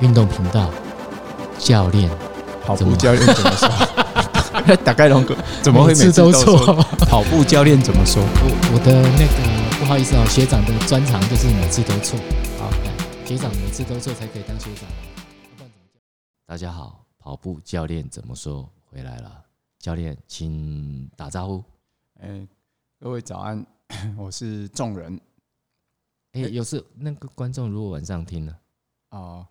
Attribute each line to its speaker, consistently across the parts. Speaker 1: 运动频道教练，
Speaker 2: 跑
Speaker 1: 怎么
Speaker 2: 步教练怎么 说？打开龙哥怎么会每
Speaker 1: 次
Speaker 2: 次
Speaker 1: 都
Speaker 2: 都
Speaker 1: 错
Speaker 2: 错？？跑步教练怎么说？
Speaker 1: 我我的那个不好意思哦，学长的专长就是每次都错。好，来，学长每次都错才可以当学长。大家好，跑步教练怎么说？回来了，教练请打招呼。
Speaker 2: 嗯，各位早安， 我是众人
Speaker 1: 哎、有时那个观众如果晚上听了，
Speaker 2: 哦。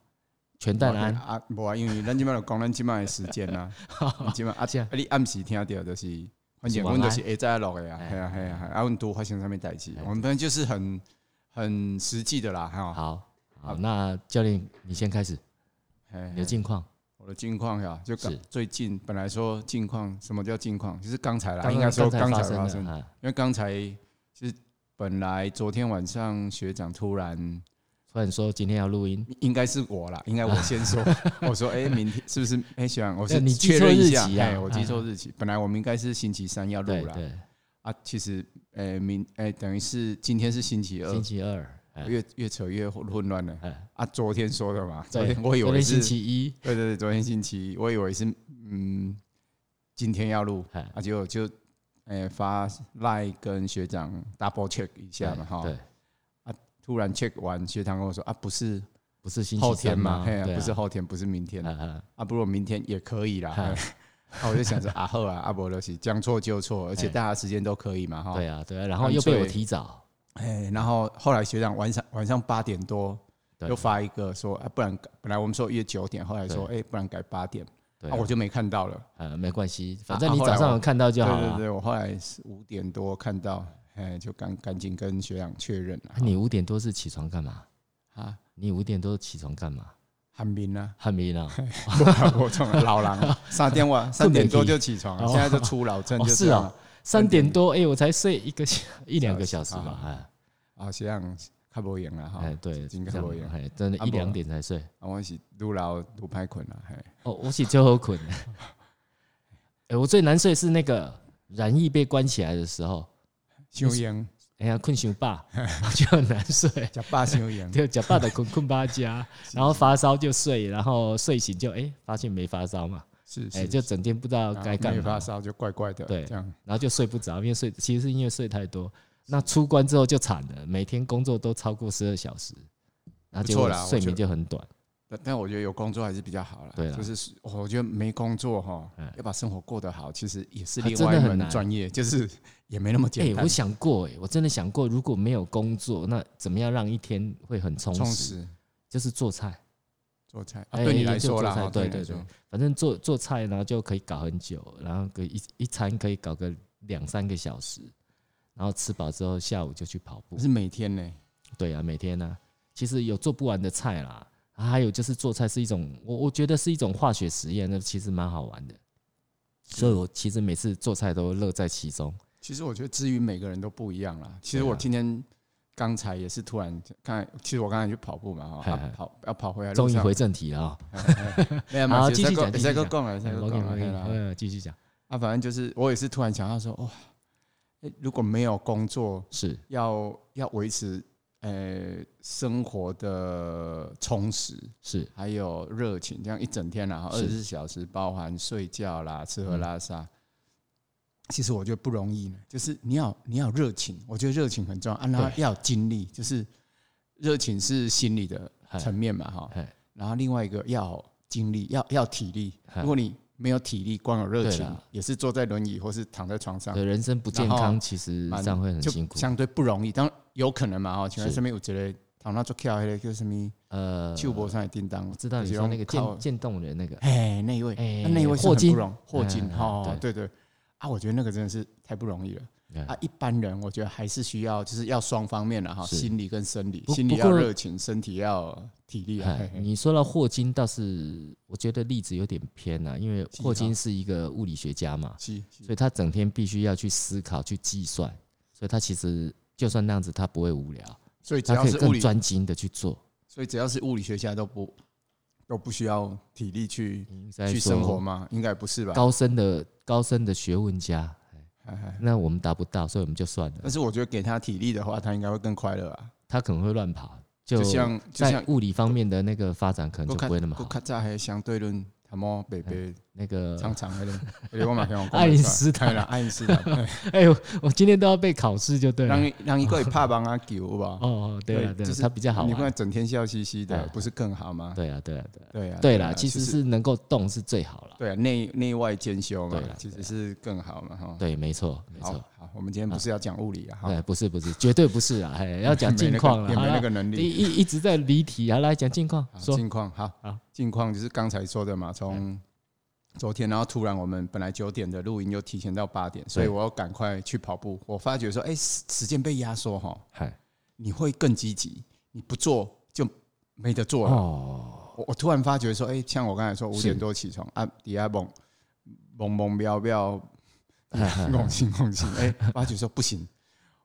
Speaker 1: 全蛋安
Speaker 2: 啊，无啊，因为咱即摆就讲咱即摆的时间 啊，即摆啊，
Speaker 1: 是啊
Speaker 2: 啊你暗时听到就是，反
Speaker 1: 是
Speaker 2: 正
Speaker 1: 晚
Speaker 2: 阮
Speaker 1: 安
Speaker 2: 就是下早落的啊，
Speaker 1: 哎
Speaker 2: 系啊系啊，啊阮拄发生啥物代志
Speaker 1: 哎，
Speaker 2: 我们本来就是很很实际的啦，哈。
Speaker 1: 好好，那教练你先开始，
Speaker 2: 哎
Speaker 1: 你的近况。
Speaker 2: 我的近况呀，就刚
Speaker 1: 是
Speaker 2: 最近本来说近况，什么叫近况？就是刚才啦，
Speaker 1: 刚
Speaker 2: 啊应该说刚才
Speaker 1: 发
Speaker 2: 发
Speaker 1: 生
Speaker 2: 生
Speaker 1: 的，啊
Speaker 2: 因为刚才是本来昨天晚上学长突然
Speaker 1: 突然说今天要录音，
Speaker 2: 应该是我啦，应该我先 说，我说哎、明天是不是哎、学长，我
Speaker 1: 对
Speaker 2: 是
Speaker 1: 你记
Speaker 2: 确
Speaker 1: 错
Speaker 2: 认一
Speaker 1: 日
Speaker 2: 下，
Speaker 1: 期啊
Speaker 2: 哎、我记错日期，本来我们应该是星期三要录
Speaker 1: 对
Speaker 2: 啦，
Speaker 1: 对，
Speaker 2: 啊，其实哎、明哎、等于是今天是星期
Speaker 1: 星
Speaker 2: 二，
Speaker 1: 期二，哎
Speaker 2: 越越扯越混混乱了
Speaker 1: 哎，
Speaker 2: 啊，昨天说的嘛，昨
Speaker 1: 对
Speaker 2: 天我以
Speaker 1: 昨
Speaker 2: 为
Speaker 1: 天星
Speaker 2: 是，
Speaker 1: 期一，
Speaker 2: 对对对，昨天星期一，我以为是嗯今天要录，
Speaker 1: 哎，
Speaker 2: 啊，结果就哎、发赖跟学长 double check 一下嘛
Speaker 1: 对
Speaker 2: 哈。
Speaker 1: 哎对，
Speaker 2: 突然 check 完，学堂跟我说啊，不是
Speaker 1: 不是星
Speaker 2: 后
Speaker 1: 期
Speaker 2: 天
Speaker 1: 三
Speaker 2: 嘛，
Speaker 1: 吗？
Speaker 2: 嘿、
Speaker 1: 对啊，
Speaker 2: 啊，不是后天，不是明天
Speaker 1: 啊啊，
Speaker 2: 啊，不如明天也可以啦。
Speaker 1: 啊
Speaker 2: 啊，我就想说啊，后啊，阿伯就是将错就错，而且大家时间都可以嘛，哈。
Speaker 1: 对啊，对啊，然后又被我提早，
Speaker 2: 哎，然后后来学长晚上晚上八点多
Speaker 1: 对
Speaker 2: 又发一个说啊，不然本来我们说约九点，后来说哎，不然改八点，
Speaker 1: 对
Speaker 2: 啊，我就没看到了。
Speaker 1: 呃，没关系，
Speaker 2: 啊
Speaker 1: 反正你
Speaker 2: 后
Speaker 1: 早
Speaker 2: 来
Speaker 1: 上
Speaker 2: 我
Speaker 1: 有看到就
Speaker 2: 对
Speaker 1: 好
Speaker 2: 对
Speaker 1: 了。
Speaker 2: 对，我后来是五点多看到，哎，就赶赶紧跟学长确认了
Speaker 1: 啊。你五点多是起床干嘛？
Speaker 2: 啊，
Speaker 1: 你五点多起床干嘛？
Speaker 2: 寒冰啊。
Speaker 1: 还 没呢，
Speaker 2: 我 这种老
Speaker 1: 啊
Speaker 2: 人，三点晚三点多就起床了，
Speaker 1: 哦
Speaker 2: 现在就出老症，
Speaker 1: 哦
Speaker 2: 就这
Speaker 1: 是
Speaker 2: 样
Speaker 1: 哦。， 三点多，哎，我才睡一个小一两个小时嘛，哎
Speaker 2: 啊，这样较无用啦啊哈。
Speaker 1: 哎，对，
Speaker 2: 真
Speaker 1: 这
Speaker 2: 较无
Speaker 1: 样
Speaker 2: 用
Speaker 1: 哎，真的，
Speaker 2: 啊
Speaker 1: 一
Speaker 2: 不
Speaker 1: 两
Speaker 2: 然
Speaker 1: 点才睡。
Speaker 2: 啊，我是愈老愈歹困啦，嘿，
Speaker 1: 哦，我是最后困的。哎，我最难睡是那个染疫被关起来的时候，
Speaker 2: 伤用，
Speaker 1: 哎呀，困醒爸 就很难睡。
Speaker 2: 食饱伤 用，
Speaker 1: 就假爸的困困巴家，然后发烧就睡，然后睡醒就哎、发现没发烧嘛，
Speaker 2: 是
Speaker 1: 哎、
Speaker 2: 是，
Speaker 1: 就整天不知道
Speaker 2: 啊
Speaker 1: 该干
Speaker 2: 没
Speaker 1: 嘛
Speaker 2: 发，烧就怪怪的，
Speaker 1: 对
Speaker 2: 这样
Speaker 1: 然后就睡不着，因为睡其实是因为睡太多。那出关之后就惨了，每天工作都超过十二小时，然后结
Speaker 2: 不
Speaker 1: 果
Speaker 2: 错啦
Speaker 1: 睡
Speaker 2: 我
Speaker 1: 眠
Speaker 2: 觉
Speaker 1: 就很短。
Speaker 2: 但但我觉得有工作还是比较好啦。
Speaker 1: 对啦
Speaker 2: 就是哦我觉得没工作哈
Speaker 1: 哎，
Speaker 2: 要把生活过得好，其实也是
Speaker 1: 啊
Speaker 2: 另
Speaker 1: 真的
Speaker 2: 外一
Speaker 1: 很
Speaker 2: 门
Speaker 1: 难
Speaker 2: 专业，就是也没那么
Speaker 1: 哎、
Speaker 2: 简单
Speaker 1: 我。想过、哎，我真的想过，如果没有工作，那怎么样让一天会很充
Speaker 2: 充
Speaker 1: 实？
Speaker 2: 实
Speaker 1: 就是做菜，
Speaker 2: 做菜啊，
Speaker 1: 哎
Speaker 2: 对你
Speaker 1: 研
Speaker 2: 来
Speaker 1: 究
Speaker 2: 说啦
Speaker 1: 做菜，
Speaker 2: 哈
Speaker 1: 对
Speaker 2: 你来
Speaker 1: 对
Speaker 2: 说
Speaker 1: 对
Speaker 2: 嗯
Speaker 1: 反正做做菜然后就可以搞很久，然后可以一一餐可以搞个两三个小时，然后吃饱之后下午就去跑步
Speaker 2: 可。是每天呢，
Speaker 1: 对啊，每天呢、其实有做不完的菜啦。啊还有就是做菜是一种，我我觉得是一种化学实验，那其实蛮好玩的。所以我其实每次做菜都乐在其中。
Speaker 2: 其实我觉得至于每个人都不一样啦。其实
Speaker 1: 对啊
Speaker 2: 我今天刚才也是突然，刚才其实我刚才去跑步嘛，
Speaker 1: 嗨
Speaker 2: 哈、
Speaker 1: 嗨
Speaker 2: 啊，跑要跑回来路
Speaker 1: 终于
Speaker 2: 上，
Speaker 1: 回正题了啊、
Speaker 2: 没有
Speaker 1: 好
Speaker 2: 嘛，
Speaker 1: 继续讲继续
Speaker 2: 再个
Speaker 1: 讲
Speaker 2: 讲了，再
Speaker 1: 哦！
Speaker 2: 个讲了，对啦
Speaker 1: 嗯，继续讲，
Speaker 2: 啊，反正就是我也是突然想到说，哇、诶如果没有工作，
Speaker 1: 是
Speaker 2: 要要维持呃生活的充实，
Speaker 1: 是，
Speaker 2: 还有热情，这样一整天啦，二
Speaker 1: 是嗯
Speaker 2: 十四小时，包含睡觉啦、吃喝拉撒。其实我觉得不容易呢，就是你要你要有热情，我觉得热情很重要，啊，然后
Speaker 1: 对
Speaker 2: 要有精力，就是热情是心理的
Speaker 1: 哎
Speaker 2: 层面嘛，哈
Speaker 1: 哎。
Speaker 2: 然后另外一个要有精力，要要体力。
Speaker 1: 哎
Speaker 2: 如果你没有体力，光有热
Speaker 1: 对
Speaker 2: 情
Speaker 1: 啦，
Speaker 2: 也是坐在轮椅或是躺在床上，
Speaker 1: 对人生不健
Speaker 2: 然
Speaker 1: 康，
Speaker 2: 后
Speaker 1: 其实
Speaker 2: 蛮
Speaker 1: 这样会很
Speaker 2: 就
Speaker 1: 辛苦。
Speaker 2: 相对不容易。当然有可能嘛，哈，请问
Speaker 1: 是
Speaker 2: 身边有觉得躺到做跳那个叫什么
Speaker 1: 呃，
Speaker 2: 旧博上的叮当
Speaker 1: 我，知道你说那个
Speaker 2: 就是用靠
Speaker 1: 渐渐冻人那个，
Speaker 2: 哎，那一位，
Speaker 1: 哎
Speaker 2: 啊那一位是
Speaker 1: 霍
Speaker 2: 很
Speaker 1: 金
Speaker 2: 不容霍金
Speaker 1: 嗯
Speaker 2: 哦，对对啊，我觉得那个真的是太不容易了
Speaker 1: 嗯
Speaker 2: 啊！一般人我觉得还是需要，就是要双方面的哈，
Speaker 1: 是
Speaker 2: 心理跟生理，
Speaker 1: 不
Speaker 2: 心理
Speaker 1: 不
Speaker 2: 要
Speaker 1: 过
Speaker 2: 热情，身体要有体力啊。
Speaker 1: 哎
Speaker 2: 嘿，嘿
Speaker 1: 你说到霍金，倒是我觉得例子有点偏了、因为
Speaker 2: 是
Speaker 1: 霍金
Speaker 2: 哈
Speaker 1: 是一个物理学家嘛，
Speaker 2: 是是
Speaker 1: 所以他整天必须要去思考、去计算，所以他其实就算那样子，他不会无聊，
Speaker 2: 所以只
Speaker 1: 他
Speaker 2: 要
Speaker 1: 可以
Speaker 2: 是物
Speaker 1: 更
Speaker 2: 理，
Speaker 1: 专精的去做。
Speaker 2: 所以只要是物理学家都不都不需要体力去
Speaker 1: 应该
Speaker 2: 去
Speaker 1: 说
Speaker 2: 生活吗？应该不是吧？
Speaker 1: 高深的高深的学问家，
Speaker 2: 哎哎
Speaker 1: 那我们达不到，所以我们就算了
Speaker 2: 但。是我觉得给他体力的话，他应该会更快乐啊。
Speaker 1: 他可能会乱跑，就
Speaker 2: 像就
Speaker 1: 在
Speaker 2: 像
Speaker 1: 物理方面的那个发展可能
Speaker 2: 我
Speaker 1: 就
Speaker 2: 看
Speaker 1: 不会那么
Speaker 2: 我
Speaker 1: 好。
Speaker 2: 较早还相对论，他妈北北
Speaker 1: 那个，
Speaker 2: 长长那 个，那个我嘛听讲过
Speaker 1: 爱因斯坦
Speaker 2: 对啦，爱因斯坦，嘿
Speaker 1: 哎呦，我今天都要被考试就对了。
Speaker 2: 让让一个拍棒啊球吧，
Speaker 1: 哦，哦对了，对
Speaker 2: 就
Speaker 1: 了，
Speaker 2: 是
Speaker 1: 它比较好
Speaker 2: 你不
Speaker 1: 玩
Speaker 2: 然。整天笑嘻嘻的
Speaker 1: 哎，
Speaker 2: 不是更好吗？
Speaker 1: 对啊，对啊，对啊，
Speaker 2: 对啊，
Speaker 1: 对
Speaker 2: 啊
Speaker 1: 啦，其
Speaker 2: 就
Speaker 1: 实
Speaker 2: 是
Speaker 1: 是能够动是最好了。
Speaker 2: 对啊，内内外兼修嘛
Speaker 1: 对啦，
Speaker 2: 其实是更好嘛，哈。
Speaker 1: 对，没错，没
Speaker 2: 好
Speaker 1: 错。
Speaker 2: 好，我们今天不是要讲物理啊，哈，
Speaker 1: 对，不是不是，绝对不是啊！ 哎，要讲近况了。
Speaker 2: 也没
Speaker 1: 好
Speaker 2: 那
Speaker 1: 了
Speaker 2: 个，能
Speaker 1: 一
Speaker 2: 力。
Speaker 1: 一一直在离题啊，来讲近况
Speaker 2: 好，
Speaker 1: 说哎
Speaker 2: 近况好
Speaker 1: 好，
Speaker 2: 近况就是刚才说的嘛，从昨天，然后突然我们本来九点的录音又提前到八点，所以我要赶快去跑步。我发觉说，哎，时时间被压缩哈，
Speaker 1: 嗨
Speaker 2: 你会更积极，你不做就没得做了。
Speaker 1: 哦，
Speaker 2: 我我突然发觉说，哎，像我刚才说五
Speaker 1: 是
Speaker 2: 点多起床啊，底下蹦蹦蹦 飙飙，
Speaker 1: 嗨嗨嗨
Speaker 2: 拱心拱心，哎，发觉说不行，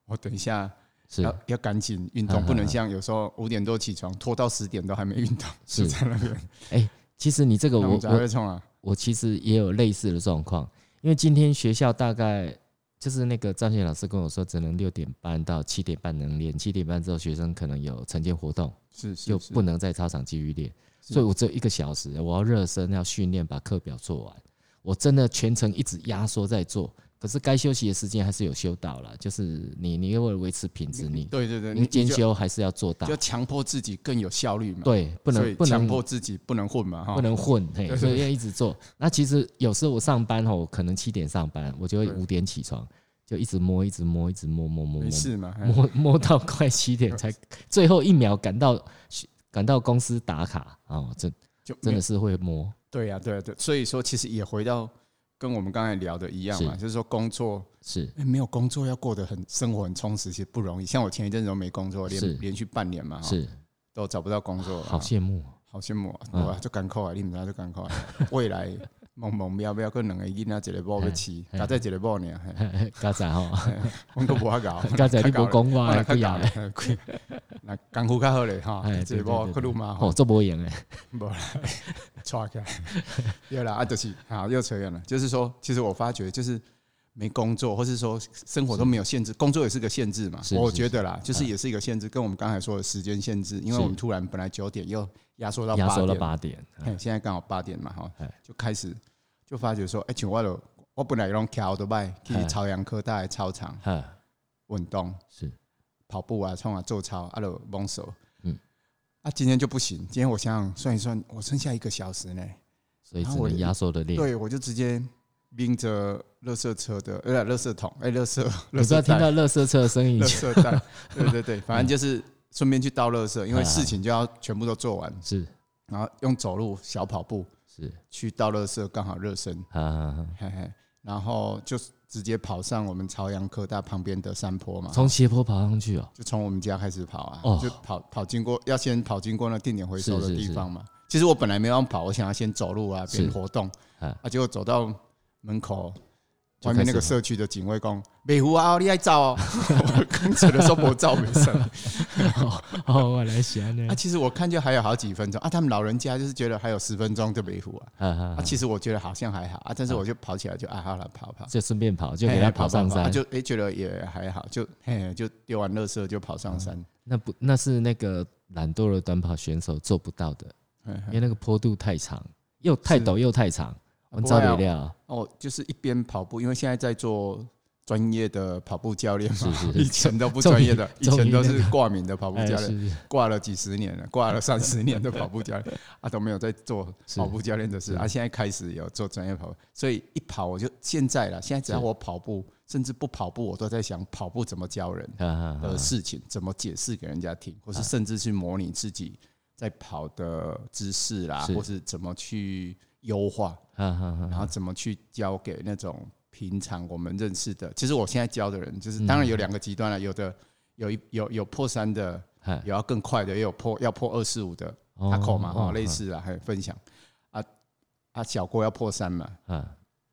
Speaker 2: 我等一下
Speaker 1: 是
Speaker 2: 要要赶紧运
Speaker 1: 嗯
Speaker 2: 动，
Speaker 1: 嗯
Speaker 2: 不能
Speaker 1: 嗯
Speaker 2: 像有时候五点多起床，拖到十点都还没运动，就是在那边。
Speaker 1: 其实你这个
Speaker 2: 那
Speaker 1: 我
Speaker 2: 我才
Speaker 1: 我
Speaker 2: 会冲啊！
Speaker 1: 我其实也有类似的状况，因为今天学校大概就是那个张学老师跟我说，只能六点半到七点半能练，七点半之后学生可能有晨间活动，
Speaker 2: 是是
Speaker 1: 就是不能在操场继续练，
Speaker 2: 是
Speaker 1: 所以我只有一个小时，我要热身，要训练，把课表做完。我真的全程一直压缩在做，可是该休息的时间还是有休到了，就是你你为了维持品质，你
Speaker 2: 对对对，
Speaker 1: 你兼
Speaker 2: 就
Speaker 1: 修还是要做到
Speaker 2: 就，强迫自己更有效率嘛。，
Speaker 1: 对，不
Speaker 2: 所以
Speaker 1: 能不
Speaker 2: 强
Speaker 1: 能
Speaker 2: 迫自己不能混嘛哈。
Speaker 1: 不能混，嘿，
Speaker 2: 对
Speaker 1: 所以要一直做。那其实有时候我上班吼，可能七点上班，我就会
Speaker 2: 对
Speaker 1: 五点起床，就一直摸，一直摸，一直摸摸摸
Speaker 2: 没
Speaker 1: 摸
Speaker 2: 事嘛，哎
Speaker 1: 摸摸到快七点才最后一秒赶到赶到公司打卡哦，真
Speaker 2: 就
Speaker 1: 真
Speaker 2: 没
Speaker 1: 的是会摸，
Speaker 2: 对呀对呀对。所以说，其实也回到跟我们刚才聊的一样嘛，
Speaker 1: 是
Speaker 2: 就是说工作
Speaker 1: 是
Speaker 2: 哎没有工作要过得很生活很充实，其实不容易。像我前一阵子都没工作，
Speaker 1: 是
Speaker 2: 连连续半年嘛，哈
Speaker 1: 是，
Speaker 2: 都找不到工作，
Speaker 1: 好
Speaker 2: 哈
Speaker 1: 羡慕哦，
Speaker 2: 好羡慕啊！
Speaker 1: 嗯
Speaker 2: 哇，足艰苦啊！你毋知影足艰苦啊！未来梦梦渺渺，佮两个囡仔一个某要饲，
Speaker 1: 嘿
Speaker 2: 大家一个某尔，嘿
Speaker 1: 刚才 吼，，
Speaker 2: 嘿阮都无法搞
Speaker 1: 刚哦才你
Speaker 2: 较
Speaker 1: 无
Speaker 2: 厚
Speaker 1: 讲话不
Speaker 2: 咧，我若较搞啊
Speaker 1: 要
Speaker 2: 咧，嘿那功夫较好咧吼，
Speaker 1: 哎
Speaker 2: 一
Speaker 1: 对
Speaker 2: 个某
Speaker 1: 对对
Speaker 2: 佮愈麻
Speaker 1: 哦，
Speaker 2: 烦，
Speaker 1: 做不赢哎，
Speaker 2: 无啦，带 起来，对啦，啊，就是好又扯远了，就是说，其实我发觉就是。没工作，或是说生活都没有限制，工作也是个限制嘛。
Speaker 1: 是
Speaker 2: 我
Speaker 1: 是
Speaker 2: 觉得啦，就是也是一个限制，跟我们刚才说的时间限制，因为
Speaker 1: 是
Speaker 2: 我们突然本来九点又压缩 到
Speaker 1: 压
Speaker 2: 八
Speaker 1: 缩到
Speaker 2: 点，
Speaker 1: 八点，
Speaker 2: 嘿现在刚好八点嘛，哈
Speaker 1: 哎，
Speaker 2: 就开始就发觉说，哎、像我都我本来拢跳都拜去
Speaker 1: 哎
Speaker 2: 朝阳科大的操场
Speaker 1: 哈，
Speaker 2: 运动
Speaker 1: 是
Speaker 2: 跑步啊，创啊做操啊，就蒙手。
Speaker 1: 嗯
Speaker 2: 嗯，啊，今天就不行，今天我想想算一算，我剩下一个小时呢，
Speaker 1: 所以
Speaker 2: 然
Speaker 1: 只
Speaker 2: 后我
Speaker 1: 能
Speaker 2: 的
Speaker 1: 压缩的练。
Speaker 2: 对我就直接拎着垃圾车的呃，垃圾桶哎，垃圾垃
Speaker 1: 你不要
Speaker 2: 圾
Speaker 1: 听
Speaker 2: 袋，
Speaker 1: 到垃圾车的声音
Speaker 2: 垃
Speaker 1: 就，
Speaker 2: 圾袋，对对对，反正就是顺便去倒垃圾，
Speaker 1: 啊
Speaker 2: 因为事情就要全部都做完，
Speaker 1: 是
Speaker 2: 然后用走路小跑步
Speaker 1: 是，
Speaker 2: 去倒垃圾，刚好热身。
Speaker 1: 哈哈哈。
Speaker 2: 嘿嘿，然后就直接跑上我们朝阳科大旁边的山坡嘛，
Speaker 1: 从斜坡爬上去 哦，
Speaker 2: 就从我们家开始跑啊，
Speaker 1: 哦
Speaker 2: 就跑跑经过，要先跑经过那定点回收的
Speaker 1: 是是
Speaker 2: 地方嘛。其实我本来没有要跑，我想要先走路啊，
Speaker 1: 是
Speaker 2: 边活动
Speaker 1: 嗯
Speaker 2: 啊，结果走到门口。
Speaker 1: 就
Speaker 2: 外
Speaker 1: 开始
Speaker 2: 面那个社区的警卫工，美湖啊，你爱照 哦。我刚走的时候不照没事。
Speaker 1: 哦，我来想呢
Speaker 2: 啊，，其实我看就还有好几分钟啊。他们老人家就是觉得还有十分钟就美湖啊。
Speaker 1: 哈哈
Speaker 2: 啊，
Speaker 1: 哈
Speaker 2: 其实我觉得好像还好啊，但是我就跑起来就啊，好了，跑跑。
Speaker 1: 就顺便跑，就
Speaker 2: 嘿
Speaker 1: 给他跑上
Speaker 2: 啊
Speaker 1: 山，
Speaker 2: 就哎、诶觉得也还好，就嘿就丢完垃圾就跑上山，
Speaker 1: 那不那是那个懒惰的短跑选手做不到的，
Speaker 2: 嘿
Speaker 1: 因
Speaker 2: 嘿
Speaker 1: 为那个坡度太长，又太陡又太长，我们照
Speaker 2: 啊不
Speaker 1: 得
Speaker 2: 会
Speaker 1: 了，
Speaker 2: 哦，就是一边跑步，因为现在在做专业的跑步教练嘛，
Speaker 1: 是是
Speaker 2: 以前都不专业 的，以
Speaker 1: 终于
Speaker 2: 前都
Speaker 1: 终于
Speaker 2: 是挂名的跑步
Speaker 1: 哎
Speaker 2: 教练，
Speaker 1: 是是
Speaker 2: 挂了几十年了，挂了三十年的跑步教 练啊都没有在做
Speaker 1: 是
Speaker 2: 跑步教练的事
Speaker 1: 是
Speaker 2: 啊，现在开始有做专业跑步，所以一跑我就现在了，现在只要
Speaker 1: 是
Speaker 2: 我跑步，甚至不跑步，我都在想跑步怎么教人。
Speaker 1: 哈哈哈
Speaker 2: 的事情，怎么解释给人家听，或是甚至去模拟自己在跑的姿势啦，
Speaker 1: 是
Speaker 2: 或是怎么去优化，
Speaker 1: 哈哈
Speaker 2: 然
Speaker 1: 哈，
Speaker 2: 后怎么去教给那种平常我们认识的。其实我现在教的人，就是当然
Speaker 1: 嗯
Speaker 2: 有两个极端了，有的有一有有破三的，
Speaker 1: 嗨
Speaker 2: 有要更快的，也有破要破二四五的，
Speaker 1: 哦
Speaker 2: 他扣嘛，哦，类
Speaker 1: 嗯
Speaker 2: 似啊，还有分享啊啊，小郭要破三嘛，
Speaker 1: 嗯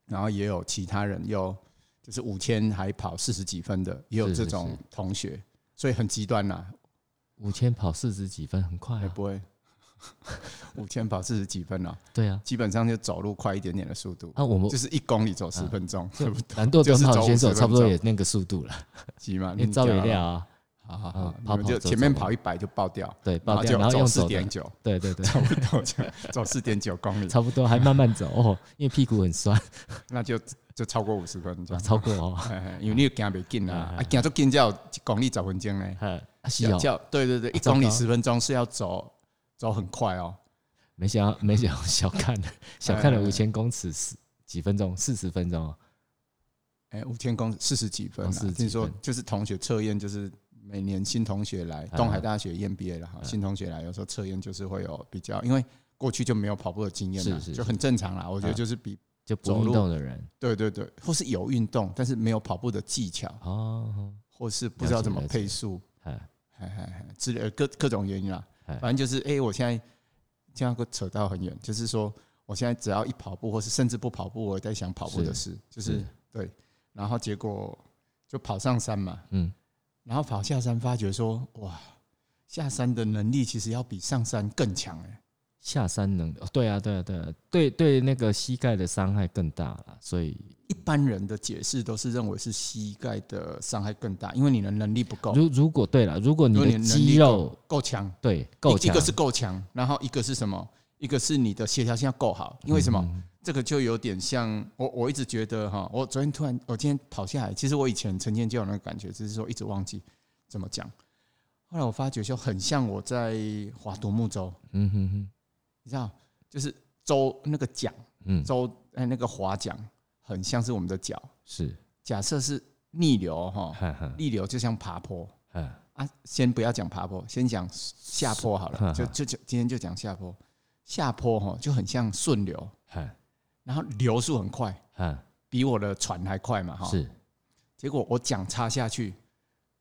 Speaker 2: 然后也有其他人又就是五千还跑四十几分的，也有
Speaker 1: 是是
Speaker 2: 这种
Speaker 1: 是啊
Speaker 2: 同学，所以很极端啦、
Speaker 1: 五千跑四十几分，很快
Speaker 2: 哎，
Speaker 1: 啊，
Speaker 2: 不会， 五千跑四十几分了、
Speaker 1: 对啊，
Speaker 2: 基本上就走路快一点点的速度，
Speaker 1: 啊我们啊
Speaker 2: 就是一公里走十分钟，
Speaker 1: 懒惰短
Speaker 2: 就是
Speaker 1: 跑
Speaker 2: 走
Speaker 1: 选
Speaker 2: 50
Speaker 1: 手
Speaker 2: 分啊
Speaker 1: 差不多
Speaker 2: 钟
Speaker 1: 也那个速度了，
Speaker 2: 急嘛？
Speaker 1: 你照得
Speaker 2: 讲
Speaker 1: 了啊，
Speaker 2: 好好
Speaker 1: 好
Speaker 2: 好，
Speaker 1: 跑跑
Speaker 2: 你们就
Speaker 1: 走
Speaker 2: 前面
Speaker 1: 走
Speaker 2: 跑一百就爆掉，
Speaker 1: 对，爆
Speaker 2: 就
Speaker 1: 掉，然后
Speaker 2: 走
Speaker 1: 用
Speaker 2: 四
Speaker 1: 走的
Speaker 2: 点，九，
Speaker 1: 对对对，
Speaker 2: 差不多这样，走四点九公里，
Speaker 1: 差不多还慢慢走哦，因为屁股很酸，
Speaker 2: 那就就超过五十分钟。
Speaker 1: 超过 哦，
Speaker 2: 嘿嘿因为你行袂紧啊
Speaker 1: 哎，
Speaker 2: 啊，行足紧才有一公里十分钟呢。
Speaker 1: 呃，啊是哦，
Speaker 2: 叫对对对，一
Speaker 1: 糟
Speaker 2: 公里
Speaker 1: 糕
Speaker 2: 十分钟是要走走很快哦。
Speaker 1: 没想到没想到小看了小看了
Speaker 2: 哎哎哎
Speaker 1: 五千公尺十几分钟，四十分钟哦，
Speaker 2: 哎，五千公四十几分
Speaker 1: 哦
Speaker 2: 啊，
Speaker 1: 40几
Speaker 2: 听说
Speaker 1: 分
Speaker 2: 就是同学测验，就是每年新同学来
Speaker 1: 嗯
Speaker 2: 东海大学验毕业了哈，
Speaker 1: 嗯
Speaker 2: 新同学来有时候测验就是会有比较，因为过去就没有跑步的经验
Speaker 1: 是
Speaker 2: 了
Speaker 1: 是，
Speaker 2: 就很正常啦。我觉得
Speaker 1: 嗯
Speaker 2: 就是比
Speaker 1: 就不
Speaker 2: 走
Speaker 1: 运
Speaker 2: 路
Speaker 1: 动的人
Speaker 2: 对对对，或是有运动但是没有跑步的技巧，
Speaker 1: 哦，
Speaker 2: 或是不知道怎么
Speaker 1: 了解了解
Speaker 2: 配速，
Speaker 1: 哎
Speaker 2: 嘿嘿嘿之类的呃各各种原因啦
Speaker 1: 哎。
Speaker 2: 反正就是，哎、我现在这样会扯到很远，就是说，我现在只要一跑步，或是甚至不跑步，我也在想跑步的事，就是
Speaker 1: 是
Speaker 2: 对。然后结果就跑上山嘛，
Speaker 1: 嗯，
Speaker 2: 然后跑下山，发觉说，哇，下山的能力其实要比上山更强哎、
Speaker 1: 下山能哦对啊对啊对啊对对那个膝盖的伤害更大了，所以
Speaker 2: 一般人的解释都是认为是膝盖的伤害更大，因为你的能力不够，
Speaker 1: 如如果对了，如果你
Speaker 2: 如果
Speaker 1: 的
Speaker 2: 你的能力
Speaker 1: 肌肉
Speaker 2: 够强，
Speaker 1: 对够
Speaker 2: 一一
Speaker 1: 强
Speaker 2: 个，是够强，然后一个是什么？一个是你的协调性要够好，因为什么？
Speaker 1: 嗯？
Speaker 2: 这个就有点像我，我一直觉得哈，我昨天突然，我今天跑下来，其实我以前曾经就有那个感觉，只是说一直忘记怎么讲。后来我发觉就很像我在划独木舟，
Speaker 1: 嗯哼哼，
Speaker 2: 你知道，就是舟那个桨，
Speaker 1: 嗯，
Speaker 2: 舟哎那个划桨，很像是我们的脚。
Speaker 1: 是，
Speaker 2: 假设是逆流哈，
Speaker 1: 哈哈，
Speaker 2: 逆流就像爬坡
Speaker 1: 哈
Speaker 2: 啊，先不要讲爬坡，先讲下坡 好了，就就就今天就讲下坡，下坡哈就很像顺流，
Speaker 1: 哈
Speaker 2: 然后流速很快。
Speaker 1: 哈，
Speaker 2: 比我的船还快嘛，哈。
Speaker 1: 是
Speaker 2: 结果我桨插下去，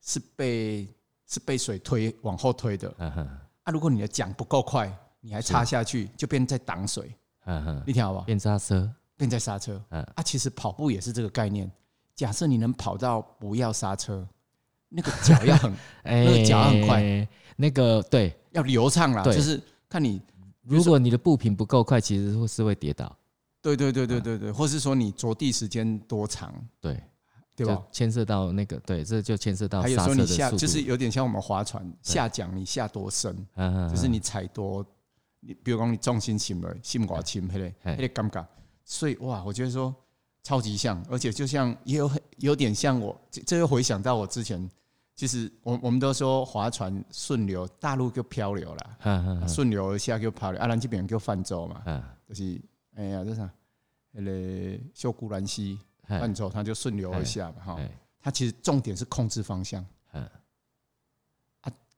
Speaker 2: 是被是被水推往后推的。
Speaker 1: 哈哈
Speaker 2: 啊，如果你的桨不够快，你还插下去，就变在挡水，
Speaker 1: 哈哈，
Speaker 2: 你听 好不好？
Speaker 1: 变刹车，
Speaker 2: 变在刹车。
Speaker 1: 嗯
Speaker 2: 啊，其实跑步也是这个概念。假设你能跑到不要刹车，那个脚 要很
Speaker 1: 哎
Speaker 2: 那个脚很快，
Speaker 1: 那个对，
Speaker 2: 要流畅啦，
Speaker 1: 对
Speaker 2: 就是看你。比
Speaker 1: 如
Speaker 2: 如说
Speaker 1: 果你的步频不够快，其实会是会跌倒，
Speaker 2: 对对对对
Speaker 1: 嗯
Speaker 2: 对对，或是说你着地时间多长，
Speaker 1: 对，
Speaker 2: 对吧
Speaker 1: 就？牵涉到那个对，这就牵涉到
Speaker 2: 还有
Speaker 1: 刹
Speaker 2: 说
Speaker 1: 车
Speaker 2: 你
Speaker 1: 的
Speaker 2: 下，
Speaker 1: 速度，
Speaker 2: 就是有点像我们划船下桨，你下多深，
Speaker 1: 哈哈哈
Speaker 2: 就是你踩多，你比如讲你重心轻了，心寡轻，迄个
Speaker 1: 嘿
Speaker 2: 迄个感觉。所以哇，我觉得说超级像，而且就像也有很有点像我，这这又回想到我之前，其实我我们都说划船顺流，大陆叫漂流啦，
Speaker 1: 哈哈
Speaker 2: 啊
Speaker 1: 哈
Speaker 2: 顺、流而下叫漂流，啊，咱这边叫泛舟嘛，
Speaker 1: 哈，
Speaker 2: 就是哎呀，这啥，那个秀姑兰溪
Speaker 1: 嘿
Speaker 2: 泛舟，它就顺流而下嘛，哈
Speaker 1: 嘿，
Speaker 2: 它其实重点是控制方向。啊
Speaker 1: 哈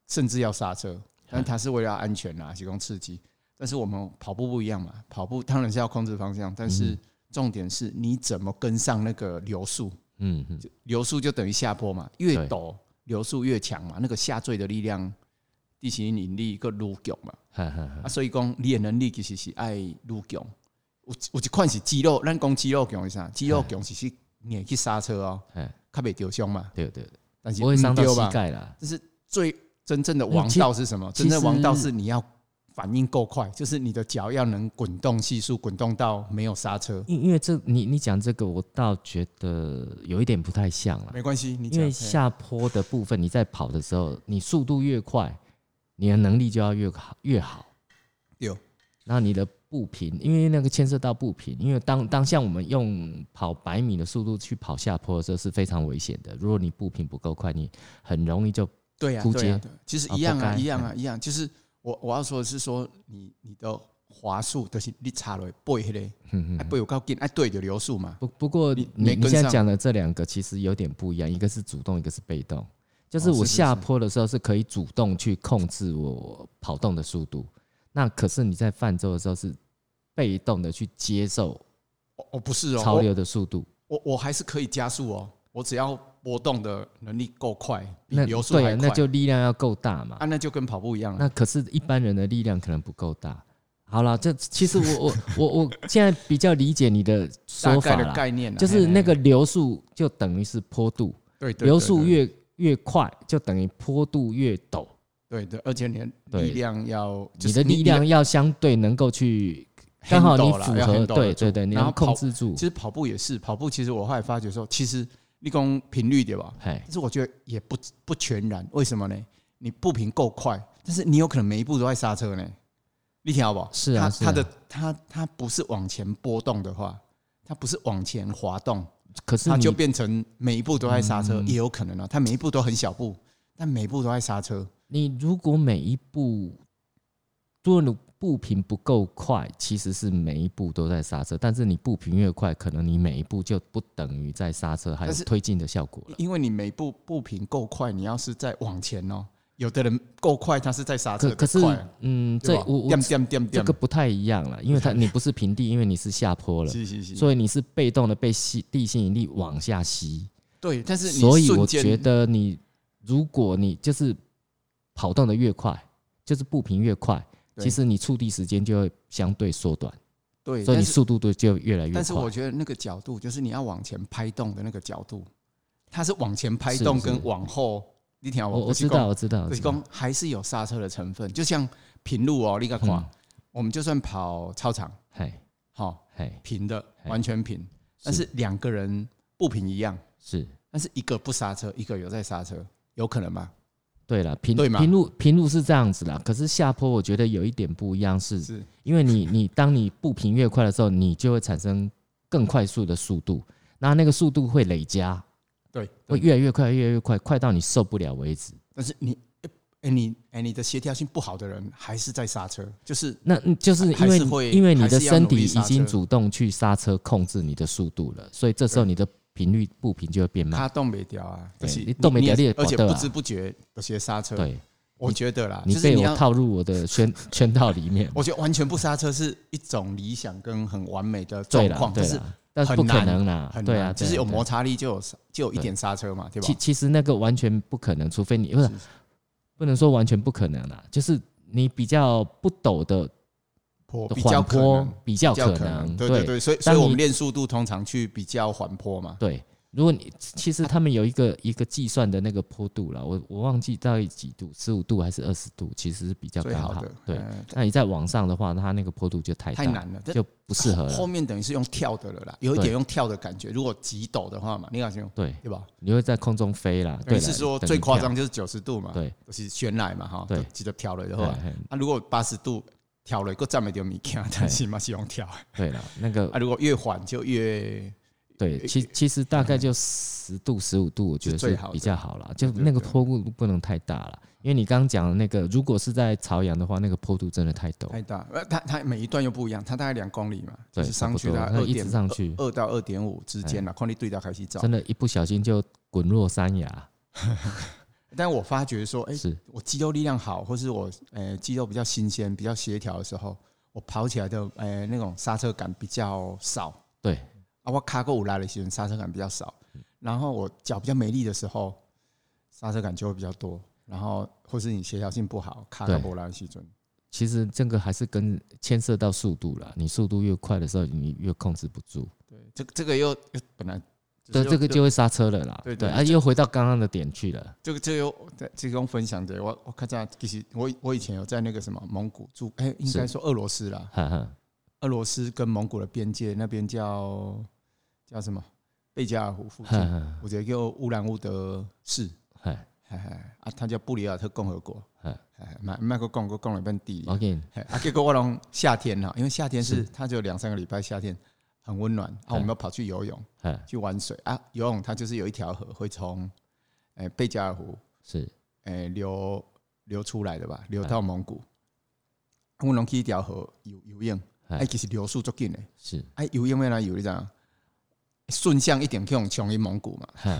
Speaker 2: 甚至要刹车，但它是为了安全啦，提供刺激。但是我们跑步不一样嘛，跑步当然是要控制方向，但是重点是你怎么跟上那个流速，
Speaker 1: 嗯嗯，
Speaker 2: 流速就等于下坡嘛，越陡流速越强嘛，那个下坠的力量，地形引力个愈强嘛，
Speaker 1: 哈哈哈
Speaker 2: 啊，所以讲你的能力其实是爱愈强。有有一款是肌肉，咱讲肌肉强是啥？肌肉强是去硬去刹车哦，
Speaker 1: 哎，
Speaker 2: 较袂受伤嘛，
Speaker 1: 对对对，
Speaker 2: 但是
Speaker 1: 不会伤到
Speaker 2: 不嗯对哦
Speaker 1: 膝
Speaker 2: 吧
Speaker 1: 盖啦，
Speaker 2: 这是最真正的王道是什么？
Speaker 1: 其
Speaker 2: 真正王道是你要反应够快，就是你的脚要能滚动系数，滚动到没有刹车。
Speaker 1: 因因为这你你讲这个，我倒觉得有一点不太像啦，
Speaker 2: 没关系，你
Speaker 1: 因
Speaker 2: 讲
Speaker 1: 为下坡的部分，你在跑的时候，你速度越快，你的能力就要越好越好。
Speaker 2: 有
Speaker 1: 然后你的步频，因为那个牵涉到步频，因为当当像我们用跑百米的速度去跑下坡的时候是非常危险的。如果你步频不够快，你很容易就
Speaker 2: 对呀、
Speaker 1: 枯竭
Speaker 2: 对呀、对啊其实
Speaker 1: 啊
Speaker 2: 一样
Speaker 1: 不
Speaker 2: 啊，
Speaker 1: 该
Speaker 2: 一样啊，一样。就是我我要说的是说你你的滑速，就是你插了背迄
Speaker 1: 嗯
Speaker 2: 个，哎背有够紧，哎对着流速嘛。
Speaker 1: 不不过你你
Speaker 2: 你没跟
Speaker 1: 现在
Speaker 2: 上
Speaker 1: 讲的这两个其实有点不一样，一个是主动，一个是被动。就是
Speaker 2: 哦
Speaker 1: 我
Speaker 2: 是是
Speaker 1: 下
Speaker 2: 是
Speaker 1: 坡的时候是可以主动去控制我跑动的速度，那可是你在泛舟的时候是被动的去接受
Speaker 2: 我我不是哦，
Speaker 1: 潮
Speaker 2: 我
Speaker 1: 流的速度。
Speaker 2: 我我还是可以加速哦，我只要波动的能力够快，比
Speaker 1: 那
Speaker 2: 流速
Speaker 1: 对
Speaker 2: 还
Speaker 1: 啊，
Speaker 2: 快。
Speaker 1: 那就力量要够大嘛
Speaker 2: 啊，。那就跟跑步一样了。
Speaker 1: 那可是，一般人的力量可能不够大。好啦，这其实我我我我现在比较理解你的
Speaker 2: 大
Speaker 1: 说
Speaker 2: 概
Speaker 1: 法
Speaker 2: 的
Speaker 1: 啦，
Speaker 2: 概念啊
Speaker 1: 就是
Speaker 2: 嘿
Speaker 1: 那个流速就等于是坡度，
Speaker 2: 对对对
Speaker 1: 流速
Speaker 2: 对
Speaker 1: 越越快就等于坡度越陡，
Speaker 2: 对对，而且你的
Speaker 1: 对
Speaker 2: 力量要，
Speaker 1: 你
Speaker 2: 就是
Speaker 1: 的力量要相对能够去刚好你
Speaker 2: handle 啦
Speaker 1: 符
Speaker 2: 要
Speaker 1: 合，
Speaker 2: handle
Speaker 1: 对
Speaker 2: 得住
Speaker 1: 对对，你
Speaker 2: 然
Speaker 1: 要
Speaker 2: 后跑
Speaker 1: 控制住
Speaker 2: 其，实跑步也是，跑步其实我后来发觉说，其实你讲频率对吧？
Speaker 1: 嘿，
Speaker 2: 但是我觉得也不不全然，为什么呢？你步频够快，但是你有可能每一步都在刹车呢。你听好不好？
Speaker 1: 是啊
Speaker 2: 它
Speaker 1: 是啊
Speaker 2: 它的它它不是往前波动的话，它不是往前滑动，
Speaker 1: 可是
Speaker 2: 它
Speaker 1: 你嗯
Speaker 2: 就变成每一步都在刹车，也有可能啊。它每一步都很小步，但每一步都在刹车。
Speaker 1: 你如果每一步，如果你步频不够快，其实是每一步都在刹车，但是你步频越快，可能你每一步就不等于在刹车，还有
Speaker 2: 但是
Speaker 1: 推进的效果了。
Speaker 2: 因为你每步步频够快，你要是再往前哦，有的人够快，他是在刹
Speaker 1: 可
Speaker 2: 车的
Speaker 1: 可是
Speaker 2: 快啊，
Speaker 1: 嗯，这
Speaker 2: 对吧
Speaker 1: 我我
Speaker 2: 点点点
Speaker 1: 这
Speaker 2: 点
Speaker 1: 个，不太一样了，因为它你不是平地，因为你是下坡了，
Speaker 2: 是是是，
Speaker 1: 所以你是被动的被吸地吸引力往下吸，
Speaker 2: 对，但是你
Speaker 1: 所以我
Speaker 2: 瞬间
Speaker 1: 觉得你如果你就是跑动的越快，就是步频越快，
Speaker 2: 对
Speaker 1: 其实你触地时间就会相对缩短。
Speaker 2: 对，
Speaker 1: 所以
Speaker 2: 但
Speaker 1: 你
Speaker 2: 是
Speaker 1: 速度对就越来越快。
Speaker 2: 但是我觉得那个角度就是你要往前拍动的那个角度，它是往前拍动
Speaker 1: 是是
Speaker 2: 跟往后，你听
Speaker 1: 我
Speaker 2: 我
Speaker 1: 我知道，，我知道，
Speaker 2: 就是
Speaker 1: 我知道
Speaker 2: 讲还是有刹车的成分，就像平路哦，你个看，
Speaker 1: 嗯
Speaker 2: 我们就算跑操场，
Speaker 1: 嘿，
Speaker 2: 好、
Speaker 1: 嘿，
Speaker 2: 平的
Speaker 1: 嘿
Speaker 2: 完全平，但是两个人不平一样，
Speaker 1: 是
Speaker 2: 但是一个不刹车，一个有在刹车，有可能吗？
Speaker 1: 对了，平
Speaker 2: 对嘛
Speaker 1: 平路平路是这样子啦，可是下坡我觉得有一点不一样是，
Speaker 2: 是
Speaker 1: 因为你你当你步频越快的时候，你就会产生更快速的速度，那那个速度会累加，
Speaker 2: 对，
Speaker 1: 会越来越快，越来越快，快到你受不了为止。
Speaker 2: 但是你。哎、你哎、你的协调性不好的人还是在刹车，就是
Speaker 1: 那嗯就是因
Speaker 2: 还
Speaker 1: 为
Speaker 2: 是会
Speaker 1: 因为你
Speaker 2: 还
Speaker 1: 的
Speaker 2: 是要
Speaker 1: 身
Speaker 2: 努
Speaker 1: 体
Speaker 2: 力
Speaker 1: 已
Speaker 2: 刹车
Speaker 1: 经主动去刹车控制你的速度了，所以这时候你的频率步频就会变慢。
Speaker 2: 他动没掉啊，
Speaker 1: 对
Speaker 2: 就是
Speaker 1: 你动不了你也
Speaker 2: 而
Speaker 1: 跑
Speaker 2: 且
Speaker 1: 得
Speaker 2: 不
Speaker 1: 啊
Speaker 2: 知不觉有些刹车，
Speaker 1: 对，
Speaker 2: 我觉得啦，
Speaker 1: 你
Speaker 2: 就是
Speaker 1: 被
Speaker 2: 你
Speaker 1: 我
Speaker 2: 要，
Speaker 1: 套入我的 圈圈套里面。
Speaker 2: 我觉得完全不刹车是一种理想跟很完美的状
Speaker 1: 对啦，
Speaker 2: 况，但
Speaker 1: 对
Speaker 2: 是
Speaker 1: 啦，但是不可能啦
Speaker 2: 很，
Speaker 1: 对啊，
Speaker 2: 难，就是有摩
Speaker 1: 擦。
Speaker 2: 擦力就有刹就有一点刹车嘛，对吧
Speaker 1: 其？其实那个完全不可能，除非你不是
Speaker 2: 是
Speaker 1: 不能说完全不可能啦，就是你比较不陡的
Speaker 2: 坡
Speaker 1: 的
Speaker 2: 比较
Speaker 1: 缓
Speaker 2: 可
Speaker 1: 坡
Speaker 2: 能，
Speaker 1: 比较
Speaker 2: 比较
Speaker 1: 可
Speaker 2: 可能，
Speaker 1: 能，
Speaker 2: 对对对，所以所
Speaker 1: 当
Speaker 2: 以
Speaker 1: 你
Speaker 2: 我们练速度通常去比较缓坡嘛，
Speaker 1: 对。如果你其实他们有一个一个计算的那个坡度了，我我忘记到底几度，十五度还是二十度，其实是比较
Speaker 2: 最
Speaker 1: 刚
Speaker 2: 好
Speaker 1: 好
Speaker 2: 的。
Speaker 1: 对，
Speaker 2: 呃
Speaker 1: 那你在往上的话，它那个坡度就太大
Speaker 2: 太难了，这
Speaker 1: 就不适合
Speaker 2: 后
Speaker 1: 了。
Speaker 2: 面等于是用跳的了啦，有一
Speaker 1: 对
Speaker 2: 点用跳的感觉，如果极陡的话嘛，你敢用
Speaker 1: 对，
Speaker 2: 对吧？
Speaker 1: 你会在空中飞啦。
Speaker 2: 等
Speaker 1: 对
Speaker 2: 于
Speaker 1: 啦，
Speaker 2: 是说
Speaker 1: 等
Speaker 2: 最
Speaker 1: 你
Speaker 2: 夸
Speaker 1: 跳
Speaker 2: 张就是九十度嘛，
Speaker 1: 对，
Speaker 2: 就是悬崖嘛哈，
Speaker 1: 对
Speaker 2: 就记得跳了以后
Speaker 1: 对
Speaker 2: 啊，
Speaker 1: 嘿
Speaker 2: 啊，如果八十度跳了，够站没掉物件，但是嘛是用跳的。
Speaker 1: 对了，那个
Speaker 2: 啊，如果越缓就越
Speaker 1: 对，其其实大概就十度十五度，我觉得
Speaker 2: 哎最
Speaker 1: 是
Speaker 2: 好的
Speaker 1: 比较好啦。就
Speaker 2: 对
Speaker 1: 那个
Speaker 2: 对
Speaker 1: 坡度不能太大了，因为你刚刚讲的那个，如果是在朝阳的话，那个坡度真的太陡，
Speaker 2: 太大。呃，它它每一段又不一样，它大概两公里嘛，就
Speaker 1: 对，
Speaker 2: 是
Speaker 1: 差
Speaker 2: 上
Speaker 1: 不
Speaker 2: 去
Speaker 1: 多，
Speaker 2: 大概
Speaker 1: 它
Speaker 2: 二
Speaker 1: 一
Speaker 2: 点
Speaker 1: 直上去，哎
Speaker 2: 二到二点五之间啦，看你对到开始找。
Speaker 1: 真的，一不小心就滚落山崖。
Speaker 2: 但我发觉说，哎，
Speaker 1: 是，
Speaker 2: 我肌肉力量好，或是我呃肌肉比较新鲜、比较协调的时候，我跑起来的呃那种刹车感比较少
Speaker 1: 对，
Speaker 2: 啊。我卡过五拉的时候，刹车感比较少，然后我脚比较没力的时候，刹车感就会比较多。然后或是你协调性不好，卡
Speaker 1: 对
Speaker 2: 过五拉的时候，
Speaker 1: 其实这个还是跟牵涉到速度啦。你速度越快的时候，你越控制不住，
Speaker 2: 对，这个这个又又本来
Speaker 1: 对，
Speaker 2: 是又
Speaker 1: 这个就会刹车了啦。
Speaker 2: 对
Speaker 1: 对，
Speaker 2: 对
Speaker 1: 啊，又回到刚刚的点去了。
Speaker 2: 这个这个又在这个用分享的，我我看在其实我我以前有在那个什么蒙古住，哎、应该说俄罗斯啦，
Speaker 1: 哈哈，
Speaker 2: 俄罗斯跟蒙古的边界那边叫叫什么贝加尔湖附
Speaker 1: 哈
Speaker 2: 近，
Speaker 1: 哈，
Speaker 2: 我觉得叫乌兰乌德市，
Speaker 1: 嘿，
Speaker 2: 嘿嘿啊，它叫布里亚特共和国，
Speaker 1: 嗯
Speaker 2: 哎，卖卖个共和国共了一遍地，
Speaker 1: 我给你，
Speaker 2: 嘿啊，结果我拢夏天啊啦，因为夏天是
Speaker 1: 哦是
Speaker 2: 它只有两三个礼拜夏天很温暖啊，
Speaker 1: 嗯
Speaker 2: 我们要跑去游泳
Speaker 1: 嘿，
Speaker 2: 去玩水啊，游泳它就是有一条河会从哎贝加尔湖
Speaker 1: 是
Speaker 2: 诶、流流出来的吧，流到蒙古。我拢去一条河游游泳，
Speaker 1: 哎
Speaker 2: 哎，其实流速足紧的，
Speaker 1: 是，
Speaker 2: 哎，游泳要哪游你知道吗？顺向一点去用冲去蒙古嘛，
Speaker 1: 哈，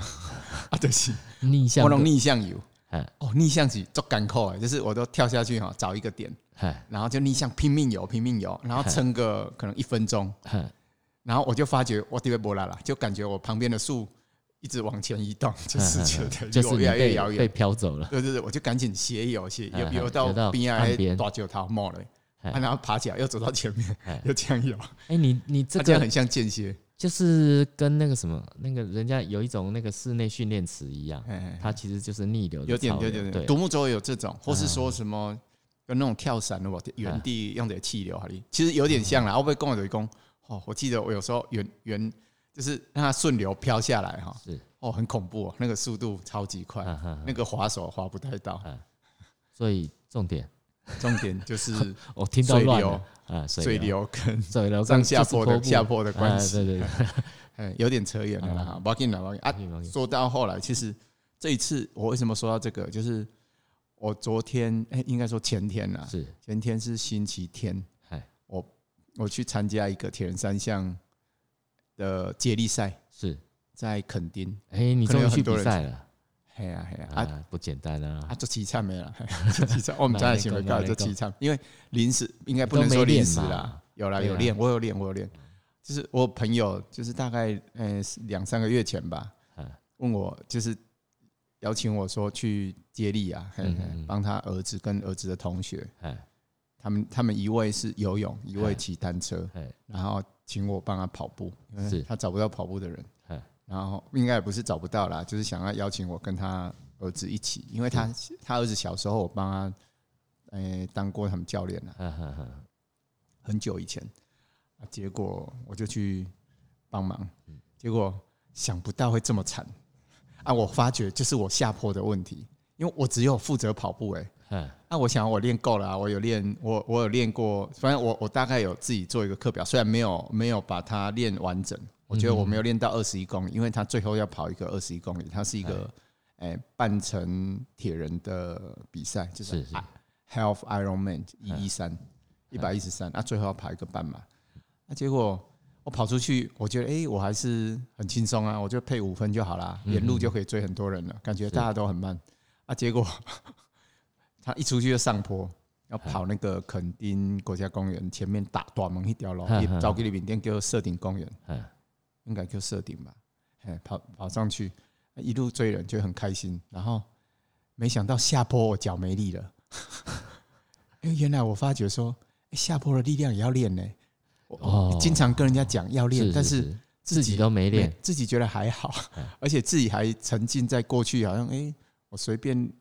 Speaker 2: 啊，就是
Speaker 1: 逆向
Speaker 2: 我拢
Speaker 1: 的，
Speaker 2: 逆向游
Speaker 1: 哎，
Speaker 2: 哦，逆向是足艰苦的，就是我都跳下去哈，找一个点，
Speaker 1: 嘿，
Speaker 2: 然后就逆向拼命游，拼命游，然后撑个可能一分钟，
Speaker 1: 嘿。
Speaker 2: 然后我就发觉我地位波拉啦，就感觉我旁边的树一直往前移 动，就是觉得
Speaker 1: 就
Speaker 2: 离
Speaker 1: 是
Speaker 2: 我
Speaker 1: 你
Speaker 2: 越来越
Speaker 1: 被
Speaker 2: 遥远
Speaker 1: 被，飘走了，
Speaker 2: 对对对，我就赶紧斜游斜
Speaker 1: 嗯
Speaker 2: 游
Speaker 1: 嗯
Speaker 2: 游
Speaker 1: 游到
Speaker 2: 到边
Speaker 1: 岸边
Speaker 2: 啊，大石头冒了，
Speaker 1: 嗯
Speaker 2: 啊然后爬起来又走到前
Speaker 1: 嗯
Speaker 2: 面，又这样游，
Speaker 1: 哎、你你这
Speaker 2: 它这样
Speaker 1: 个
Speaker 2: 很像间歇。
Speaker 1: 就是跟那个什么，那个人家有一种那个室内训练池一样，
Speaker 2: 哎，
Speaker 1: 它其实就是逆流的
Speaker 2: 有点
Speaker 1: 草
Speaker 2: 有
Speaker 1: 原
Speaker 2: 点有点，
Speaker 1: 对嗯
Speaker 2: 独木舟有这种，或是说什么有那种跳伞的，我原地用点气流，
Speaker 1: 嗯
Speaker 2: 你其实有点像啦。我被跟我的讲，哦，我记得我有时候原原就是让它顺流飘下来哈，
Speaker 1: 是
Speaker 2: 哦，很恐怖、哦，那个速度超级快，
Speaker 1: 嗯哼
Speaker 2: 那个滑手滑不 太到。
Speaker 1: 所以重点，
Speaker 2: 重点就是
Speaker 1: 我听到乱
Speaker 2: 水
Speaker 1: 了啊，
Speaker 2: 水，流跟
Speaker 1: 水流
Speaker 2: 上
Speaker 1: 跟
Speaker 2: 下坡的下坡的
Speaker 1: 的
Speaker 2: 关系，
Speaker 1: 啊对对嗯对，
Speaker 2: 哎，有点扯远了啦。不要紧啦，不要紧啊，
Speaker 1: 嗯
Speaker 2: 说到后来，其实这一次我为什么说到这个，就是我昨天哎、应该说前天啦，
Speaker 1: 啊是，
Speaker 2: 前天是星期天，
Speaker 1: 哎，
Speaker 2: 我去参加一个铁人三项的接力赛，
Speaker 1: 是，
Speaker 2: 在垦丁。
Speaker 1: 哎，你
Speaker 2: 可
Speaker 1: 终于
Speaker 2: 能有
Speaker 1: 去
Speaker 2: 很多
Speaker 1: 比
Speaker 2: 人
Speaker 1: 赛了
Speaker 2: 嘿呀嘿呀啊
Speaker 1: 啊，不简单
Speaker 2: 啊，
Speaker 1: 啊，
Speaker 2: 做凄惨没了， 做凄惨，我们家的行为搞做凄惨，因为临时应该不能
Speaker 1: 你都
Speaker 2: 说
Speaker 1: 没
Speaker 2: 临
Speaker 1: 练
Speaker 2: 时
Speaker 1: 嘛
Speaker 2: 啦，有啦
Speaker 1: 对
Speaker 2: 有
Speaker 1: 啊
Speaker 2: 练，我有练我有练，就是我朋友就是大概呃两三个月前吧
Speaker 1: 嗯，
Speaker 2: 问我就是邀请我说去接力啊，嘿
Speaker 1: 嗯
Speaker 2: 嘿
Speaker 1: 嗯嗯
Speaker 2: 帮他儿子跟儿子的同学，
Speaker 1: 哎
Speaker 2: 他们他们一位是游泳，一位
Speaker 1: 嗯
Speaker 2: 骑单车，
Speaker 1: 哎，
Speaker 2: 然后请我帮他跑步，因为
Speaker 1: 是
Speaker 2: 他找不到跑步的人
Speaker 1: 嗯，
Speaker 2: 然后应该也不是找不到啦，就是想要邀请我跟他儿子一起，因为他他儿子小时候我帮他，诶、当过他们教练啦，
Speaker 1: 哈啊哈哈，
Speaker 2: 很久以前，啊结果我就去帮忙，
Speaker 1: 嗯
Speaker 2: 结果想不到会这么惨，啊，我发觉就是我下坡的问题，因为我只有负责跑步、欸，
Speaker 1: 哎
Speaker 2: 那、我想我练够了、啊，我有练，我我有练过，反正我我大概有自己做一个课表，虽然没有没有把它练完整，我觉得我没有练到二十一公里，因为它最后要跑一个二十一公里，它是一个诶、半程铁人的比赛，就是
Speaker 1: 是
Speaker 2: Health Ironman 一一三一百一十三，那啊最后要跑一个半马，那、结果我跑出去，我觉得诶，我还是很轻松啊，我就配五分就好啦，沿路就可以追很多人了，感觉大家都很慢啊，结果他一出去就上坡。要跑那个垦丁国家公园前面打大门一条路，
Speaker 1: 嗯
Speaker 2: 伊
Speaker 1: 嗯
Speaker 2: 走去里面店叫设顶公园，
Speaker 1: 哎，
Speaker 2: 应该叫设顶吧，嘿，跑跑上去，一路追人就很开心。然后没想到下坡我脚没力了， 因为原来我发觉说、欸下坡的力量也要练呢、我我
Speaker 1: 哦
Speaker 2: 经常跟人家讲要练，但是
Speaker 1: 自己都没练哎
Speaker 2: 没，自己觉得还好， 而且自己还沉浸在过去，好像诶，我随便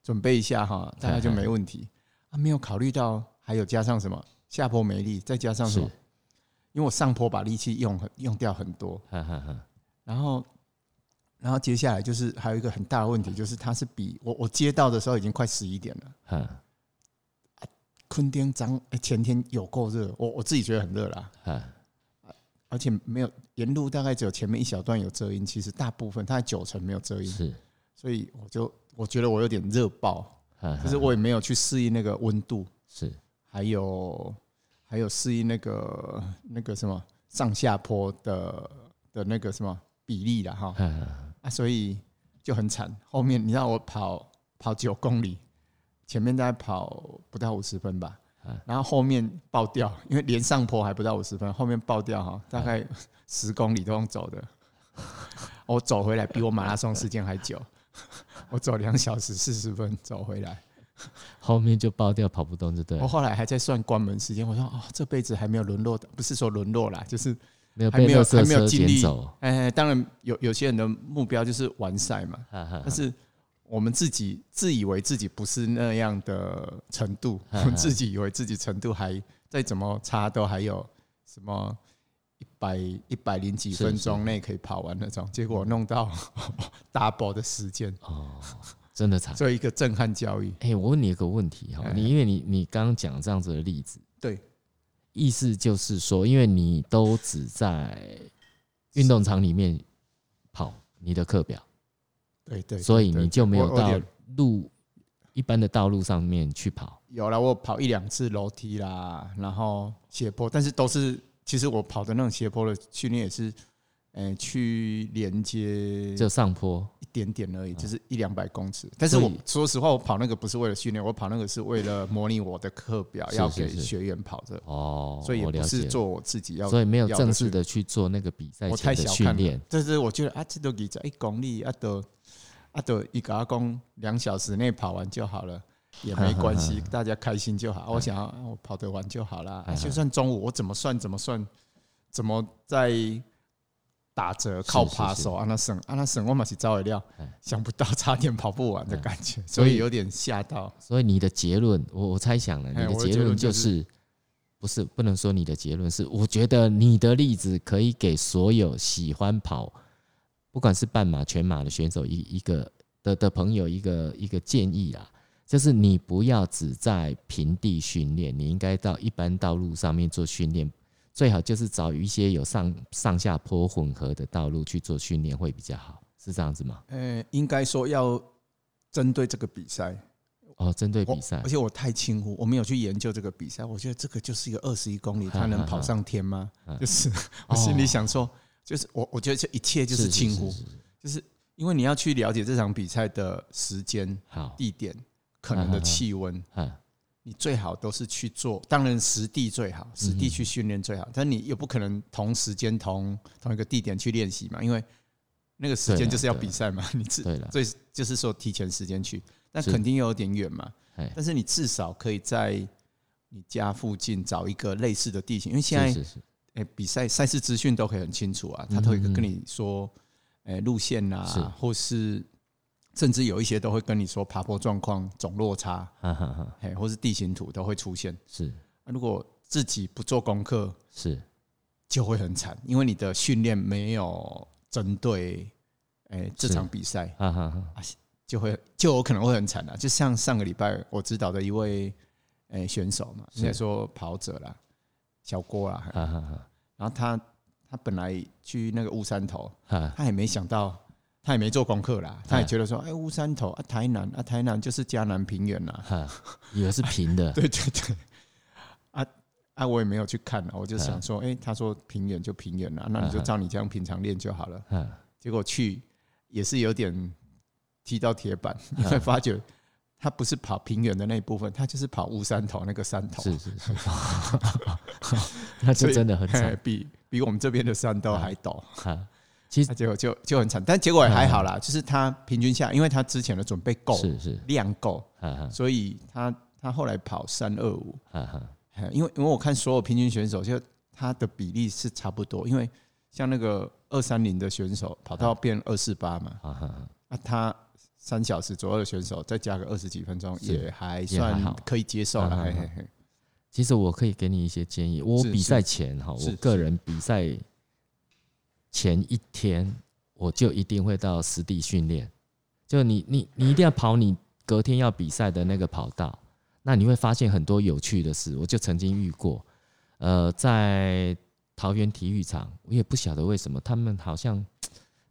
Speaker 2: 准备一下哈，
Speaker 1: 哎
Speaker 2: 大概就没问题啊，没有考虑到还有加上什么下坡没力，再加上什么
Speaker 1: 是，
Speaker 2: 因为我上坡把力气用很用掉很多，
Speaker 1: 哈哈哈，
Speaker 2: 然后，然后接下来就是还有一个很大的问题，就是它是比我我接到的时候已经快十一点了，
Speaker 1: 哈
Speaker 2: 昆丁张诶前天有够热，我我自己觉得很热啦，
Speaker 1: 哈，
Speaker 2: 而且没有沿路大概只有前面一小段有遮阴，其实大部分大概九成没有遮阴，
Speaker 1: 是，
Speaker 2: 所以我就我觉得我有点热爆，
Speaker 1: 哈
Speaker 2: 就是我也没有去适应那个温度，
Speaker 1: 是
Speaker 2: 还有还有适应那个那个什么上下坡的的那个什么比例了哈
Speaker 1: 哈哈
Speaker 2: 啊，所以就很惨。后面你让我跑跑九公里，前面大概跑不到五十分吧
Speaker 1: 嗯，
Speaker 2: 然后后面爆掉，因为连上坡还不到五十分，后面爆掉哈，大概十公里都用走的。我走回来比我马拉松时间还久， 我走两小时四十分走回来。
Speaker 1: 后面就爆掉，跑不动就对
Speaker 2: 我
Speaker 1: 了，
Speaker 2: 后来还在算关门时间，我说哦，这辈子还没有沦落的，不是说沦落啦，就是
Speaker 1: 没有
Speaker 2: 还没
Speaker 1: 被
Speaker 2: 有
Speaker 1: 垃圾
Speaker 2: 还没有
Speaker 1: 车
Speaker 2: 尽力
Speaker 1: 捡走，
Speaker 2: 哎，当然有有些人的目标就是完赛嘛，
Speaker 1: 哈哈
Speaker 2: 但是我们自己自以为自己不是那样的程度，我
Speaker 1: 嗯
Speaker 2: 们自己以为自己程度还再怎么差都还有什么一百一百零几
Speaker 1: 是嗯
Speaker 2: 分钟内可以跑完那种，结果弄到 double 的时间，
Speaker 1: 哦，真的惨。
Speaker 2: 做一个震撼教育。
Speaker 1: 哎、我问你一个问题哈，
Speaker 2: 哎
Speaker 1: 你因为你你刚刚讲这样子的例子，
Speaker 2: 对，
Speaker 1: 意思就是说，因为你都只在运动场里面跑你的课表，
Speaker 2: 对对，
Speaker 1: 所以
Speaker 2: 对
Speaker 1: 你就没
Speaker 2: 我
Speaker 1: 有
Speaker 2: 我
Speaker 1: 到
Speaker 2: 点
Speaker 1: 路一般的道路上面去跑。
Speaker 2: 有了，我有跑一两次楼梯啦，然后斜坡，但是都是其实我跑的那种斜坡的训练也是，呃，去连接
Speaker 1: 就上坡，
Speaker 2: 一点点而已，嗯就是一两百公尺。但是我
Speaker 1: 所以
Speaker 2: 说实话，我跑那个不是为了训练，我跑那个是为了模拟我的课表，
Speaker 1: 是
Speaker 2: 要
Speaker 1: 是
Speaker 2: 给
Speaker 1: 是
Speaker 2: 学员跑的，
Speaker 1: 哦，
Speaker 2: 所以也
Speaker 1: 我
Speaker 2: 不
Speaker 1: 了
Speaker 2: 是
Speaker 1: 解了，
Speaker 2: 做我自己要。
Speaker 1: 所以没有
Speaker 2: 要的
Speaker 1: 正
Speaker 2: 训
Speaker 1: 式的去做那个比赛
Speaker 2: 我
Speaker 1: 前
Speaker 2: 太
Speaker 1: 的
Speaker 2: 小
Speaker 1: 训
Speaker 2: 看
Speaker 1: 练
Speaker 2: 了，，但是我觉得啊，这都给在一公里啊，都啊都一个阿公两小时内跑完就好了。也没关 系，大家开心就好。 啊我想要啊我跑得完就好 啦。啊
Speaker 1: 嗯
Speaker 2: 就算中午我怎么算怎么算，怎么在打折靠
Speaker 1: 是是
Speaker 2: 扒手，啊安那省安那省，我马是招得料
Speaker 1: 嗯，
Speaker 2: 想不到差点跑不完的
Speaker 1: 嗯
Speaker 2: 感觉，
Speaker 1: 所
Speaker 2: 所
Speaker 1: 以
Speaker 2: 以有点吓到。
Speaker 1: 所以你的结论，我我猜想了，
Speaker 2: 哎
Speaker 1: 你的
Speaker 2: 我的
Speaker 1: 结
Speaker 2: 结论
Speaker 1: 论
Speaker 2: 就
Speaker 1: 就是是，不是不能说你的结论是，我觉得你的例子可以给所有喜欢跑不管是半马、全马的选手一一个的的朋友一个一个建议啊，就是你不要只在平地训练，你应该到一般道路上面做训练，最好就是找一些有上上下坡混合的道路去做训练会比较好，是这样子吗？
Speaker 2: 呃，应该说要针对这个比赛，
Speaker 1: 哦，针对
Speaker 2: 我
Speaker 1: 比赛
Speaker 2: 而，且我太轻忽，我没有去研究这个比赛。我觉得这个就是一个二十一公里，它能跑上天吗？
Speaker 1: 哎哦
Speaker 2: 就是我心里想说，就是我我觉得这一切就是轻忽，
Speaker 1: 是是是
Speaker 2: 就是因为你要去了解这场比赛的时间、
Speaker 1: 好，
Speaker 2: 地点、可能的气温，
Speaker 1: 嗯，
Speaker 2: 你最好都是去做。当然实地最
Speaker 1: 嗯
Speaker 2: 好，实地去训练最好，但你又不可能同时间同同一个地点去练习嘛，因为那个时
Speaker 1: 对
Speaker 2: 间
Speaker 1: 啦
Speaker 2: 就是要
Speaker 1: 对啦啊
Speaker 2: 比赛嘛，你自
Speaker 1: 对了，
Speaker 2: 所以就是说提前时间去，但
Speaker 1: 是
Speaker 2: 肯定又有点远嘛
Speaker 1: 哎。
Speaker 2: 但是你至少可以在你家附近找一个类似的地形，因为现在
Speaker 1: 是是是，
Speaker 2: 诶、比赛赛事资讯都可以很清楚啊，他都会
Speaker 1: 嗯嗯嗯
Speaker 2: 跟你说，诶、路线啦、
Speaker 1: 是
Speaker 2: 或是甚至有一些都会跟你说爬坡状况、总落差，
Speaker 1: 哈哈哈，
Speaker 2: 诶、或是地形图都会出现。
Speaker 1: 是
Speaker 2: 啊如果自己不做功课，
Speaker 1: 是
Speaker 2: 就会很惨，因为你的训练没有针对，诶、这
Speaker 1: 是
Speaker 2: 场比赛，
Speaker 1: 哈哈哈，
Speaker 2: 就会就有可能会很惨啊。就像上个礼拜我指导的一位诶、呃选手嘛，
Speaker 1: 是
Speaker 2: 应该说跑者啦，小郭啦，
Speaker 1: 哈哈哈
Speaker 2: 然后他他本来去那个乌山头，
Speaker 1: 哈，
Speaker 2: 他也没想到。他也没做功课
Speaker 1: 嗯
Speaker 2: 啦，他也觉得说，哎、乌山头啊，台南啊，台南就是嘉南平原啦。
Speaker 1: 哈，以为是平的，
Speaker 2: 对对对，啊啊，我也没有去看啊，我就想说，哎、他说平原就平原啊啦，那你就
Speaker 1: 嗯
Speaker 2: 照你这样平常练就好了。
Speaker 1: 嗯，
Speaker 2: 结果去也是有点踢到 铁板，你
Speaker 1: 啊
Speaker 2: 会发觉他不是跑平原的那一部分，他就是跑乌山头那个山头，
Speaker 1: 是是是， 那
Speaker 2: 所
Speaker 1: 就
Speaker 2: 以
Speaker 1: 真的很
Speaker 2: 嘿
Speaker 1: 惨
Speaker 2: 比比我们这边的山都还陡，
Speaker 1: 哈。其
Speaker 2: 那
Speaker 1: 实
Speaker 2: 结果就就很惨，但结果也还好啦，就是他平均下，因为他之前的准备够
Speaker 1: 是啊是，
Speaker 2: 量够，
Speaker 1: 哈哈
Speaker 2: 所以他他后来跑三二五，
Speaker 1: 哈哈，
Speaker 2: 嘿因为因为我看所有平均选手就他的比例是差不多，因为像那个二三零的选手跑
Speaker 1: 啊
Speaker 2: 到变二四八嘛，
Speaker 1: 哈哈哈，
Speaker 2: 那他三小时左右的选手，再加个二十几分钟，
Speaker 1: 是
Speaker 2: 也还
Speaker 1: 也还
Speaker 2: 算
Speaker 1: 好
Speaker 2: 可以接受了。
Speaker 1: 嗯
Speaker 2: 嘿
Speaker 1: 嗯
Speaker 2: 嘿嘿
Speaker 1: 其实我可以给你一些建议。我
Speaker 2: 是
Speaker 1: 比
Speaker 2: 是
Speaker 1: 赛前哈，我
Speaker 2: 是
Speaker 1: 个
Speaker 2: 是
Speaker 1: 人比赛前一天，我就一定会到实地训练。就你你你一定要跑你隔天要比赛的那个跑道，那你会发现很多有趣的事。我就曾经遇过，呃，在桃园体育场，我也不晓得为什么他们好像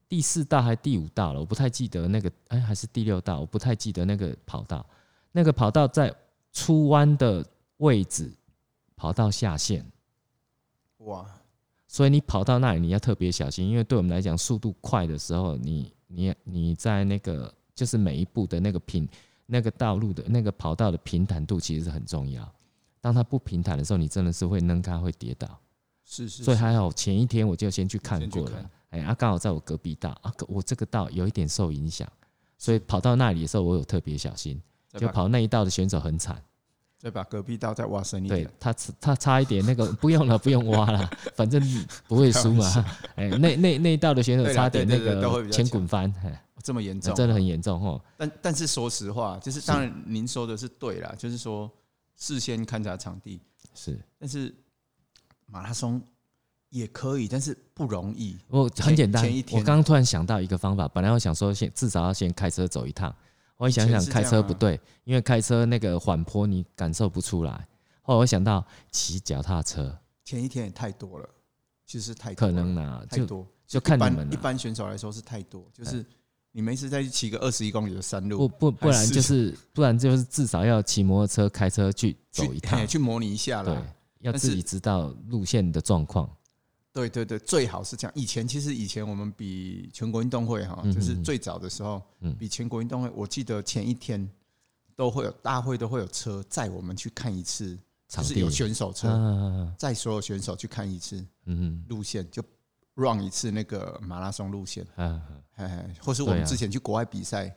Speaker 1: 第四道还第五道了，我不太记得那个，哎，还是第六道，我不太记得那个跑道。那个跑道在出弯的位置，跑道下线，
Speaker 2: 哇，
Speaker 1: 所以你跑到那里你要特别小心，因为对我们来讲，速度快的时候，你你你在那个就是每一步的那个平那个道路的那个跑道的平坦度其实是很重要。当它不平坦的时候，你真的是会扔开会跌倒。
Speaker 2: 是是
Speaker 1: 所以还好前一天我就先去看
Speaker 2: 先去
Speaker 1: 过了
Speaker 2: 看，
Speaker 1: 哎，啊，刚好在我隔壁道啊，可我这个道有一点受影响，所以跑到那里的时候我有特别小心，
Speaker 2: 再
Speaker 1: 就
Speaker 2: 把
Speaker 1: 跑那一道的选手很惨，
Speaker 2: 再把隔壁道再挖深一
Speaker 1: 对
Speaker 2: 点，
Speaker 1: 他他差一点那个不用了，不用挖了，反正不会输嘛， 哎，那那那一道的选手
Speaker 2: 对啦
Speaker 1: 差点
Speaker 2: 对
Speaker 1: 那
Speaker 2: 对对都会
Speaker 1: 个
Speaker 2: 比较
Speaker 1: 前
Speaker 2: 强
Speaker 1: 滚翻，哎，
Speaker 2: 哦这么严
Speaker 1: 那
Speaker 2: 重。啊
Speaker 1: 真的很严重哦，
Speaker 2: 但但是说实话，就是当然您说的是对啦，就是说事先勘察场地，
Speaker 1: 是
Speaker 2: 但是马拉松也可以，但是不容易。
Speaker 1: 我
Speaker 2: 前
Speaker 1: 很简单
Speaker 2: 前一，
Speaker 1: 我
Speaker 2: 天
Speaker 1: 刚刚突然想到一个方法，本来我想说先至少要先开车走一趟，我一想想
Speaker 2: 以前是
Speaker 1: 开
Speaker 2: 这
Speaker 1: 车
Speaker 2: 样啊
Speaker 1: 不对，因为开车那个缓坡你感受不出来。后来我想到骑脚踏车，
Speaker 2: 前一天也太多了，其实是太多
Speaker 1: 可
Speaker 2: 了
Speaker 1: 能啦，
Speaker 2: 太
Speaker 1: 就
Speaker 2: 多。
Speaker 1: 就看
Speaker 2: 一
Speaker 1: 你们
Speaker 2: 般一
Speaker 1: 啦，
Speaker 2: 般选手来说是太多，就是你没事再去骑个二十一公里的山路
Speaker 1: 不，不不然就是不然就是至少要骑摩托车开车去走
Speaker 2: 去
Speaker 1: 一趟
Speaker 2: 嘿，去模拟一下
Speaker 1: 对
Speaker 2: 啦。，
Speaker 1: 要
Speaker 2: 但是
Speaker 1: 自己知道路线的状况，
Speaker 2: 对对对，最好是这样。以前其实以前我们比全国运动会哈，
Speaker 1: 嗯
Speaker 2: 就是
Speaker 1: 嗯嗯
Speaker 2: 最早的时候
Speaker 1: 嗯，
Speaker 2: 比全国运动会，我记得前一天都会有大会都会有车载我们去看一次，就
Speaker 1: 场
Speaker 2: 是
Speaker 1: 地
Speaker 2: 有选手车
Speaker 1: 啊，
Speaker 2: 载所有选手去看一次
Speaker 1: 嗯
Speaker 2: 路线，就 run 一次那个马拉松路线，
Speaker 1: 啊，
Speaker 2: 嘿嘿或是我
Speaker 1: 对
Speaker 2: 们
Speaker 1: 啊
Speaker 2: 之前去国外比赛。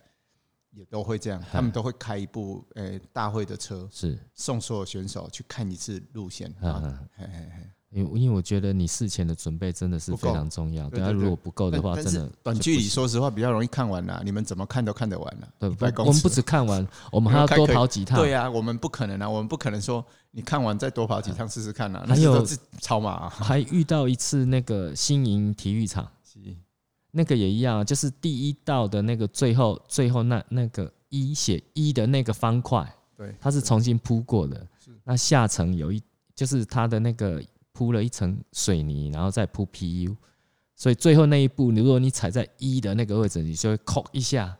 Speaker 2: 也都会这样，他们都会开一部呃大会的车
Speaker 1: 是
Speaker 2: 送所有选手去看一次路线，
Speaker 1: 啊
Speaker 2: 然后
Speaker 1: 啊，
Speaker 2: 嘿嘿嘿
Speaker 1: 因为因为我觉得你事前的准备真的是
Speaker 2: 不
Speaker 1: 非
Speaker 2: 够
Speaker 1: 常重要，
Speaker 2: 对
Speaker 1: 对啊，
Speaker 2: 对对
Speaker 1: 如果不够的
Speaker 2: 但
Speaker 1: 话，
Speaker 2: 但
Speaker 1: 真
Speaker 2: 是
Speaker 1: 的
Speaker 2: 短
Speaker 1: 就
Speaker 2: 距
Speaker 1: 不
Speaker 2: 离
Speaker 1: 行
Speaker 2: 说实话比较容易看完啦、你们怎么看都看得完啦、
Speaker 1: 对，
Speaker 2: 100
Speaker 1: 我
Speaker 2: 公
Speaker 1: 我们不
Speaker 2: 尺
Speaker 1: 止看完，我们还要多跑几趟。
Speaker 2: 对啊，我们不可能啊，我们不可能说你看完再多跑几趟试试看啊，
Speaker 1: 还有
Speaker 2: 那是都是超马、啊。
Speaker 1: 还遇到一次那个新营体育场，那个也一样啊，就是第一道的那个最后最后那那个一写一的那个方块，
Speaker 2: 对，
Speaker 1: 它是重新铺过的
Speaker 2: 是。
Speaker 1: 那下层有一，就是它的那个铺了一层水泥，然后再铺 PU，所以最后那一步，你如果你踩在一的那个位置，你就会扣一下，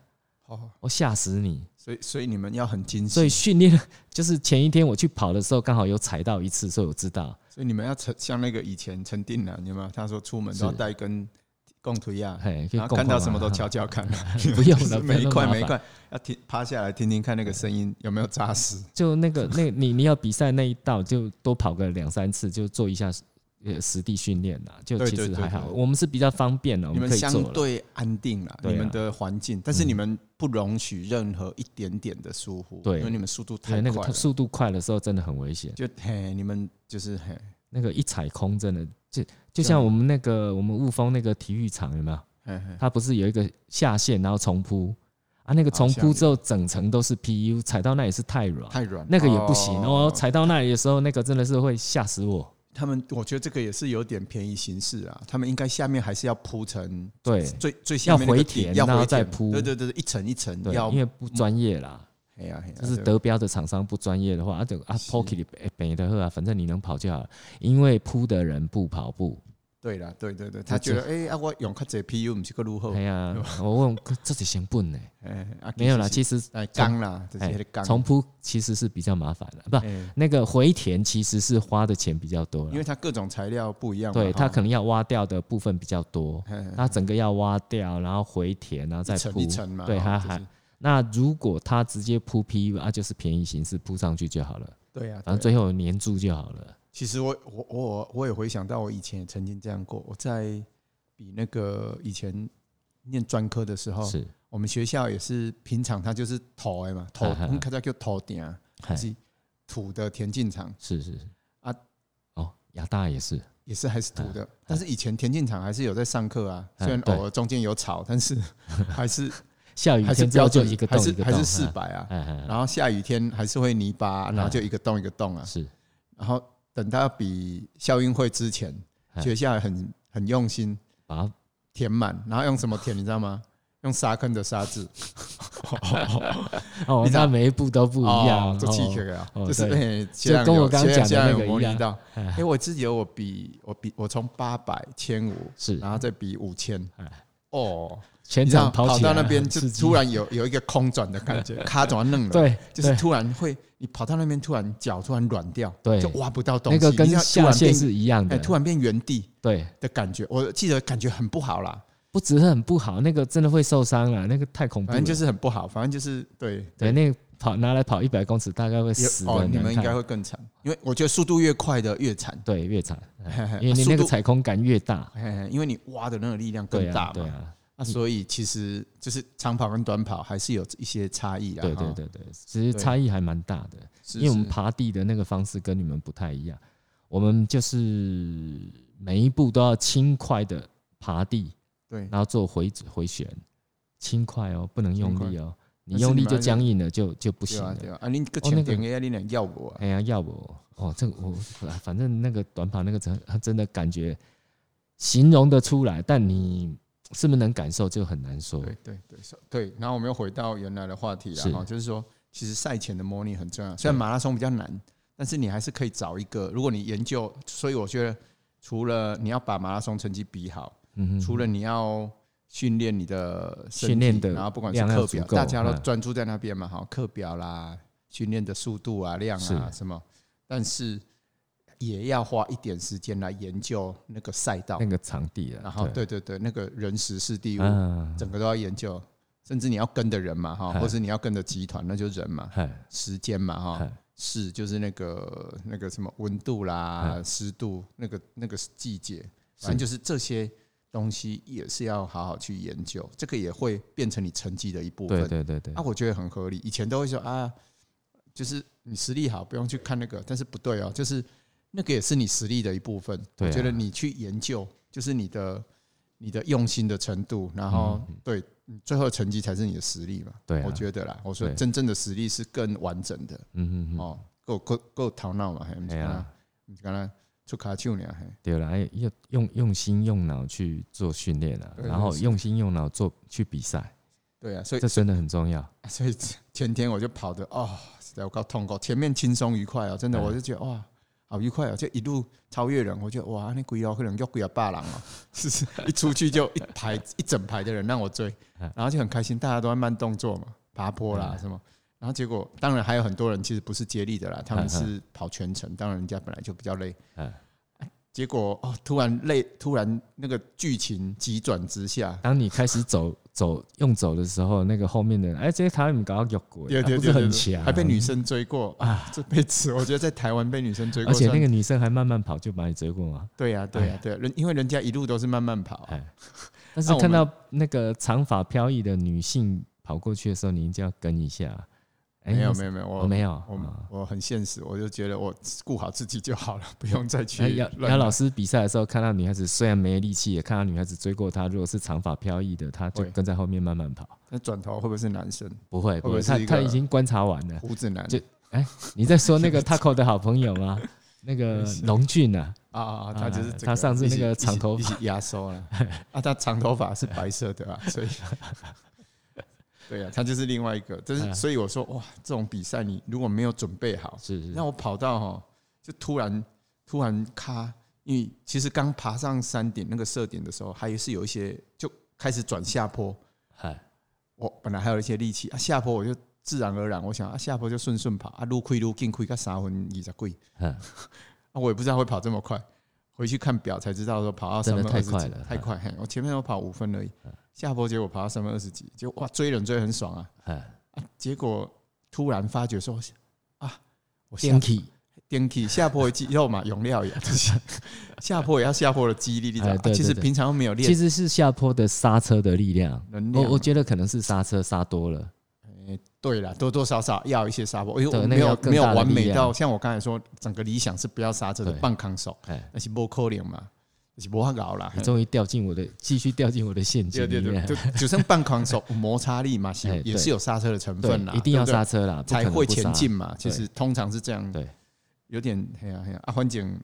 Speaker 2: 哦，
Speaker 1: 我吓死你。
Speaker 2: 所以所以你们要很精细，
Speaker 1: 所
Speaker 2: 所
Speaker 1: 以
Speaker 2: 以
Speaker 1: 训练就是前一天我去跑的时候，刚好有踩到一次，所以我知道。
Speaker 2: 你们要陈像那个以前陈定南有没有？他说出门都要
Speaker 1: 是
Speaker 2: 带一根贡腿亚，
Speaker 1: 嘿，可以
Speaker 2: 然后
Speaker 1: 共
Speaker 2: 看到
Speaker 1: 同
Speaker 2: 什么
Speaker 1: 啊
Speaker 2: 都敲敲看，
Speaker 1: 不用
Speaker 2: 就是
Speaker 1: 了，
Speaker 2: 每一
Speaker 1: 不要
Speaker 2: 块
Speaker 1: 那么
Speaker 2: 每一
Speaker 1: 麻烦
Speaker 2: 块要听趴下来听听看那个声音有没有扎实。
Speaker 1: 就那个那你你要比赛那一道，就多跑个两三次，就做一下呃实地训练啦。就
Speaker 2: 对
Speaker 1: 其
Speaker 2: 对
Speaker 1: 实
Speaker 2: 对
Speaker 1: 还好，
Speaker 2: 对
Speaker 1: 我们是比较方便了，我
Speaker 2: 你们
Speaker 1: 可以做
Speaker 2: 相
Speaker 1: 了。
Speaker 2: 对安定了，
Speaker 1: 对啊
Speaker 2: 你们的环境，但是你们不容许任何一点点的疏忽，
Speaker 1: 对
Speaker 2: 因为你们速度太
Speaker 1: 对，那
Speaker 2: 快
Speaker 1: 个
Speaker 2: 了，
Speaker 1: 速度快的时候真的很危险，
Speaker 2: 就嘿，你们就是嘿，
Speaker 1: 那个一踩空真的就就
Speaker 2: 真
Speaker 1: 像
Speaker 2: 的
Speaker 1: 我们那个我们雾峰那个体育场有没有？
Speaker 2: 嘿嘿
Speaker 1: 它不是有一个下线然后重铺啊？那个
Speaker 2: 好
Speaker 1: 重
Speaker 2: 像
Speaker 1: 铺之后整层都是 PU，踩到那也是太软，
Speaker 2: 啊太软，
Speaker 1: 那个也不行哦。
Speaker 2: 才
Speaker 1: 踩到那里的时候，那个真的是会吓死我。
Speaker 2: 他们，我觉得这个也是有点便宜形式啊，他们应该下面还是要铺成
Speaker 1: 对，
Speaker 2: 最最下面那个底
Speaker 1: 要回填
Speaker 2: 要
Speaker 1: 然后
Speaker 2: 回填
Speaker 1: 再铺
Speaker 2: 对对对，对一层一层
Speaker 1: 对
Speaker 2: 要，
Speaker 1: 因，为不专业啦。
Speaker 2: 哎呀，嘿呀
Speaker 1: 就是
Speaker 2: 对
Speaker 1: 德标的厂商不专业的话，啊就啊
Speaker 2: 是
Speaker 1: Pocky 北的喝啊，反正你能跑就好了。因为铺的人不跑步，
Speaker 2: 对啦，对对对，他觉得哎啊，我用较这 PU 不是个路后
Speaker 1: 哎，呀，
Speaker 2: 哦
Speaker 1: 我问这是成本呢？
Speaker 2: 哎啊
Speaker 1: 没有 啦，
Speaker 2: 其
Speaker 1: 其实
Speaker 2: 哎钢啦，这些钢，
Speaker 1: 重铺其实是比较麻烦的，不
Speaker 2: 哎
Speaker 1: 那个回填其实是花的钱比较多
Speaker 2: 因为
Speaker 1: 了，
Speaker 2: 它各种材料不一样嘛，
Speaker 1: 对
Speaker 2: 哈
Speaker 1: 它可能要挖掉的部分比较多，
Speaker 2: 嘿嘿
Speaker 1: 它整个要挖掉，然后回填，然啊后再
Speaker 2: 一
Speaker 1: 铺
Speaker 2: 层一层嘛，
Speaker 1: 对，
Speaker 2: 哦
Speaker 1: 它
Speaker 2: 就是
Speaker 1: 还那如果它直接铺 PU 啊，就是便宜形式铺上去就好了，
Speaker 2: 对呀、
Speaker 1: 反正
Speaker 2: 对啊。
Speaker 1: 最后粘住就好了。
Speaker 2: 其实我我我我也回想到我以前也曾经这样过，我在比那个以前念专科的时候，
Speaker 1: 是，
Speaker 2: 我们学校也是平常它就是土的嘛，土，
Speaker 1: 啊啊啊
Speaker 2: 我们叫叫土顶，
Speaker 1: 嗨
Speaker 2: 是土的田径场，
Speaker 1: 是是
Speaker 2: 啊，
Speaker 1: 哦，亚大也是，
Speaker 2: 也是还是土的，但是以前田径场还是有在上课啊，
Speaker 1: 啊
Speaker 2: 虽然
Speaker 1: 对
Speaker 2: 偶尔中间有草，但是 还是
Speaker 1: 下雨
Speaker 2: 还是
Speaker 1: 天之后
Speaker 2: 标
Speaker 1: 就
Speaker 2: 准
Speaker 1: 一个
Speaker 2: 还
Speaker 1: 洞
Speaker 2: 是
Speaker 1: 一个
Speaker 2: 还
Speaker 1: 洞，
Speaker 2: 是四百啊，
Speaker 1: 哎，哎哎
Speaker 2: 然后下雨天还是会泥巴，然后就一个洞一个洞啊，
Speaker 1: 是
Speaker 2: 然后等到比校运会之前，
Speaker 1: 哎
Speaker 2: 学校很很用心，
Speaker 1: 把它
Speaker 2: 填满，然后用什么填你知道 吗？用沙坑的沙子，
Speaker 1: 哦，
Speaker 2: 你知
Speaker 1: 那
Speaker 2: 道
Speaker 1: 每一步都不一样，
Speaker 2: 做气
Speaker 1: 哦
Speaker 2: 壳啊，
Speaker 1: 哦
Speaker 2: 就是
Speaker 1: 对
Speaker 2: 诶，
Speaker 1: 就跟我刚刚讲的那个
Speaker 2: 模
Speaker 1: 一样
Speaker 2: 拟到，
Speaker 1: 哎
Speaker 2: 哎，我自己有我比我比我从八百千五，
Speaker 1: 是
Speaker 2: 然后再比五千
Speaker 1: 哎，
Speaker 2: 哦，
Speaker 1: 全
Speaker 2: 啊你知道
Speaker 1: 场跑
Speaker 2: 跑
Speaker 1: 起来
Speaker 2: 到那边
Speaker 1: 很
Speaker 2: 就
Speaker 1: 啊刺激哎
Speaker 2: 突然有有一个空转的感觉，卡转愣了，，
Speaker 1: 对，
Speaker 2: 就是
Speaker 1: 对
Speaker 2: 突然会你跑到那边突然脚突然软掉，
Speaker 1: 对
Speaker 2: 就挖不到东西，
Speaker 1: 那个跟
Speaker 2: 你要突
Speaker 1: 下
Speaker 2: 然
Speaker 1: 线
Speaker 2: 变
Speaker 1: 是一样
Speaker 2: 哎
Speaker 1: 的，
Speaker 2: 突然变原地
Speaker 1: 对，
Speaker 2: 的感觉，我记得感觉很不好啦，
Speaker 1: 不只是很不好，那个真的会受伤了，那个太恐怖
Speaker 2: 反
Speaker 1: 了，
Speaker 2: 正就是很不好，反正就是对
Speaker 1: 对那个跑拿来跑一百公尺，大概会
Speaker 2: 有
Speaker 1: 死
Speaker 2: 哦
Speaker 1: 的，，
Speaker 2: 你们应该会更惨，因为我觉得速度越快的越惨，
Speaker 1: 对越惨，哎
Speaker 2: 嘿嘿
Speaker 1: 因为你那个
Speaker 2: 啊速度
Speaker 1: 踩空感越大，
Speaker 2: 嘿嘿因为你挖的那个力量
Speaker 1: 对
Speaker 2: 更大
Speaker 1: 啊
Speaker 2: 嘛，
Speaker 1: 对啊，
Speaker 2: 那所以其实就是长跑跟短跑还是有一些差异啦。
Speaker 1: 对对
Speaker 2: 哈，
Speaker 1: 对对，其实
Speaker 2: 对
Speaker 1: 差异还蛮大的。
Speaker 2: 是
Speaker 1: 因为我们
Speaker 2: 是
Speaker 1: 爬地的那个方式跟你们不太一样，我们就是每一步都要轻快的爬地，
Speaker 2: 对
Speaker 1: 然后做回回旋，轻快哦，不能用
Speaker 2: 轻快
Speaker 1: 力哦，你
Speaker 2: 但是
Speaker 1: 用力
Speaker 2: 你们
Speaker 1: 就
Speaker 2: 还是
Speaker 1: 僵硬了，就就不
Speaker 2: 对
Speaker 1: 行
Speaker 2: 啊
Speaker 1: 了。
Speaker 2: 对啊，啊你个
Speaker 1: 哦那
Speaker 2: 前
Speaker 1: 个
Speaker 2: 点 A 你俩要我啊，
Speaker 1: 哎呀，要不哦，这个我反正那个短跑那个真真的感觉形容得出来，但你是不是能感受就很难说。
Speaker 2: 对对对是对，然后我们又回到原来的话题
Speaker 1: 是
Speaker 2: 了哈，就是说其实赛前的模拟很重要，虽然马拉松比较难，但是你还是可以找一个，如果你研究，所以我觉得除了你要把马拉松成绩比好。
Speaker 1: 嗯哼，
Speaker 2: 除了你要训练你的身体
Speaker 1: 训练的
Speaker 2: 然后不管是
Speaker 1: 量要
Speaker 2: 课
Speaker 1: 足
Speaker 2: 表，
Speaker 1: 够
Speaker 2: 大家都
Speaker 1: 嗯
Speaker 2: 专注在那边嘛，好，课表啦，训练的速度啊、量啊
Speaker 1: 是
Speaker 2: 什么，但是也要花一点时间来研究那个赛道
Speaker 1: 那，个场地啊了，
Speaker 2: 然后对对对，那个人时事地物，
Speaker 1: 啊，
Speaker 2: 整个都要研究，甚至你要跟的人嘛，哈，
Speaker 1: 嗯
Speaker 2: 或是你要跟的集团，那就是人嘛，
Speaker 1: 嗨
Speaker 2: 时间嘛，哈
Speaker 1: 嗯。
Speaker 2: 是，就是那个那个什么温度啦、
Speaker 1: 嗯
Speaker 2: 湿度，那个那个季节，反正就是这些东西也是要好好去研究，这个也会变成你成绩的一部分。
Speaker 1: 对对对对
Speaker 2: 啊，，我觉得很合理。以前都会说啊，就是你实力好，不用去看那个，但是不对哦，就是那个也是你实力的一部分。
Speaker 1: 对啊
Speaker 2: 我觉得你去研究，就是你的你的用心的程度，然后、对你最后的成绩才是你的实力嘛。
Speaker 1: 嗯对啊
Speaker 2: 我觉得啦，我说
Speaker 1: 对
Speaker 2: 真正的实力是更完整的。哦
Speaker 1: 嗯嗯嗯，
Speaker 2: 哦，够够够头脑嘛，还
Speaker 1: 哎呀
Speaker 2: 是，刚才出卡丘呢，嘿，
Speaker 1: 对啦，哎要用用心用脑去做训练啊，
Speaker 2: 对
Speaker 1: 然后
Speaker 2: 是
Speaker 1: 用心用脑做去比赛，
Speaker 2: 对啊，所以
Speaker 1: 这真的很重要。
Speaker 2: 所以前天我就跑的哦，实在我够痛苦，前面轻松愉快哦，真的
Speaker 1: 嗯
Speaker 2: 我就觉得哇，好愉快哦，就一路超越人，我觉得哇，那鬼佬可能叫鬼啊霸狼哦， 是是，一出去就一排一整排的人让我追
Speaker 1: 嗯，
Speaker 2: 然后就很开心，大家都在慢动作嘛，爬坡啦
Speaker 1: 嗯
Speaker 2: 什么。然后结果，当然还有很多人其实不是接力的啦，他们
Speaker 1: 嗯嗯
Speaker 2: 是跑全程，当然人家本来就比较累。
Speaker 1: 嗯，
Speaker 2: 结果哦，突然累，突然那个剧情急转直下，
Speaker 1: 当你开始走走用走的时候，那个后面的人哎，这些台湾人搞到有鬼，
Speaker 2: 对
Speaker 1: 啊
Speaker 2: 对
Speaker 1: 不
Speaker 2: 对，
Speaker 1: 是
Speaker 2: 对
Speaker 1: 很
Speaker 2: 对
Speaker 1: 强，
Speaker 2: 还被女，生追过
Speaker 1: 啊
Speaker 2: 啊！这辈子 我觉得在台湾被女生追过
Speaker 1: 而且
Speaker 2: 算，
Speaker 1: 那个女生还慢慢跑就把你追过嘛。
Speaker 2: 对呀、对呀、对、啊，人因为人家一路都是慢慢跑啊、
Speaker 1: 哎，但是
Speaker 2: 那我
Speaker 1: 看
Speaker 2: 们
Speaker 1: 到那个长发飘逸的女性跑过去的时候，你一定要跟一下。哎
Speaker 2: 没有
Speaker 1: 那
Speaker 2: 没有没有，
Speaker 1: 我
Speaker 2: 我
Speaker 1: 没有
Speaker 2: 我
Speaker 1: 啊。
Speaker 2: 我很现实，我就觉得我顾好自己就好了，不用再去
Speaker 1: 那姚
Speaker 2: 乱
Speaker 1: 姚哎老师比赛的时候，看到女孩子虽然没力气，也看到女孩子追过她。如果是长发飘逸的，她就
Speaker 2: 会
Speaker 1: 跟在后面慢慢跑。
Speaker 2: 那转头会不会是男 生
Speaker 1: 不会，不
Speaker 2: 会不
Speaker 1: 会，
Speaker 2: 会
Speaker 1: 她
Speaker 2: 是一
Speaker 1: 她
Speaker 2: 个
Speaker 1: 已经观察完了。
Speaker 2: 胡子男
Speaker 1: 就你在说 那个 Taco 的好朋友吗？那个龙俊啊，
Speaker 2: 啊啊
Speaker 1: 啊
Speaker 2: 啊？他就是这
Speaker 1: 他上次那个
Speaker 2: 一起
Speaker 1: 长头发
Speaker 2: 一起一起压缩 了啊，他长头发是白色的啊，所以 对啊呀、他就是另外一个，就
Speaker 1: 哎
Speaker 2: 是所以我说哇，这种比赛你如果没有准备好，
Speaker 1: 是是
Speaker 2: 让我跑到哈，就突然突然咔，因为其实刚爬上山顶那个射点的时候，还是有一些就开始转下坡。
Speaker 1: 嗨
Speaker 2: 我本来还有一些力气啊，下坡我就自然而然，我想啊，下坡就顺顺跑啊，路亏路进亏个三分二十贵
Speaker 1: 嗯
Speaker 2: 啊，我也不知道会跑这么快。回去看表才知道说跑到
Speaker 1: 真的
Speaker 2: 三分
Speaker 1: 太
Speaker 2: 二十
Speaker 1: 快
Speaker 2: 几
Speaker 1: 了啊
Speaker 2: 太快。嘿，我前面我跑五分而已
Speaker 1: 嗯，
Speaker 2: 下坡结果跑到三分二十几，就哇追人追得很爽啊
Speaker 1: 嗯，
Speaker 2: 啊！结果突然发觉说啊，我下
Speaker 1: 电梯，
Speaker 2: 颠起下坡的肌肉嘛，用料也 就是下坡也要下坡的肌力，你知道
Speaker 1: 哎
Speaker 2: 吗？
Speaker 1: 对
Speaker 2: 啊其实
Speaker 1: 对对
Speaker 2: 平常都没有
Speaker 1: 其
Speaker 2: 练
Speaker 1: 实是下坡的刹车的力量。
Speaker 2: 能
Speaker 1: 我
Speaker 2: 量
Speaker 1: 我。觉得可能是刹车刹多了，
Speaker 2: 哎对了，多多少少要有一些刹坡，因为
Speaker 1: 对
Speaker 2: 我
Speaker 1: 那
Speaker 2: 没
Speaker 1: 个要
Speaker 2: 有
Speaker 1: 更
Speaker 2: 没有
Speaker 1: 大的
Speaker 2: 完
Speaker 1: 力
Speaker 2: 美
Speaker 1: 量
Speaker 2: 到像我刚才说，整个理想是不要刹车的
Speaker 1: 对
Speaker 2: 半康手，
Speaker 1: 哎，
Speaker 2: 那是不可能嘛，那是不法搞啦
Speaker 1: 你。终于掉进我的，继续掉进我的陷阱里
Speaker 2: 对对对，
Speaker 1: 面。
Speaker 2: 就就剩半康手有摩擦力 嘛，
Speaker 1: 哎
Speaker 2: 是
Speaker 1: 对
Speaker 2: 也是有刹车的成
Speaker 1: 对
Speaker 2: 分啦，，
Speaker 1: 一定要
Speaker 2: 对不对
Speaker 1: 刹车啦，不可
Speaker 2: 才
Speaker 1: 能
Speaker 2: 会
Speaker 1: 不
Speaker 2: 前
Speaker 1: 刹
Speaker 2: 进嘛。
Speaker 1: 对
Speaker 2: 其实通常是这样，
Speaker 1: 对，
Speaker 2: 有点嘿呀嘿呀，啊，反正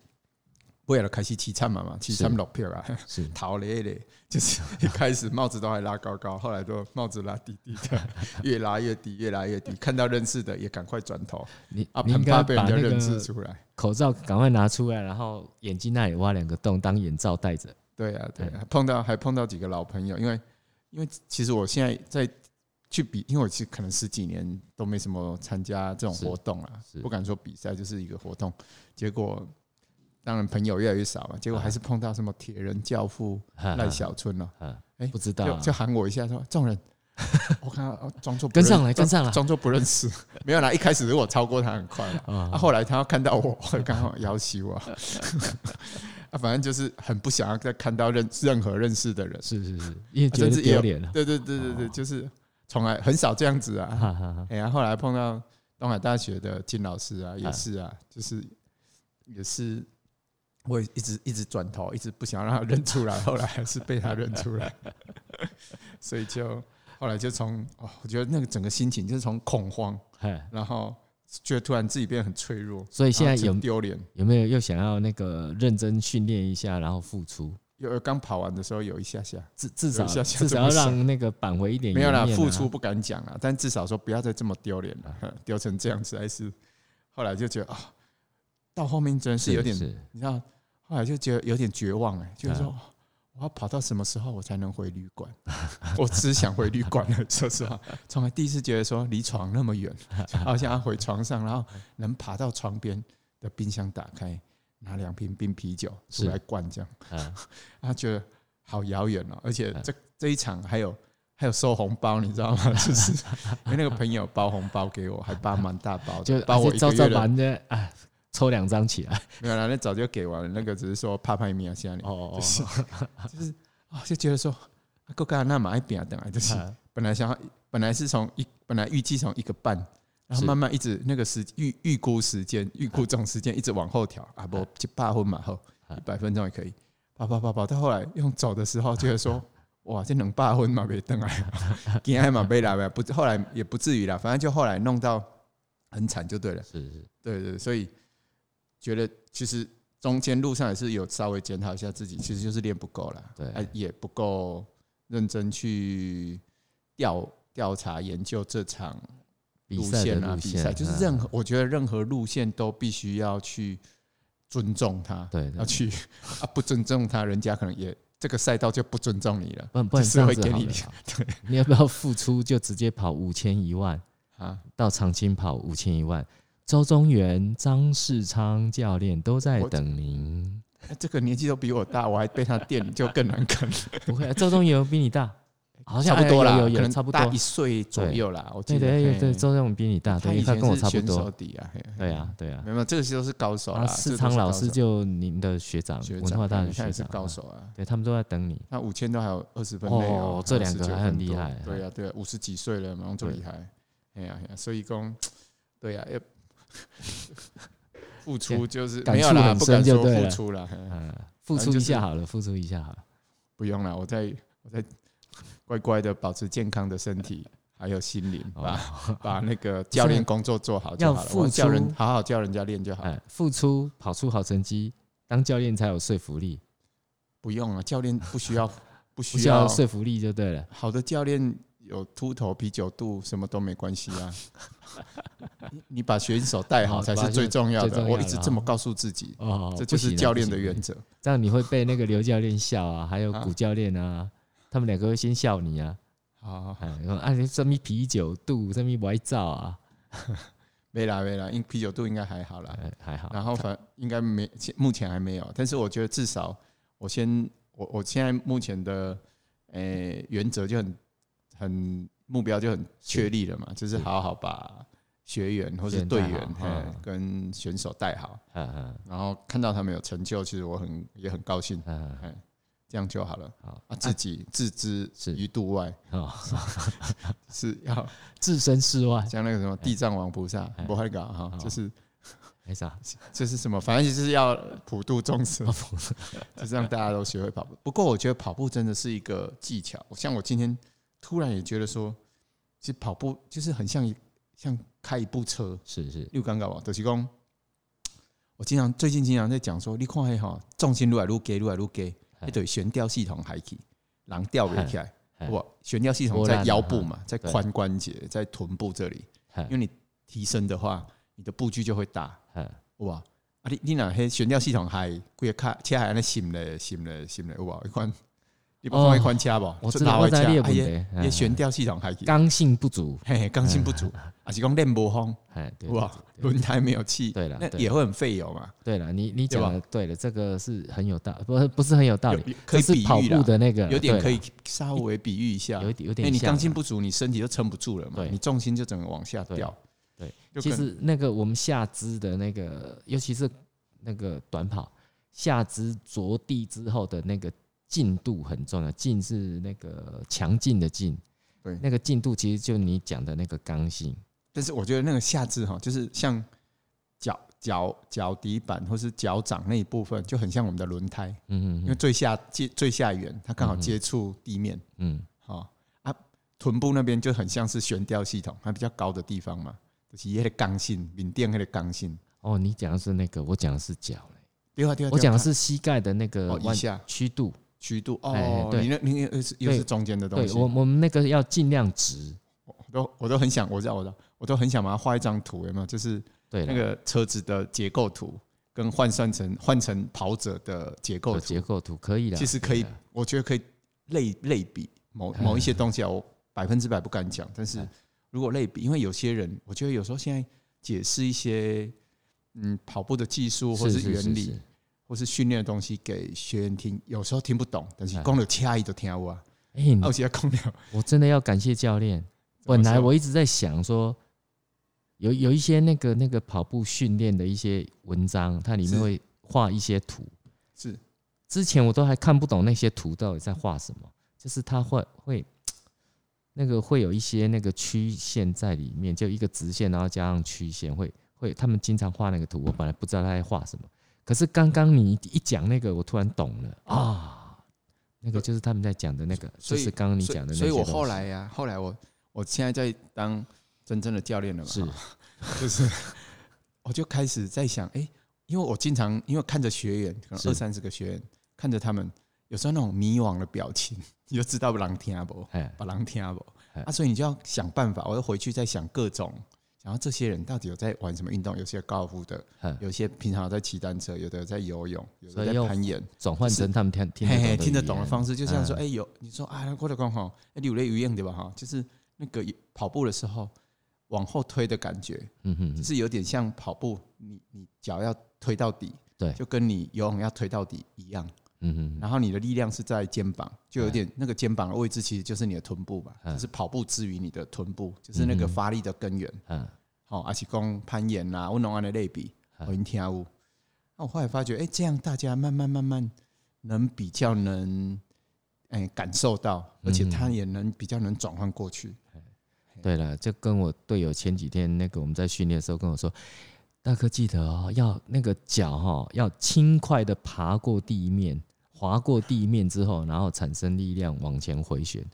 Speaker 2: 为了开始起惨嘛嘛，起惨
Speaker 1: 是
Speaker 2: 落票啊。
Speaker 1: 是
Speaker 2: 逃嘞嘞， 就是一开始帽子都还拉高高，后来都帽子拉低低的，越拉越低，越拉越 低。看到认识的也赶快转头
Speaker 1: 你
Speaker 2: 啊，
Speaker 1: 你应
Speaker 2: 很
Speaker 1: 该
Speaker 2: 怕被
Speaker 1: 把
Speaker 2: 人家
Speaker 1: 那
Speaker 2: 认识
Speaker 1: 个
Speaker 2: 出来。
Speaker 1: 口罩赶快拿出来，然后眼睛那里挖两个洞当眼罩戴着。
Speaker 2: 对啊，对
Speaker 1: 哎
Speaker 2: 啊，碰到还碰到几个老朋友，因为因为其实我现在在去比，因为我其实可能十几年都没什么参加这种
Speaker 1: 是
Speaker 2: 活动了
Speaker 1: 是，
Speaker 2: 不敢说比赛，就是一个活动。结果当然朋友越来越少嘛，
Speaker 1: 啊
Speaker 2: 结果还是碰到什么铁人教父赖小春了、
Speaker 1: 啊，
Speaker 2: 哎
Speaker 1: 不知道
Speaker 2: 就
Speaker 1: 啊
Speaker 2: 就喊我一下说：“众人， 我看到哦装作不
Speaker 1: 跟
Speaker 2: 认
Speaker 1: 上来，跟
Speaker 2: 装
Speaker 1: 上来
Speaker 2: 装作不认识， 没有啦。一开始是我超过他很快 啦，啊，
Speaker 1: 啊！
Speaker 2: 后来他看到我， 我刚好要挟我， 啊，反正就是很不想要再看到任任何认识的人。
Speaker 1: 是是是，因为
Speaker 2: 啊
Speaker 1: 觉得
Speaker 2: 甚至也
Speaker 1: 丢
Speaker 2: 有
Speaker 1: 脸了。
Speaker 2: 对对对对对，
Speaker 1: 哦
Speaker 2: 就是从来很少这样子啊。
Speaker 1: 哈哈哈，
Speaker 2: 哎呀，后来碰到东海大学的金老师啊，也是啊，就是也是。我也一直一直转头，一直不想让他认出来，后来还是被他认出来， 所以就后来就从哦，我觉得那个整个心情就是从恐慌，
Speaker 1: 哎，
Speaker 2: 然后觉得突然自己变得很脆弱，
Speaker 1: 所以现在
Speaker 2: 然后
Speaker 1: 有
Speaker 2: 很啊丢脸。
Speaker 1: 有没有又想要那个认真训练一下，然后付出？
Speaker 2: 有刚跑完的时候有一下下，
Speaker 1: 至至少
Speaker 2: 有一下下
Speaker 1: 至少要
Speaker 2: 这么想
Speaker 1: 让那个扳回一点
Speaker 2: 没有啦，
Speaker 1: 颜面啊
Speaker 2: 付出不敢讲啦，但至少说不要再这么丢脸了，哼丢成这样子还是。后来就觉得啊、到后面真是有点，
Speaker 1: 是
Speaker 2: 你知道，后来就觉得有点绝望哎、就是说。
Speaker 1: 嗯
Speaker 2: 我要跑到什么时候我才能回旅馆？ 我只想回旅馆了，说实话，从来第一次觉得说离床那么远，好想要回床上，然后能爬到床边的冰箱打开，拿两瓶冰啤酒出
Speaker 1: 是
Speaker 2: 来灌这样。
Speaker 1: 啊，
Speaker 2: 他觉得好遥远哦，而且
Speaker 1: 嗯
Speaker 2: 这这一场还有还有收红包，你知道吗？ 就是因为那个朋友包红包给我，还包蛮大包的，
Speaker 1: 就
Speaker 2: 包
Speaker 1: 还
Speaker 2: 我
Speaker 1: 是
Speaker 2: 一
Speaker 1: 照
Speaker 2: 个
Speaker 1: 照
Speaker 2: 月
Speaker 1: 把
Speaker 2: 的，
Speaker 1: 人家啊抽两张起来。
Speaker 2: 没有啦，那早就给完了，那个只是说怕拍米啊，现在
Speaker 1: 哦
Speaker 2: 就是就是啊，就觉得说啊够干那嘛，爱扁等来就是
Speaker 1: 哦，
Speaker 2: 本来想要本来是从一本来预计从一个半，然
Speaker 1: 是
Speaker 2: 后慢慢一直那个时预预估时间预估总时间一直往后调啊，不一百分嘛后
Speaker 1: 啊
Speaker 2: 一百分钟也可以，跑跑跑跑到后来用走的时候觉得
Speaker 1: 啊
Speaker 2: 说。 哇，这能八分嘛？别 等来，今天嘛被来呗，不，后来也不至于啦，反正就后来弄到很惨就对了。
Speaker 1: 是是
Speaker 2: 对对，对所以觉得其实中间路上也是有稍微检讨一下自己，其实就是练不够啦，
Speaker 1: 对
Speaker 2: 啊，也不够认真去调调查研究这场
Speaker 1: 比
Speaker 2: 路
Speaker 1: 赛的
Speaker 2: 线啊，
Speaker 1: 路
Speaker 2: 比赛
Speaker 1: 线
Speaker 2: 就是
Speaker 1: 嗯
Speaker 2: 任何，我觉得任何路线都必须要去尊重他，
Speaker 1: 对对
Speaker 2: 要去啊，不尊重他，人家可能也这个赛道就不尊重你了
Speaker 1: 不然不然
Speaker 2: 这是
Speaker 1: 这样
Speaker 2: 会
Speaker 1: 子
Speaker 2: 给
Speaker 1: 好
Speaker 2: 你
Speaker 1: 了 啦 你要不要付出就直接跑五千一万，
Speaker 2: 啊！
Speaker 1: 到长青跑五千一万？周宗元、张世昌教练都在
Speaker 2: 我
Speaker 1: 等您。
Speaker 2: 那这个年纪都比我大，我还被他电，就更难啃，
Speaker 1: 不会、啊，周宗元比你 大，好像
Speaker 2: 差不多
Speaker 1: 哎
Speaker 2: 啦，
Speaker 1: 有有
Speaker 2: 可
Speaker 1: 有
Speaker 2: 能
Speaker 1: 差不
Speaker 2: 大
Speaker 1: 多
Speaker 2: 一。岁左右啦。我
Speaker 1: 对
Speaker 2: 记得
Speaker 1: 对对
Speaker 2: 嘿
Speaker 1: 对，周宗元比你大，
Speaker 2: 他
Speaker 1: 对，
Speaker 2: 以
Speaker 1: 因为他
Speaker 2: 前
Speaker 1: 跟我
Speaker 2: 是
Speaker 1: 差不
Speaker 2: 选手
Speaker 1: 多。
Speaker 2: 底啊，
Speaker 1: 对啊，对啊
Speaker 2: 嘿，。没有，这个就是高手
Speaker 1: 然
Speaker 2: 啦。
Speaker 1: 后
Speaker 2: 这
Speaker 1: 市
Speaker 2: 个都
Speaker 1: 场
Speaker 2: 是
Speaker 1: 老
Speaker 2: 高
Speaker 1: 师
Speaker 2: 手
Speaker 1: 就您的学长，
Speaker 2: 学
Speaker 1: 文
Speaker 2: 长
Speaker 1: 化大
Speaker 2: 嘿
Speaker 1: 学
Speaker 2: 他
Speaker 1: 学
Speaker 2: 也是
Speaker 1: 长，
Speaker 2: 高手啊。
Speaker 1: 对他们都在等你。
Speaker 2: 那五千都还有二十分内
Speaker 1: 哦这两个还很厉害
Speaker 2: 对呀、啊、对呀、啊，五十几岁了嘛，最厉害，哎呀哎呀，所以讲，对呀、要 付出就是
Speaker 1: 感
Speaker 2: 没有
Speaker 1: 触
Speaker 2: 啦，
Speaker 1: 很
Speaker 2: 不敢
Speaker 1: 深就
Speaker 2: 说
Speaker 1: 对
Speaker 2: 付
Speaker 1: 了
Speaker 2: 出啦，嘿
Speaker 1: 嗯，付
Speaker 2: 正
Speaker 1: 出
Speaker 2: 就
Speaker 1: 一
Speaker 2: 是
Speaker 1: 下好了，付出一下好了。
Speaker 2: 不用啦，我在我在乖乖的保持健康的身体。还有心灵， 把、把那个教练工作做好就好了。
Speaker 1: 哦要付
Speaker 2: 我教人
Speaker 1: 出
Speaker 2: 好好教人家练就好，
Speaker 1: 哎，付出跑出好成绩，当教练才有说服力，
Speaker 2: 不用啊，教练不 需要不
Speaker 1: 不
Speaker 2: 需
Speaker 1: 需要
Speaker 2: 要
Speaker 1: 说服力就对了。
Speaker 2: 好的教练有秃头、啤酒肚，什么都没关系 啊。你你把选手带好
Speaker 1: 哦
Speaker 2: 才是最重要
Speaker 1: 把选手最
Speaker 2: 的。
Speaker 1: 重要
Speaker 2: 我
Speaker 1: 的
Speaker 2: 一直这么告诉自己，
Speaker 1: 哦，
Speaker 2: 这就
Speaker 1: 不
Speaker 2: 是
Speaker 1: 行啊
Speaker 2: 教练
Speaker 1: 不
Speaker 2: 的。
Speaker 1: 行不行
Speaker 2: 原则。
Speaker 1: 这样你会被那个刘教练笑啊，还有
Speaker 2: 啊
Speaker 1: 古教练啊，他们两个会先笑你啊，
Speaker 2: 好好，好
Speaker 1: 哎，说啊你这么啤酒肚，这么歪照啊，
Speaker 2: 没啦没啦，因啤酒肚应该还好啦。
Speaker 1: 哎还好。
Speaker 2: 然后反应该没，现目前还没有。但是我觉得至少我先，我我现在目前的诶、呃原则就很很目标就很确立了嘛，就是好好把学员或是
Speaker 1: 学
Speaker 2: 队
Speaker 1: 员带
Speaker 2: 员
Speaker 1: 好
Speaker 2: 嘿
Speaker 1: 嗯
Speaker 2: 跟选手带好。
Speaker 1: 嗯嗯
Speaker 2: 然后看到他们有成就，其实我很也很高兴，
Speaker 1: 嗯，
Speaker 2: 这样就好了
Speaker 1: 好
Speaker 2: 啊，自己置之
Speaker 1: 是
Speaker 2: 于度外，
Speaker 1: 哦，
Speaker 2: 是 要
Speaker 1: 置身事外，
Speaker 2: 像那个什么地藏王菩萨
Speaker 1: 哎
Speaker 2: 不会搞哈
Speaker 1: 好，
Speaker 2: 就是
Speaker 1: 没啥。
Speaker 2: 就是什么，反正就是要 普度众生，就是让大家都学会跑步。不过我觉得跑步真的是一个技巧，像我今天突然也觉得说，其实跑步就是很像一像开一部车，
Speaker 1: 是是，
Speaker 2: 六刚搞不好，就是讲，我经常最近经常在讲说，你看迄吼，重心愈来愈低，愈来愈低，
Speaker 1: 嘿
Speaker 2: 迄对悬吊系统还起，人吊不起来
Speaker 1: 嘿。嘿
Speaker 2: 哇，悬吊系统
Speaker 1: 波
Speaker 2: 在
Speaker 1: 浪
Speaker 2: 腰
Speaker 1: 啊
Speaker 2: 部嘛，在
Speaker 1: 对
Speaker 2: 髋关节，在臀部这里，
Speaker 1: 嘿
Speaker 2: 因为你提升的话，你的步距就会大。
Speaker 1: 嗯
Speaker 2: 哇，啊你你若迄悬吊系统还规个卡车还安尼沉咧沉咧沉咧，有无？迄款你不看
Speaker 1: 哦
Speaker 2: 迄款车无？
Speaker 1: 我
Speaker 2: 就
Speaker 1: 知道，
Speaker 2: 老
Speaker 1: 我
Speaker 2: 的
Speaker 1: 知道你的
Speaker 2: 车啊
Speaker 1: 问
Speaker 2: 也
Speaker 1: 题，
Speaker 2: 也
Speaker 1: 嗯
Speaker 2: 悬吊系统还起，
Speaker 1: 刚性不足，
Speaker 2: 嘿嘿，刚性不足，啊是讲练无风。
Speaker 1: 哎，对
Speaker 2: 哇，
Speaker 1: 对
Speaker 2: 轮胎没有气，
Speaker 1: 对啦
Speaker 2: 那
Speaker 1: 对啊
Speaker 2: 也会很费油嘛，
Speaker 1: 对了，你你
Speaker 2: 对吧
Speaker 1: 讲的对了，这个是很有道，不是不是很有道
Speaker 2: 有
Speaker 1: 理，
Speaker 2: 可以
Speaker 1: 这
Speaker 2: 比
Speaker 1: 是跑
Speaker 2: 喻
Speaker 1: 步
Speaker 2: 啦，
Speaker 1: 的那个，
Speaker 2: 有
Speaker 1: 对
Speaker 2: 点
Speaker 1: 啦啊
Speaker 2: 可以稍微比喻一下，
Speaker 1: 有一点有
Speaker 2: 因为
Speaker 1: 点
Speaker 2: 你
Speaker 1: 像
Speaker 2: 刚性
Speaker 1: 啊。
Speaker 2: 不足，你身体就撑不住了嘛，
Speaker 1: 对
Speaker 2: 你重心就整个往下掉。
Speaker 1: 对
Speaker 2: 就
Speaker 1: 其
Speaker 2: 可能
Speaker 1: 实那个我们下肢的那个，尤其是那个短跑，下肢着地之后的那个进度很重要，进是那个强劲的劲，
Speaker 2: 对
Speaker 1: 那个进度其实就你讲的那个刚性，
Speaker 2: 但是我觉得那个下肢哈，就是像脚脚脚底板或是脚掌那一部分，就很像我们的轮胎，
Speaker 1: 嗯
Speaker 2: 因为
Speaker 1: 嗯
Speaker 2: 最下接最下缘，它刚好
Speaker 1: 嗯哼
Speaker 2: 接触地面，
Speaker 1: 嗯，
Speaker 2: 哦啊，臀部那边就很像是悬吊系统，它比较高的地方嘛，就是那个刚性，缅甸那个刚性。
Speaker 1: 哦，你讲的是那个，我讲的是脚嘞，
Speaker 2: 对啊对啊，
Speaker 1: 我
Speaker 2: 对啊
Speaker 1: 讲的
Speaker 2: 它
Speaker 1: 是膝盖的那个
Speaker 2: 哦以
Speaker 1: 弯
Speaker 2: 下
Speaker 1: 曲度，
Speaker 2: 曲度
Speaker 1: 哎
Speaker 2: 哦，
Speaker 1: 对
Speaker 2: 你那你又是又
Speaker 1: 对
Speaker 2: 是中间的东
Speaker 1: 对
Speaker 2: 西，
Speaker 1: 我
Speaker 2: 我
Speaker 1: 我们那个要尽量直，
Speaker 2: 都我都很想，我知道我知道，我都很想把它画一张图，有没有？就是
Speaker 1: 对啊
Speaker 2: 那
Speaker 1: 了，
Speaker 2: 个车子的结构图跟换算成换成跑者的结构
Speaker 1: 有
Speaker 2: 图，
Speaker 1: 哦结构图可以的，
Speaker 2: 其实
Speaker 1: 对啊哎
Speaker 2: 可以
Speaker 1: 啦，
Speaker 2: 我觉得可以类类比某某一些东西啊，我百分之百不敢讲，但是
Speaker 1: 嗯
Speaker 2: 如果类比，因为有些人，我觉得有时候现在解释一些嗯跑步的技术或
Speaker 1: 是
Speaker 2: 是原
Speaker 1: 是
Speaker 2: 理或是训练的东西给学员听，有时候听不懂，但是
Speaker 1: 嗯
Speaker 2: 光有差异都听我啊，
Speaker 1: 哎、你
Speaker 2: 啊，我现在空调。
Speaker 1: 我真的要感谢教练。
Speaker 2: 么
Speaker 1: 本来
Speaker 2: 说
Speaker 1: 我一直在想说，有有一些那个那个跑步训练的一些文章，它里面
Speaker 2: 是
Speaker 1: 会画一些图。
Speaker 2: 是
Speaker 1: 之前我都还看不懂那些图到底在画什么，就是它会会那个会有一些那个曲线在里面，就一个直线，然后加上曲线，会会他们经常画那个图，我本来不知道他在画什么，可是刚刚你一讲那个，我突然懂了啊，那个就是他们在讲的那个，就
Speaker 2: 所以
Speaker 1: 是刚刚你
Speaker 2: 所以
Speaker 1: 讲的那
Speaker 2: 所以
Speaker 1: 些
Speaker 2: 我
Speaker 1: 东
Speaker 2: 后
Speaker 1: 西
Speaker 2: 来呀、后来我我现在在 当真正的教练了嘛，
Speaker 1: 是
Speaker 2: 就是我就开始在想，哎、因为我经常因为看着学员，可能
Speaker 1: 是
Speaker 2: 二三十个学员，看着他们，有时候那种迷惘的表情， 你就知道狼听不，
Speaker 1: 哎，
Speaker 2: 把狼听不
Speaker 1: 哎
Speaker 2: 啊，所以你就要想办法，我要回去再想各种，然后这些人到底有在玩什么运动？有些高尔夫的
Speaker 1: 嗯，
Speaker 2: 有些平常有在骑单车，有的有在游泳，有
Speaker 1: 所
Speaker 2: 的
Speaker 1: 以
Speaker 2: 在
Speaker 1: 用
Speaker 2: 攀岩，
Speaker 1: 转换成他们听听得
Speaker 2: 嘿
Speaker 1: 懂
Speaker 2: 嘿，
Speaker 1: 的
Speaker 2: 听
Speaker 1: 语
Speaker 2: 得懂的
Speaker 1: 言
Speaker 2: 方式，就像说，
Speaker 1: 嗯
Speaker 2: 哎、有你说啊，我的刚好，哎、你有类语言对吧？哈，就是那个跑步的时候往后推的感觉，
Speaker 1: 嗯哼
Speaker 2: 就
Speaker 1: 哼，
Speaker 2: 是有点像跑步，你你脚要推到底，
Speaker 1: 对
Speaker 2: 就跟你游泳要推到底一样。
Speaker 1: 嗯哼哼，
Speaker 2: 然后你的力量是在肩膀，就有点那个肩膀的位置，其实就是你的臀部嘛，
Speaker 1: 嗯
Speaker 2: 就是跑步之于你的臀部，就是那个
Speaker 1: 嗯
Speaker 2: 发力的根源。
Speaker 1: 嗯，
Speaker 2: 好、而且讲攀岩啊啦、温龙安的类比，
Speaker 1: 嗯
Speaker 2: 我已经听过。那我后来发觉，哎、这样大家慢慢慢慢能比较能，哎、感受到，而且
Speaker 1: 嗯
Speaker 2: 他也能比较能转换过去。
Speaker 1: 对了，就跟我队友前几天那个我们在训练的时候跟我说，大哥记得哦，要那个脚哈、哦，要轻快的爬过地面，滑过地面之后，然后产生力量往前回旋。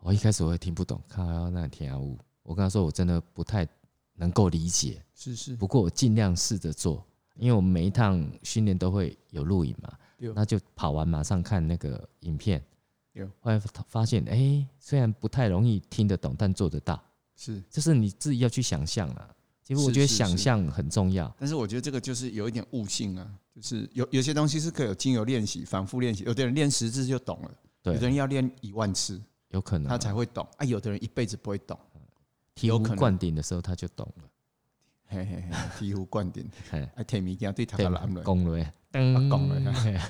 Speaker 1: 我一开始我也听不懂，看到那天啊呜，我跟他说我真的不太能够理解，
Speaker 2: 是是，
Speaker 1: 不过我尽量试着做，因为我们每一趟训练都会有录影嘛
Speaker 2: 对，
Speaker 1: 那就跑完马上看那个影片
Speaker 2: 对。
Speaker 1: 后来发发现，哎、虽然不太容易听得懂，但做得到，
Speaker 2: 是。
Speaker 1: 就是你自己要去想象啦。其实
Speaker 2: 是
Speaker 1: 我觉得
Speaker 2: 是
Speaker 1: 想象很重要，
Speaker 2: 但是我觉得这个就是有一点悟性啊，就是有有些东西是可以有经由练习、反复练习，有的人练十次就懂了，有的
Speaker 1: 对，
Speaker 2: 人要练一万次
Speaker 1: 有可能啊
Speaker 2: 他才会懂啊，有的人一辈子不会懂。
Speaker 1: 醍
Speaker 2: 有
Speaker 1: 醐
Speaker 2: 可能
Speaker 1: 灌顶的时候他就懂了。
Speaker 2: 嘿嘿嘿， 醍醐灌顶，
Speaker 1: 嘿，
Speaker 2: 哎，摕物件对他
Speaker 1: 对
Speaker 2: 个
Speaker 1: 嘛
Speaker 2: 男人，
Speaker 1: 讲了，
Speaker 2: 啊
Speaker 1: 噔，
Speaker 2: 讲 了
Speaker 1: 嘿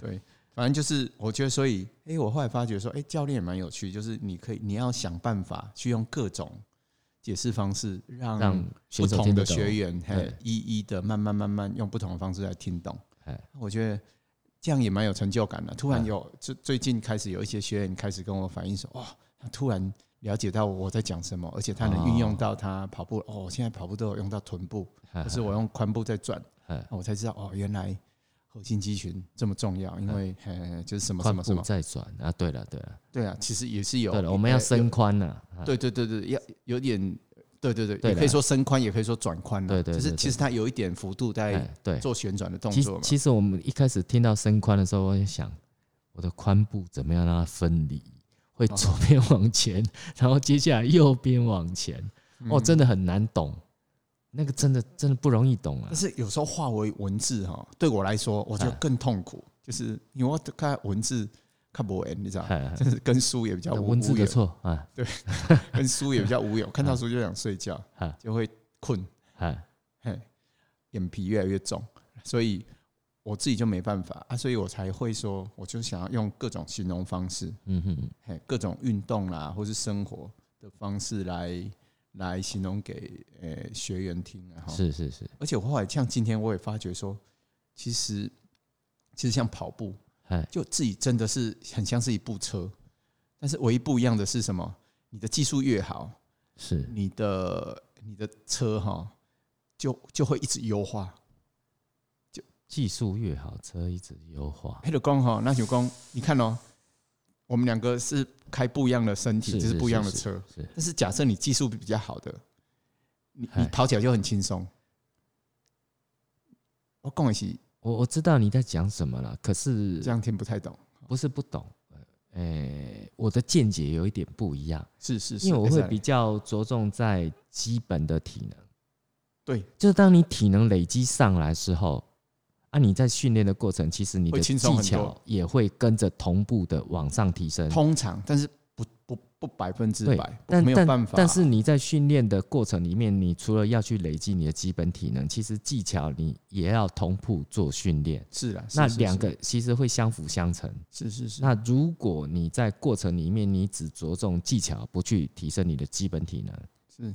Speaker 2: 对，反正就是我觉得，所以，哎、我后来发觉说，哎、教练也蛮有趣，就是你可以，你要想办法去用各种解释方式，让
Speaker 1: 让选
Speaker 2: 不
Speaker 1: 手
Speaker 2: 同
Speaker 1: 听
Speaker 2: 的
Speaker 1: 得懂。
Speaker 2: 学员，嘿
Speaker 1: 对，
Speaker 2: 一一的慢慢慢慢用不同的方式来听懂啊
Speaker 1: 哎。
Speaker 2: 我觉得这样也蛮有成就感的。突然
Speaker 1: 嗯
Speaker 2: 有，最最近开始有一些学员开始跟我反映说，哇，他突然了解到我在讲什么，而且他能运用到他跑步，哦，我现在跑步都有用到臀部，
Speaker 1: 嘿
Speaker 2: 或是我用髋部在转。
Speaker 1: 嘿
Speaker 2: 我才知道哦，原来核心肌群这么重要，
Speaker 1: 嗯
Speaker 2: 因为呃，就是什么什么什
Speaker 1: 髋部
Speaker 2: 么，
Speaker 1: 再转啊？对了，对了，
Speaker 2: 对啊，其实也是有。
Speaker 1: 对了，我们要
Speaker 2: 升，
Speaker 1: 伸髋呐。啊
Speaker 2: 对对对对，要有点，对对
Speaker 1: 对
Speaker 2: 对，
Speaker 1: 啦
Speaker 2: 也可以说升宽，也可以说转宽啊，
Speaker 1: 对对对
Speaker 2: 就是
Speaker 1: 对
Speaker 2: 其实它有一点幅度在
Speaker 1: 哎对，
Speaker 2: 做旋转的动
Speaker 1: 其
Speaker 2: 作
Speaker 1: 实
Speaker 2: 嘛，
Speaker 1: 其实我们一开始听到伸髋的时候，我就想我的髋部怎么样让它分离，会
Speaker 2: 哦
Speaker 1: 左边往前，然后接下来右边往前，哦，
Speaker 2: 嗯
Speaker 1: 真的很难懂，那个真的真的不容易懂啊
Speaker 2: 但。是有时候化为文字哈，对我来说，我觉得
Speaker 1: 哎
Speaker 2: 更痛苦，就是因为我看文字看不完，你知道，
Speaker 1: 哎哎
Speaker 2: 就是跟书也比较
Speaker 1: 那
Speaker 2: 无
Speaker 1: 文字
Speaker 2: 无
Speaker 1: 的
Speaker 2: 缘
Speaker 1: 错哎啊，
Speaker 2: 跟书也比较 无有，看到书就想睡觉
Speaker 1: 啊，
Speaker 2: 就会困。
Speaker 1: 哎，
Speaker 2: 嘿，眼皮越来越重，所以我自己就没办法啊，所以我才会说，我就想要用各种形容方式，
Speaker 1: 嗯哼，
Speaker 2: 嘿，各种运动啦，或是生活的方式来来形容给呃学员听啊。哈，
Speaker 1: 是是是，
Speaker 2: 而且我后来像今天我也发觉说，其实其实像跑步，
Speaker 1: 哎，
Speaker 2: 就自己真的是很像是一部车，但是唯一不一样的是什么？你的技术越好，
Speaker 1: 是
Speaker 2: 你的你的车哈，就就会一直优化。
Speaker 1: 技术越好，车一直优化，
Speaker 2: 黑的公哈，那就公，你看哦，我们两个是开不一样的身体，
Speaker 1: 是
Speaker 2: 这是
Speaker 1: 是
Speaker 2: 不一样的
Speaker 1: 是
Speaker 2: 车。
Speaker 1: 是
Speaker 2: 但是假设你技术比较好的，你你
Speaker 1: 嗨
Speaker 2: 跑起来就很轻松。我讲的是
Speaker 1: 我我知道你在讲什么了，可是
Speaker 2: 这样听不太懂，
Speaker 1: 不是不懂，呃，哎我的见解有一点不一样。
Speaker 2: 是是是，
Speaker 1: 因为我
Speaker 2: 欸
Speaker 1: 会
Speaker 2: 是啊
Speaker 1: 比较着重在基本的体能。
Speaker 2: 对，
Speaker 1: 就是当你体能累积上来之后，啊，你在训练的过程，其实你的
Speaker 2: 会
Speaker 1: 技
Speaker 2: 轻松很
Speaker 1: 巧
Speaker 2: 多
Speaker 1: 也会跟着同步的往上提升。
Speaker 2: 通常，但是不不不百分之
Speaker 1: 嗯对
Speaker 2: 百，
Speaker 1: 但
Speaker 2: 没有
Speaker 1: 但
Speaker 2: 办法。
Speaker 1: 但是你在训练的过程里面，你除了要去累积你的基本体能，其实技巧你也要同步做训练。
Speaker 2: 是啦，是
Speaker 1: 那
Speaker 2: 是
Speaker 1: 两个其实会相辅相成。
Speaker 2: 是是是，
Speaker 1: 那如果你在过程里面你只着重技巧，不去提升你的基本体能，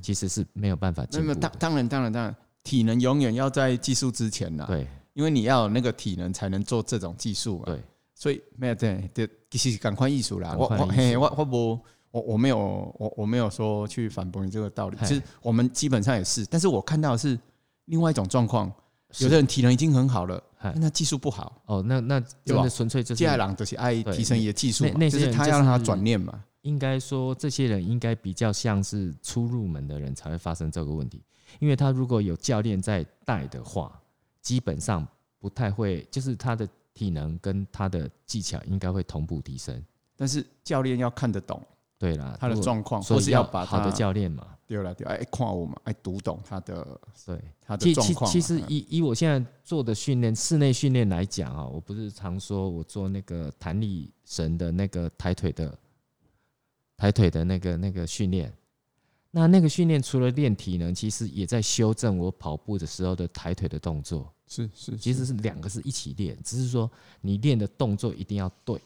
Speaker 2: 是
Speaker 1: 其实是没有办法
Speaker 2: 那
Speaker 1: 进步
Speaker 2: 么当
Speaker 1: 的。
Speaker 2: 当然当然当然，体能永远要在技术之前啦，
Speaker 1: 对
Speaker 2: 因为你要有那个体能才能做这种技术嘛。
Speaker 1: 对。
Speaker 2: 所以没有对对，其实是赶快艺术啦，
Speaker 1: 赶
Speaker 2: 我
Speaker 1: 快
Speaker 2: 我
Speaker 1: 艺术
Speaker 2: 嘿我我不我我没有我我没有说去反驳你这个道理，
Speaker 1: 嘿
Speaker 2: 其实我们基本上也是，但是我看到的是另外一种状况，
Speaker 1: 是
Speaker 2: 有的人体能已经很好了，
Speaker 1: 嘿
Speaker 2: 但他技术不好，
Speaker 1: 哦，那那
Speaker 2: 对
Speaker 1: 真
Speaker 2: 吧
Speaker 1: 的纯粹就是
Speaker 2: 接下来就是爱
Speaker 1: 对
Speaker 2: 提升你的技术
Speaker 1: 那
Speaker 2: 嘛，
Speaker 1: 那
Speaker 2: 就
Speaker 1: 些
Speaker 2: 是
Speaker 1: 人
Speaker 2: 他
Speaker 1: 就
Speaker 2: 要让他
Speaker 1: 是嗯
Speaker 2: 转念嘛，
Speaker 1: 应该说这些人应该比较像是初入门的人才会发生这个问题，因为他如果有教练在带的话，基本上不太会，就是他的体能跟他的技巧应该会同步提升。
Speaker 2: 但是教练要看得懂
Speaker 1: 对啦，
Speaker 2: 他的
Speaker 1: 如果
Speaker 2: 状况，
Speaker 1: 所
Speaker 2: 或
Speaker 1: 以
Speaker 2: 是
Speaker 1: 要
Speaker 2: 把
Speaker 1: 好
Speaker 2: 他
Speaker 1: 的教练嘛，
Speaker 2: 丢了丢，哎，看我嘛，哎，读懂他的
Speaker 1: 对。
Speaker 2: 他的
Speaker 1: 其
Speaker 2: 状
Speaker 1: 其
Speaker 2: 况嘛。
Speaker 1: 其实
Speaker 2: 嗯
Speaker 1: 以以我现在做的训练，室内训练来讲啊，我不是常说我做那个弹力绳的那个抬腿的抬腿的那个那个训练。那那个训练除了练体能，其实也在修正我跑步的时候的抬腿的动作。
Speaker 2: 是是，
Speaker 1: 其
Speaker 2: 是
Speaker 1: 实是两个是一起练，只是说你练的动作一定要对。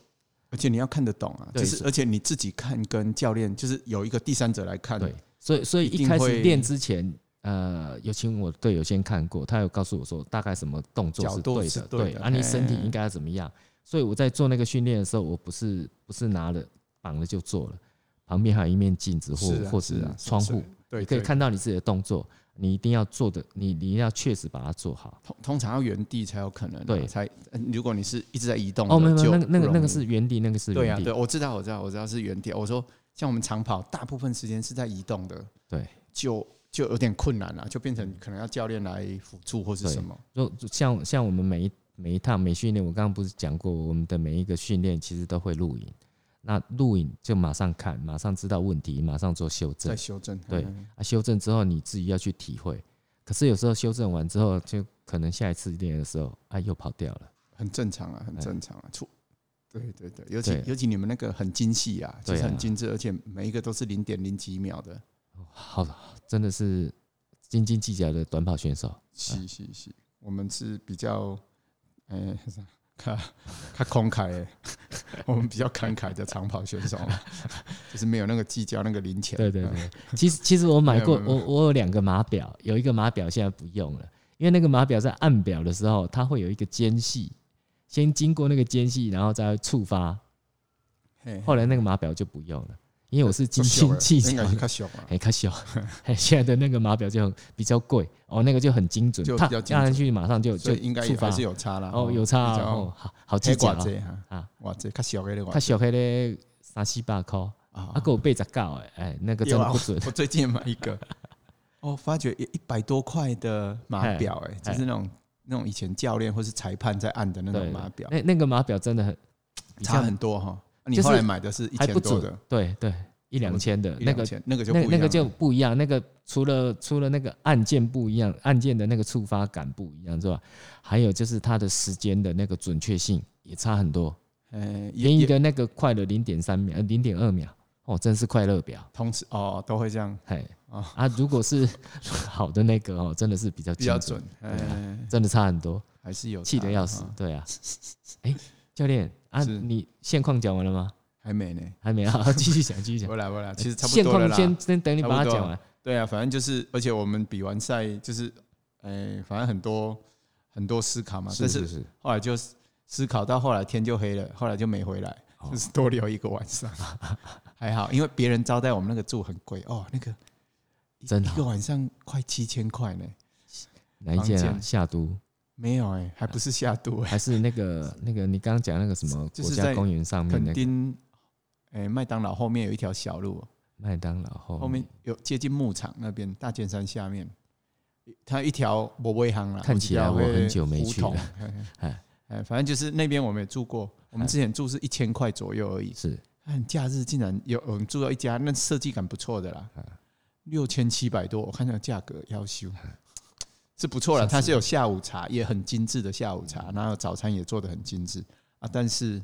Speaker 2: 而且你要看得懂啊，
Speaker 1: 对
Speaker 2: 就是
Speaker 1: 是
Speaker 2: 而且你自己看跟教练，就是有一个第三者来看，
Speaker 1: 对，所以所以
Speaker 2: 一
Speaker 1: 一
Speaker 2: 定
Speaker 1: 开始
Speaker 2: 会
Speaker 1: 练之前，呃，有请我队友先看过，他有告诉我说大概什么动作
Speaker 2: 角
Speaker 1: 是
Speaker 2: 度
Speaker 1: 对
Speaker 2: 是
Speaker 1: 的，
Speaker 2: 对
Speaker 1: 对，
Speaker 2: 的
Speaker 1: 啊，你身体
Speaker 2: 嘿
Speaker 1: 应该要怎么样。所以我在做那个训练的时候，我不是不是拿了绑了就做了，旁边还有一面镜子或
Speaker 2: 是啊
Speaker 1: 或
Speaker 2: 是啊，
Speaker 1: 窗
Speaker 2: 是
Speaker 1: 户，，
Speaker 2: 对，
Speaker 1: 你可以
Speaker 2: 对。
Speaker 1: 看到你自己的动作，你一定要做的，你你一定要确实把它做好。
Speaker 2: 通通常要原地才有可能啊，
Speaker 1: 对
Speaker 2: 才呃如果你是一直在移动的，
Speaker 1: 哦，没有没
Speaker 2: 就
Speaker 1: 有，那个那个
Speaker 2: 不
Speaker 1: 那
Speaker 2: 容
Speaker 1: 个
Speaker 2: 易
Speaker 1: 是原地，那个是
Speaker 2: 对啊呀、
Speaker 1: 原
Speaker 2: 对，
Speaker 1: 地，
Speaker 2: 我知道，我知道，我知道是原地。我说，像我们长跑，大部分时间是在移动的，
Speaker 1: 对，嗯
Speaker 2: 就就有点困难了，啊就变成可能要教练来辅助或是
Speaker 1: 对
Speaker 2: 什么。
Speaker 1: 就就像像我们每一每一趟每训练，我刚刚不是讲过，我们的每一个训练其实都会录影。那录影就马上看，马上知道问题，马上做修
Speaker 2: 再
Speaker 1: 正。
Speaker 2: 修正。
Speaker 1: 对
Speaker 2: 嗯
Speaker 1: 啊，修正之后你自己要去体会。可是有时候修正完之后，就可能下一次练的时候，啊，又跑掉了。
Speaker 2: 很正常啊，很
Speaker 1: 哎
Speaker 2: 正常啊。出，对对对，尤其
Speaker 1: 对
Speaker 2: 尤其你们那个很精细啊，就
Speaker 1: 对
Speaker 2: 是很
Speaker 1: 啊
Speaker 2: 精致，而且每一个都是零点零几秒的。
Speaker 1: 好，真的是斤斤计较的短跑选手。
Speaker 2: 是是是，我们是比较，哎， 看看慷慨欸， 我们比较慷慨的长跑选手嘛， 就是没有那个计较那个零钱。啊
Speaker 1: 对对对， 其实其实我买过，
Speaker 2: 嗯没有没
Speaker 1: 我我有两个码表，有一个码表现在不用了，因为那个码表在按表的时候，它会有一个间隙，先经过那个间隙，然后再触发。
Speaker 2: 嘿，嘿
Speaker 1: 后来那个码表就不用了，因为我是
Speaker 2: 就
Speaker 1: 斤斤
Speaker 2: 俗了
Speaker 1: 计
Speaker 2: 应
Speaker 1: 较
Speaker 2: 该
Speaker 1: 的
Speaker 2: 是。较小啊。
Speaker 1: 哎，看小，哎，现在的那个码表就很比较贵哦，那个就很精准
Speaker 2: 就，
Speaker 1: 它
Speaker 2: 比较精
Speaker 1: 按上
Speaker 2: 准
Speaker 1: 去马 上就
Speaker 2: 所
Speaker 1: 就
Speaker 2: 以应该
Speaker 1: 触
Speaker 2: 也
Speaker 1: 发
Speaker 2: 还是有差啦。
Speaker 1: 哦，有差
Speaker 2: 比较
Speaker 1: 哦，哦好好
Speaker 2: 嘿
Speaker 1: 计较
Speaker 2: 偌
Speaker 1: 哦，
Speaker 2: 济哈
Speaker 1: 啊，
Speaker 2: 哇，这较小的那个
Speaker 1: 它小黑嘞三四百块，
Speaker 2: 啊
Speaker 1: 啊，给我背着告哎哎，那个
Speaker 2: 有
Speaker 1: 真
Speaker 2: 啊
Speaker 1: 的不准，
Speaker 2: 我最近也买一个，哦，发觉一一百多块的码表，哎，就
Speaker 1: 嘿
Speaker 2: 是那种那种以前教练或是裁判在按的那种
Speaker 1: 对
Speaker 2: 码表，
Speaker 1: 那那个码表真的很比
Speaker 2: 差
Speaker 1: 较
Speaker 2: 很多哈。啊你
Speaker 1: 就是
Speaker 2: 后来买的是一
Speaker 1: 还
Speaker 2: 千
Speaker 1: 不
Speaker 2: 多
Speaker 1: 准
Speaker 2: 的，
Speaker 1: 对对，一两千的
Speaker 2: 一
Speaker 1: 那个
Speaker 2: 两，千那个就不
Speaker 1: 那
Speaker 2: 一样
Speaker 1: 那个
Speaker 2: 了
Speaker 1: 就不一样。那个除了除了那个按键不一样，按键的那个触发感不一样之外，还有就是它的时间的那个准确性也差很多。
Speaker 2: 呃，也
Speaker 1: 便宜
Speaker 2: 也
Speaker 1: 的那个快了零点三秒，呃零点二秒，哦，真是快乐表。
Speaker 2: 同时哦都会这样
Speaker 1: 嘿
Speaker 2: 哦
Speaker 1: 啊，如果是好的那个哦，真的是比较
Speaker 2: 比较
Speaker 1: 精
Speaker 2: 准，
Speaker 1: 对啊
Speaker 2: 哎，
Speaker 1: 真的差很多，
Speaker 2: 还是有
Speaker 1: 气
Speaker 2: 差
Speaker 1: 得要死
Speaker 2: 啊。
Speaker 1: 对啊，哎，教练啊，
Speaker 2: 是
Speaker 1: 你现况讲完了吗？
Speaker 2: 还没呢，
Speaker 1: 还没 啊，继续讲，继续讲
Speaker 2: 我。来我来，其实差不
Speaker 1: 哎现
Speaker 2: 多了
Speaker 1: 况
Speaker 2: 啦。
Speaker 1: 先先等你
Speaker 2: 差
Speaker 1: 把它
Speaker 2: 不多
Speaker 1: 讲完。
Speaker 2: 对啊，反正就是，而且我们比完赛就是，哎，反正很多很多思考嘛，但是
Speaker 1: 啊是，
Speaker 2: 后来就思考到后来天就黑了，后来就没回来，
Speaker 1: 哦
Speaker 2: 就是多留一个晚上， 还好，因为别人招待我们那个住很贵哦，那个一
Speaker 1: 真哦
Speaker 2: 一
Speaker 1: 好
Speaker 2: 个晚上快七千块呢，
Speaker 1: 哪一件
Speaker 2: 房
Speaker 1: 啊？
Speaker 2: 间
Speaker 1: 夏都
Speaker 2: 没有哎、还不是下都哎、
Speaker 1: 还是那 个那个你刚刚讲那个什么
Speaker 2: 就
Speaker 1: 国
Speaker 2: 是
Speaker 1: 家
Speaker 2: 在
Speaker 1: 公园上面
Speaker 2: 肯
Speaker 1: 嗯那个
Speaker 2: 定哎，麦当劳后面有一条小路，哦
Speaker 1: 麦当劳
Speaker 2: 后面有接近牧场那边大剑山下面，它有一条摩威行啦，
Speaker 1: 看起来
Speaker 2: 有一条
Speaker 1: 我很久没
Speaker 2: 胡
Speaker 1: 去
Speaker 2: 同
Speaker 1: 了。 哎
Speaker 2: 哎哎，反正就是那边我们也住过，我们之前住是一千块左右而已。
Speaker 1: 是
Speaker 2: 看假日竟然有我们住到一家，那设计感不错的啦
Speaker 1: 嗯，
Speaker 2: 六千七百多，我看那个价格要修 是不错了。
Speaker 1: 下次
Speaker 2: 它是有下午茶，也很精致的下午
Speaker 1: 嗯
Speaker 2: 茶，然后早餐也做的很精致啊，但是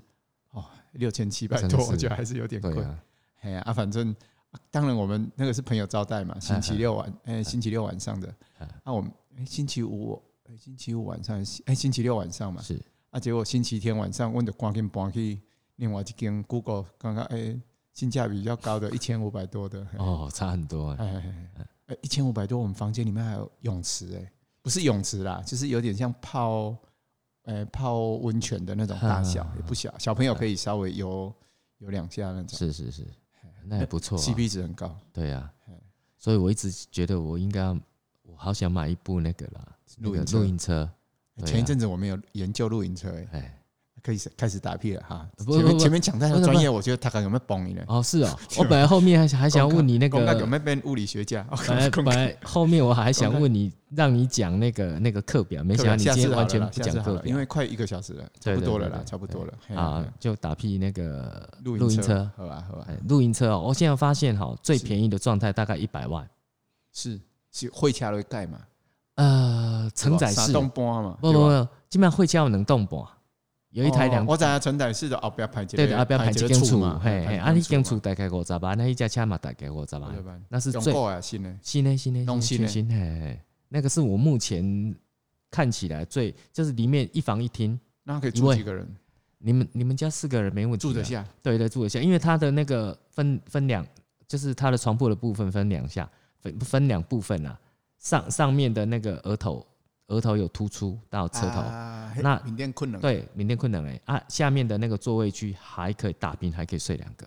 Speaker 2: 哦，六千七百
Speaker 1: 真的
Speaker 2: 多，
Speaker 1: 是
Speaker 2: 我觉得还是有点贵
Speaker 1: 对。啊，
Speaker 2: 哎呀啊，反正啊当然我们那个是朋友招待嘛，星期六晚，哎，星期六晚上的
Speaker 1: 嗯，
Speaker 2: 啊，我们哎星期五我，哎星期五晚上还是，哎星期六晚上嘛，
Speaker 1: 是
Speaker 2: 啊，结果星期天晚上，我就赶紧搬去另外一间 Google，刚刚哎性价比较高的，一千五百多的，嘿
Speaker 1: 哦，差很多啊。
Speaker 2: 哎哎哎哎，一千五百多，我们房间里面还有泳池哎，不是泳池啦，就是有点像泡，哎泡温泉的那种大小，也不小，小朋友可以稍微游游两下那种
Speaker 1: 是是是，
Speaker 2: 哎
Speaker 1: 那也不错啊。
Speaker 2: ，CP 值很高。
Speaker 1: 对啊，
Speaker 2: 哎
Speaker 1: 所以我一直觉得我应该要，我好想买一部那个啦，那
Speaker 2: 露
Speaker 1: 个
Speaker 2: 营车
Speaker 1: 露营车。对啊
Speaker 2: 前一阵子我们有研究露营车、欸，
Speaker 1: 哎，
Speaker 2: 可以开始打屁了哈。
Speaker 1: 不
Speaker 2: 前
Speaker 1: 不
Speaker 2: 面
Speaker 1: 不
Speaker 2: 前面讲太多
Speaker 1: 不是
Speaker 2: 专业，我觉得他刚有没有崩你呢？
Speaker 1: 哦，是哦，我本来后面还想还想问你那
Speaker 2: 公告有
Speaker 1: 个，哎
Speaker 2: 没有变物理学家？哦
Speaker 1: 本来本来后面我还想问你，让你讲那 个那个课表，没想到你今
Speaker 2: 下次
Speaker 1: 天
Speaker 2: 好了啦
Speaker 1: 完全不
Speaker 2: 下次
Speaker 1: 讲
Speaker 2: 好
Speaker 1: 课
Speaker 2: 了，因
Speaker 1: 表
Speaker 2: 为嗯快一个小时了，差
Speaker 1: 对
Speaker 2: 不
Speaker 1: 对
Speaker 2: 多了
Speaker 1: 对
Speaker 2: 啦，
Speaker 1: 对
Speaker 2: 差不多了。嘿
Speaker 1: 啊，，就打屁那个
Speaker 2: 嘿露
Speaker 1: 露
Speaker 2: 营
Speaker 1: 营车
Speaker 2: 车，，好吧好吧，
Speaker 1: 哎露营车哦，我现在发现哈，最便宜的状态大概一百万，
Speaker 2: 是是会卡会盖嘛，
Speaker 1: 呃，承载
Speaker 2: 是吧
Speaker 1: 式，
Speaker 2: 三
Speaker 1: 不
Speaker 2: 栋半嘛，
Speaker 1: 不
Speaker 2: 对吧
Speaker 1: 不，基本上会叫能动不？啊有一台
Speaker 2: 啊哦
Speaker 1: 两
Speaker 2: 我知影承载式的后壁排一个，
Speaker 1: 对的，啊，不要排
Speaker 2: 排
Speaker 1: 一间
Speaker 2: 个
Speaker 1: 厝
Speaker 2: 嘛，
Speaker 1: 嘿，嘿，啊，你间
Speaker 2: 间
Speaker 1: 厝大概五十万，那一家车嘛大概五十万，
Speaker 2: 吧？
Speaker 1: 那是
Speaker 2: 中
Speaker 1: 最
Speaker 2: 国也新的，
Speaker 1: 新的新的
Speaker 2: 弄
Speaker 1: 新的新
Speaker 2: 新
Speaker 1: 的，嘿嘿那个是我目前看起来最就是里面一房一厅，
Speaker 2: 那可以
Speaker 1: 因
Speaker 2: 住
Speaker 1: 为
Speaker 2: 几个人？
Speaker 1: 你们你们家四个人没问题啊，
Speaker 2: 住得下？
Speaker 1: 对对，住得下，因为它的那个分分两，就是它的床铺的部分分两下，分分两部分啊，上上面的那个额头额头有突出到车头，
Speaker 2: 啊
Speaker 1: 那
Speaker 2: 嘿缅甸困难，
Speaker 1: 对，缅甸困难哎啊，下面的那个座位区还可以打平，还可以睡两个，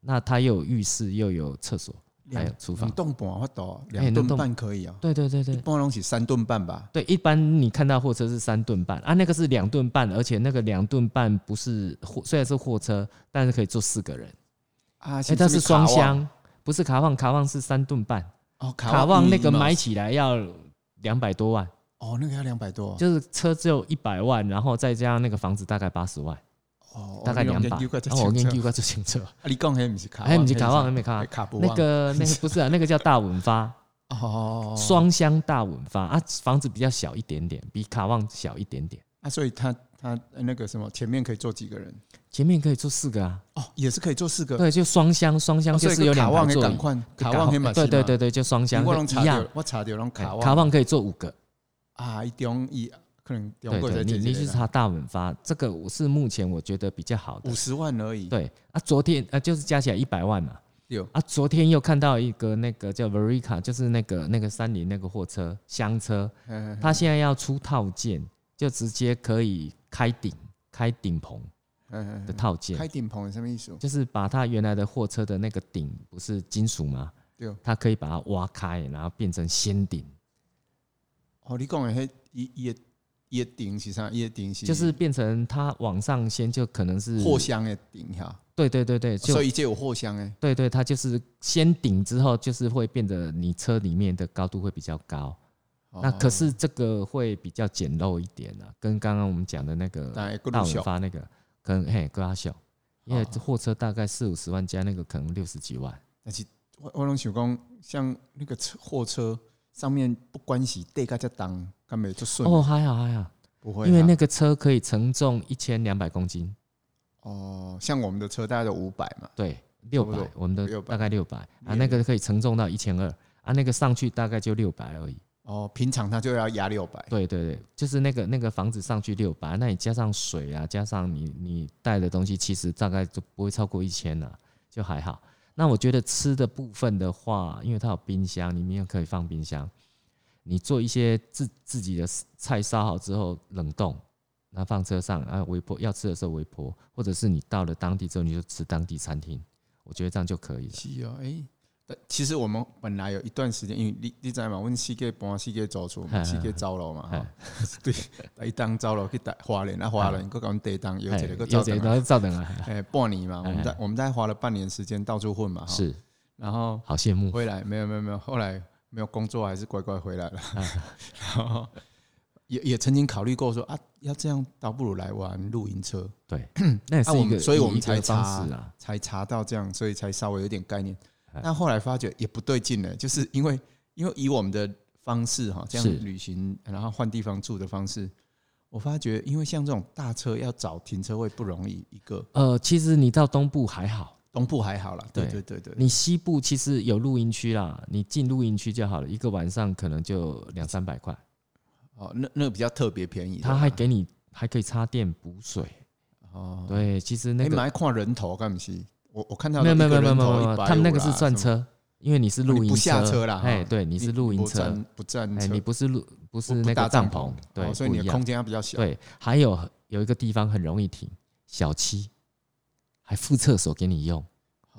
Speaker 1: 那它又有浴室又有厕所，还有厨房
Speaker 2: 两，栋半我到
Speaker 1: 嘿
Speaker 2: 两
Speaker 1: 两
Speaker 2: 吨
Speaker 1: 栋
Speaker 2: 半可以哦，
Speaker 1: 对对对
Speaker 2: 一
Speaker 1: 对。
Speaker 2: 般拢是三吨半吧？
Speaker 1: 对，一般你看到货车是三吨半啊，那个是两吨半，而且那个两吨半不是货，虽然是货车，但是可以坐四个人。
Speaker 2: 啊，
Speaker 1: 哎、它
Speaker 2: 不
Speaker 1: 是
Speaker 2: 卡
Speaker 1: 双
Speaker 2: 旺
Speaker 1: 箱，不是卡旺，卡旺是三吨半，
Speaker 2: 哦，
Speaker 1: 卡旺
Speaker 2: 旺
Speaker 1: 那个
Speaker 2: Minimus
Speaker 1: 买起来要两百多万，
Speaker 2: 哦，那个要两百多哦，
Speaker 1: 就是车只有一百万，然后再加上那个房子大概八十万，
Speaker 2: 哦，
Speaker 1: 大概两百。
Speaker 2: 哦
Speaker 1: 然后我研究过最清楚，
Speaker 2: 啊，你讲迄毋是卡，
Speaker 1: 哎，你去卡旺，没卡
Speaker 2: 那
Speaker 1: 旺
Speaker 2: 是，卡 不
Speaker 1: 那个 那个不是啊，那个叫大稳发，
Speaker 2: 哦，
Speaker 1: 双箱大稳发啊，房子比较小一点点，比卡旺小一点点，
Speaker 2: 啊，所以他他那个什么前面可以坐几个人？
Speaker 1: 前面可以坐四个啊，
Speaker 2: 哦，也是可以坐四个，
Speaker 1: 对，就双箱，双箱
Speaker 2: 哦，
Speaker 1: 就
Speaker 2: 所以
Speaker 1: 是有
Speaker 2: 卡
Speaker 1: 两
Speaker 2: 旺
Speaker 1: 排
Speaker 2: 的
Speaker 1: 座
Speaker 2: 赶
Speaker 1: 椅，
Speaker 2: 快卡
Speaker 1: 卡
Speaker 2: 旺迄嘛是
Speaker 1: 对
Speaker 2: 嘛，
Speaker 1: 对对对，就双箱
Speaker 2: 我拢查
Speaker 1: 一样
Speaker 2: 到，，我查到拢
Speaker 1: 哎
Speaker 2: 卡旺
Speaker 1: 卡旺可以坐五个。
Speaker 2: 啊，伊中伊可能中
Speaker 1: 对
Speaker 2: 国
Speaker 1: 对，
Speaker 2: 在
Speaker 1: 你
Speaker 2: 解
Speaker 1: 你去
Speaker 2: 决啦，
Speaker 1: 查大稳发，这个我是目前我觉得比较好的
Speaker 2: 五。十万而已，嗯
Speaker 1: 对啊，昨天啊、呃就是加起来一百万嘛。
Speaker 2: 有
Speaker 1: 啊，昨天又看到一个那个叫 Verica，就是那个那个三菱那个货车厢车，
Speaker 2: 嗯
Speaker 1: 它现在要出套件，就直接可以开顶开顶棚
Speaker 2: 嗯
Speaker 1: 的
Speaker 2: 嗯，
Speaker 1: 套件，
Speaker 2: 开顶棚是什么意思？
Speaker 1: 就是把它原来的货车的那个顶不是金属吗
Speaker 2: 对？
Speaker 1: 它可以把它挖开，然后变成掀顶，
Speaker 2: 哦，你讲的迄伊伊的伊的顶是啥？伊的顶是
Speaker 1: 就是变成它往上掀，就可能是
Speaker 2: 货箱的顶哈，
Speaker 1: 对对对对，就
Speaker 2: 所以这有货箱诶，
Speaker 1: 对对，它就是先顶之后，就是会变得你车里面的高度会比较高。
Speaker 2: 哦
Speaker 1: 那可是这个会比较简陋一点啊，跟刚刚我们讲的那个
Speaker 2: 但
Speaker 1: 大
Speaker 2: 更
Speaker 1: 文
Speaker 2: 小
Speaker 1: 发那个，跟嘿跟阿小，因为
Speaker 2: 哦
Speaker 1: 这货车大概四五十万加那个可能六十几万。
Speaker 2: 但是我我拢想讲，像那个车货车上面不关系地个只当，干袂就顺
Speaker 1: 哦，还好还好，
Speaker 2: 不会啦，
Speaker 1: 因为那个车可以承重一千两百公斤，
Speaker 2: 哦，像我们的车大概都五百嘛，
Speaker 1: 对，六
Speaker 2: 差不
Speaker 1: 百
Speaker 2: 多，
Speaker 1: 我们的
Speaker 2: 600
Speaker 1: 大概六百啊，
Speaker 2: 也
Speaker 1: 那个可以承重到一千二啊，那个上去大概就六百而已。
Speaker 2: 哦，平常它就要压六百，
Speaker 1: 对对对，就是那个那个房子上去六百，那你加上水啊，加上你你带的东西，其实大概就不会超过一千了，就还好。那我觉得吃的部分的话，因为它有冰箱，里面可以放冰箱，你做一些自自己的菜烧好之后冷冻，然后放车上，然后微波要吃的时候微波，或者是你到了当地之后你就吃当地餐厅，我觉得这样就可以了。
Speaker 2: 是哦，诶，但其实我们本来有一段时间，因为你你知道嘛，阮四界搬四界租厝
Speaker 1: 嘿嘿，
Speaker 2: 四界走路嘛，
Speaker 1: 嘿
Speaker 2: 吼，对，台东走路去台花莲啊，花莲，佮讲台东有一个
Speaker 1: 哎
Speaker 2: 佮走
Speaker 1: 这个
Speaker 2: 的，
Speaker 1: 然后照等 啊，
Speaker 2: 诶，半年嘛，我们
Speaker 1: 嘿
Speaker 2: 在我们在花了半年时间到处混嘛，吼，
Speaker 1: 是
Speaker 2: 然后
Speaker 1: 好羡慕，
Speaker 2: 回来没有没有没有，后来没有工作，还是乖乖回来了。
Speaker 1: 啊
Speaker 2: 然后也也曾经考虑过说啊，要这样倒不如来玩露营车，
Speaker 1: 对，那也
Speaker 2: 啊
Speaker 1: 是
Speaker 2: 我
Speaker 1: 一
Speaker 2: 们
Speaker 1: 个，
Speaker 2: 所以我们
Speaker 1: 一个
Speaker 2: 才查
Speaker 1: 方式啊。
Speaker 2: 才查到这样，所以才稍微有点概念
Speaker 1: 哎。
Speaker 2: 但后来发觉也不对劲了，就是因为因为以我们的方式哈，这
Speaker 1: 是
Speaker 2: 样旅行然后换地方住的方式，我发觉因为像这种大车要找停车位不容易，一个
Speaker 1: 呃，其实你到东部还好，
Speaker 2: 东部还好啦，对
Speaker 1: 对
Speaker 2: 对对对，
Speaker 1: 你西部其实有露营区啦，你进露营区就好了，一个晚上可能就两三百块，
Speaker 2: 哦，那那个比较特别便宜的啦，
Speaker 1: 他还给你还可以插电补水。
Speaker 2: 哦，
Speaker 1: 对，其实那
Speaker 2: 你
Speaker 1: 个
Speaker 2: 买看人头干不是？我我看到
Speaker 1: 没有没有
Speaker 2: 一个
Speaker 1: 没有没有
Speaker 2: 人
Speaker 1: 没
Speaker 2: 头
Speaker 1: 有没有，
Speaker 2: 150
Speaker 1: 他们那个
Speaker 2: 啦
Speaker 1: 是算，
Speaker 2: 什么
Speaker 1: 车，因为你是
Speaker 2: 哦你
Speaker 1: 露营
Speaker 2: 不下车啦
Speaker 1: 哎，
Speaker 2: 哈
Speaker 1: 对，你是
Speaker 2: 你
Speaker 1: 露营
Speaker 2: 不
Speaker 1: 车
Speaker 2: 占，不占
Speaker 1: 哎，
Speaker 2: 车
Speaker 1: 你，不是露不是
Speaker 2: 不
Speaker 1: 那
Speaker 2: 搭
Speaker 1: 个帐篷，
Speaker 2: 哦
Speaker 1: 对，
Speaker 2: 所以
Speaker 1: 不
Speaker 2: 你
Speaker 1: 一
Speaker 2: 的
Speaker 1: 样
Speaker 2: 空间要比较小。
Speaker 1: 对，还有有一个地方很容易停，小七，还附厕所给你用。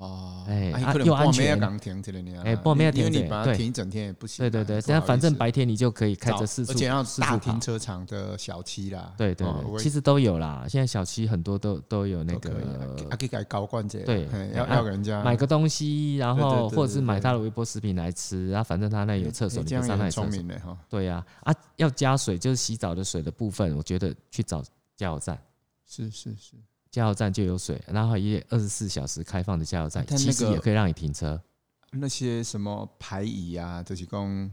Speaker 2: 哦，
Speaker 1: 哎
Speaker 2: 啊你
Speaker 1: 啊
Speaker 2: 可能
Speaker 1: 又
Speaker 2: 半
Speaker 1: 安
Speaker 2: 暝要
Speaker 1: 全
Speaker 2: 港停起来呢，
Speaker 1: 哎半暝要
Speaker 2: 因为
Speaker 1: 停一
Speaker 2: 你
Speaker 1: 下
Speaker 2: 把它
Speaker 1: 对
Speaker 2: 停一整天也不行啊。
Speaker 1: 对对对，
Speaker 2: 不好
Speaker 1: 但反正
Speaker 2: 意思
Speaker 1: 白天你就可以开着
Speaker 2: 找
Speaker 1: 四
Speaker 2: 而
Speaker 1: 速，
Speaker 2: 且要
Speaker 1: 四处
Speaker 2: 大
Speaker 1: 跑
Speaker 2: 停车场的小七啦。
Speaker 1: 对对
Speaker 2: 哦
Speaker 1: 对，其实都有啦。现在小七很多都都有那
Speaker 2: 都可以啊
Speaker 1: 个
Speaker 2: 啊，可以改高冠这，
Speaker 1: 对
Speaker 2: 嘿要
Speaker 1: 哎
Speaker 2: 要给人家
Speaker 1: 买个东西，然
Speaker 2: 对对
Speaker 1: 后
Speaker 2: 对
Speaker 1: 或者是
Speaker 2: 对
Speaker 1: 买
Speaker 2: 对
Speaker 1: 他的微波食品来吃啊，反正他那里有厕所，
Speaker 2: 哎
Speaker 1: 你
Speaker 2: 这
Speaker 1: 可以
Speaker 2: 样也
Speaker 1: 上那
Speaker 2: 很
Speaker 1: 里厕
Speaker 2: 聪
Speaker 1: 所。
Speaker 2: 明的哈。哦
Speaker 1: 对呀，啊，要加水就是洗澡的水的部分，我觉得去找加油站，
Speaker 2: 是是是，
Speaker 1: 加油站就有水，然后也二十四小时开放的加油站，
Speaker 2: 啊但
Speaker 1: 其
Speaker 2: 那
Speaker 1: 实
Speaker 2: 个
Speaker 1: 也可以让你停车。
Speaker 2: 那些什么排椅啊，就是讲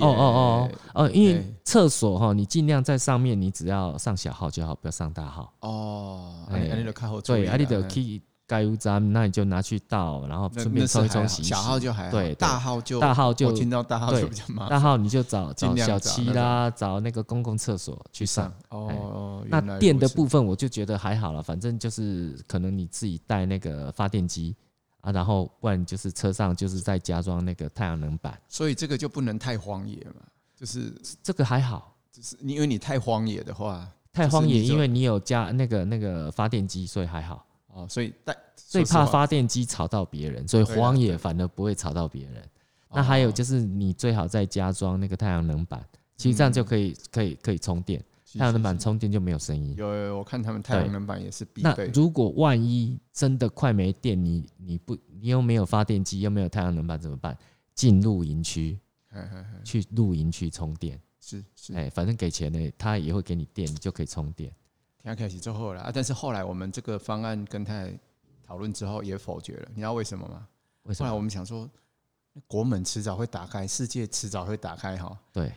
Speaker 1: 哦哦哦哦，因为
Speaker 2: 对
Speaker 1: 厕所哈，你尽量在上面，你只要上小号就好，不要上大号。
Speaker 2: 哦哦，
Speaker 1: 哎
Speaker 2: 哎，安尼就较好处理
Speaker 1: 对，
Speaker 2: 啦。
Speaker 1: 啊，你的
Speaker 2: 嘿
Speaker 1: key 加油站，那你就拿去倒，然后
Speaker 2: 哎那
Speaker 1: 顺便
Speaker 2: 那
Speaker 1: 冲
Speaker 2: 是
Speaker 1: 一
Speaker 2: 还
Speaker 1: 冲
Speaker 2: 好
Speaker 1: 洗一洗。
Speaker 2: 小号就还好，
Speaker 1: 对对
Speaker 2: 大号就
Speaker 1: 大号
Speaker 2: 我
Speaker 1: 就
Speaker 2: 听到大号
Speaker 1: 对
Speaker 2: 就比较麻
Speaker 1: 大
Speaker 2: 烦
Speaker 1: 号你就找找
Speaker 2: 尽量
Speaker 1: 小
Speaker 2: 找
Speaker 1: 七
Speaker 2: 那种
Speaker 1: 啦，找那个公共厕所去上。哎
Speaker 2: 哦。
Speaker 1: 那
Speaker 2: 原来
Speaker 1: 电
Speaker 2: 如
Speaker 1: 的
Speaker 2: 此
Speaker 1: 部分我就觉得还好了，反正就是可能你自己带那个发电机啊，然后不然就是车上就是在加装那个太阳能板，
Speaker 2: 所以这个就不能太荒野嘛，就是
Speaker 1: 这个还好。
Speaker 2: 就是你因为你太荒野的话，
Speaker 1: 太荒
Speaker 2: 就
Speaker 1: 野，
Speaker 2: 是你就
Speaker 1: 因为你有加那个那个发电机，所以还好。
Speaker 2: 哦，所以但
Speaker 1: 最怕，
Speaker 2: 说实话
Speaker 1: 发电机吵到别人，所以
Speaker 2: 对啦
Speaker 1: 荒
Speaker 2: 对
Speaker 1: 野反而不会吵到别人。那
Speaker 2: 哦
Speaker 1: 还有就是，你最好再加装那个太阳能板，其实这样就可以可以可以充电，
Speaker 2: 哦是
Speaker 1: 太阳能
Speaker 2: 是
Speaker 1: 板
Speaker 2: 是
Speaker 1: 充电就没有声音。
Speaker 2: 有有有，我看他们太阳能板也是必
Speaker 1: 那
Speaker 2: 备，
Speaker 1: 如果万一真的快没电，你你不你又没有发电机，又没有太阳能板怎么办？进露营区
Speaker 2: 嘿嘿嘿
Speaker 1: 去露营区充电，
Speaker 2: 是是，
Speaker 1: 哎，反正给钱呢，他也会给你电，你就可以充电。
Speaker 2: 听开始之后了啊，但是后来我们这个方案跟他讨论之后也否决了，你知道为什么吗？
Speaker 1: 为什
Speaker 2: 后来
Speaker 1: 么？
Speaker 2: 我们想说，国门迟早会打开，世界迟早会打开哈，
Speaker 1: 对，